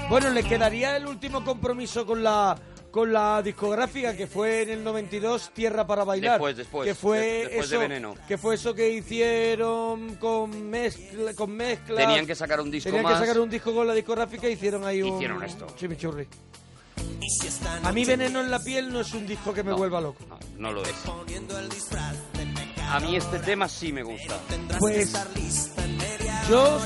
Bueno, le quedaría el último compromiso con la con la discográfica que fue en el 92 Tierra para bailar. Después, después, que fue de- después de eso- Veneno. Que fue eso que hicieron con mezcla con mezclas. Tenían que sacar un disco Tenían más. que sacar un disco con la discográfica y hicieron ahí un Hicieron esto. chimichurri. A mí Veneno en la piel no es un disco que me vuelva loco. No lo es. A mí este tema sí me gusta. Pues yo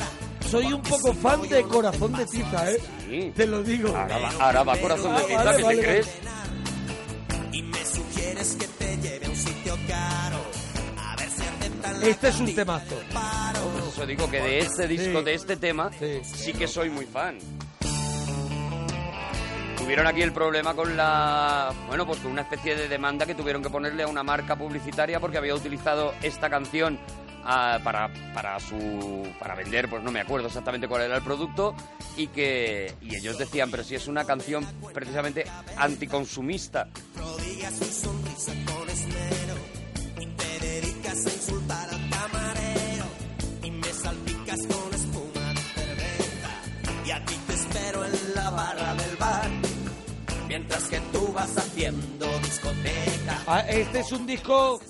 soy un poco fan de Corazón de Tiza, ¿eh? Sí. Te lo digo. Ahora va, ahora va, corazón de Ah, tiza, vale, ¿qué vale, te crees? Y me sugieres que te lleve a un sitio caro. A ver si aceptan la Este es un temazo. Por eso digo que de este disco, de este tema, sí que soy muy fan. Tuvieron aquí el problema con la. Bueno, pues con una especie de demanda que tuvieron que ponerle a una marca publicitaria porque había utilizado esta canción ah, para, para su. para vender, pues no me acuerdo exactamente cuál era el producto. Y que. Y ellos decían, pero si es una canción precisamente anticonsumista. prodiga su sonrisa con esmero. Y te dedicas a insultar al camarero. Y me salpicas con espuma de cerveza. Y aquí te espero en la barra del bar. mientras que tú vas haciendo discoteca. Ah, este es un disco,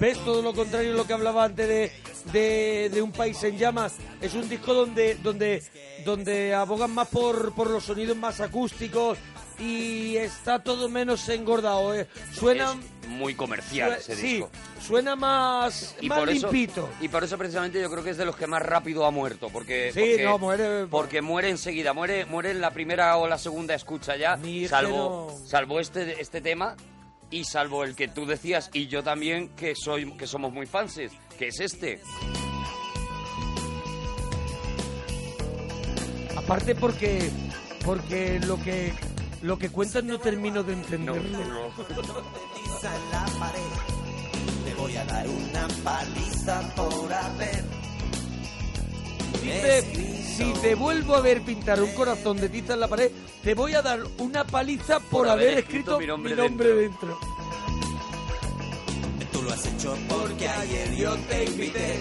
ves todo lo contrario de lo que hablaba antes de, de, de un país en llamas. Es un disco donde donde donde abogan más por, por los sonidos más acústicos y está todo menos engordado. eh. Suena Es muy comercial sue- ese sí, disco. suena más, más limpito. Eso, y por eso precisamente yo creo que es de los que más rápido ha muerto. Porque, Sí, porque, no, muere- eh, porque muere enseguida, muere, muere en la primera o la segunda escucha ya, es salvo, salvo este, este tema y salvo el que tú decías y yo también que soy que somos muy fanses, que es este. Aparte porque porque lo que lo que cuentan no termino de entenderlo. Pisa en la pared, te voy a dar una paliza por haber. Dice, si te vuelvo a ver pintar un corazón de tiza en la pared, te voy a dar una paliza por, haber escrito, mi nombre, dentro. Tú lo has hecho porque ayer yo te invité.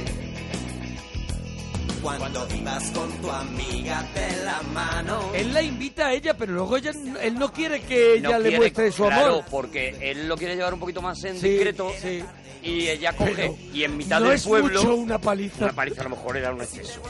Cuando ibas con tu amiga de la Ah, mano. Él la invita a ella, pero luego ella, él no quiere que ella No le quiere, muestre su claro, amor. porque él lo quiere llevar un poquito más en Sí, discreto sí. y ella coge Pero y en mitad no del es pueblo mucho una paliza. una paliza a lo mejor era un exceso.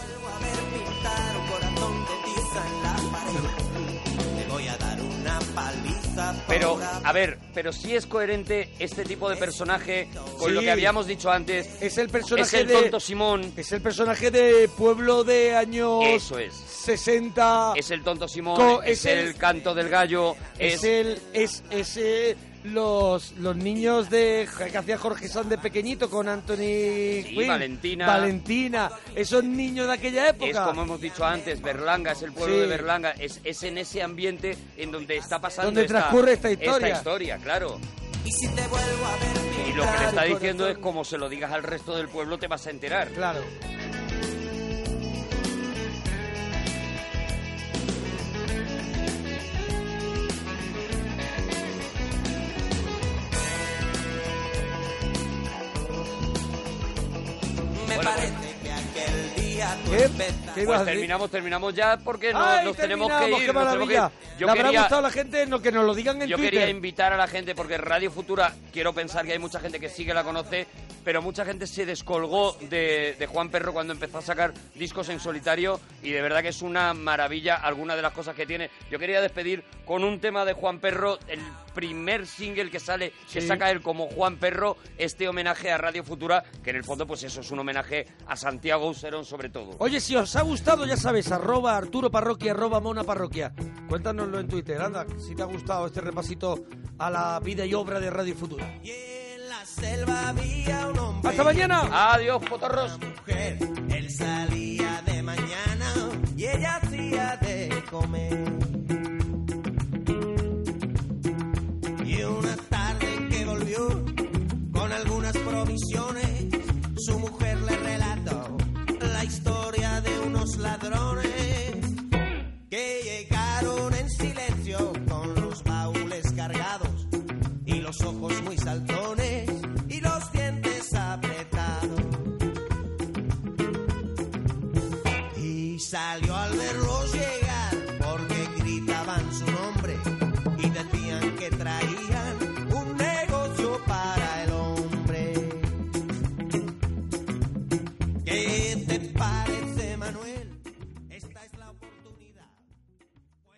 Te voy a dar una paliza por Pero, haber. a ver, pero sí es coherente este tipo de personaje con Sí. lo que habíamos dicho antes. Es el personaje Es el de- tonto Simón. Es el personaje de pueblo de años Eso es. 60. Es el tonto Simón. Co- es, es el, el- canto del gallo. Es, Es, el, es, es eh, los, los niños de que hacía Jorge Sanz de pequeñito con Anthony Quinn. Valentina. Valentina. Esos niños de aquella época. es como hemos dicho antes, Berlanga, es el pueblo Sí. de Berlanga. Es, es en ese ambiente en donde está pasando Donde transcurre esta historia. Esta historia, claro. Y lo que le está diciendo es como se lo digas al resto del pueblo te vas a enterar. Claro. Me parece que aquel día tú ¿Qué? empezaste. ¿Qué ibas a Pues decir? terminamos, terminamos ya porque nos, ¡Ay, nos tenemos terminamos! que ir. ¡Qué nos tenemos que ir. maravilla! Yo Le habrá quería- gustado a la gente no, que nos lo digan en Yo Twitter. quería invitar a la gente, porque Radio Futura, quiero pensar que hay mucha gente que sí que la conoce, pero mucha gente se descolgó de, de Juan Perro cuando empezó a sacar discos en solitario y de verdad que es una maravilla alguna de las cosas que tiene. Yo quería despedir con un tema de Juan Perro, el primer single que sale, que Sí. saca él como Juan Perro, este homenaje a Radio Futura, que en el fondo pues eso es un homenaje a Santiago Userón sobre todo. Oye, si os ha gustado, ya sabes, arroba Arturo Parroquia, arroba Mona Parroquia. Cuéntanoslo en Twitter, anda, si te ha gustado este repasito a la vida y obra de Radio Futura. selva había un hombre. ¡Hasta mañana! Adiós, potorros. mujer. Él salía de mañana y ella hacía de comer. Y una tarde que volvió con algunas provisiones, su mujer le relató la historia de unos ladrones que llegaron en silencio con los baúles cargados y los ojos muy saltones y los dientes apretados. Y salió al verlos llegar porque gritaban su nombre y decían que traían un negocio para el hombre. ¿Qué te parece, Manuel? Esta es la oportunidad. Pues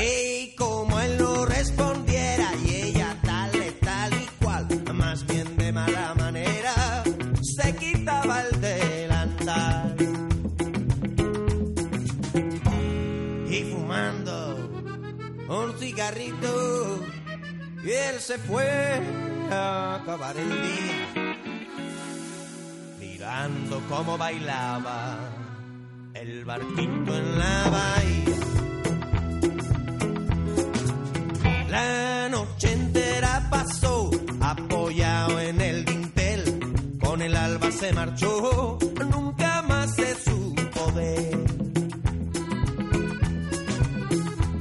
Y como él no respondiera y ella tal, tal y cual, más bien de mala manera, se quitaba el delantal. Y fumando un cigarrito, y él se fue a acabar el día, mirando cómo bailaba el barquito en la bahía. La noche entera pasó apoyado en el dintel. Con el alba se marchó, nunca más se supo ver.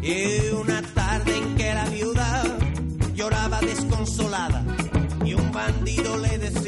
Y una tarde en que la viuda lloraba desconsolada y un bandido le decía.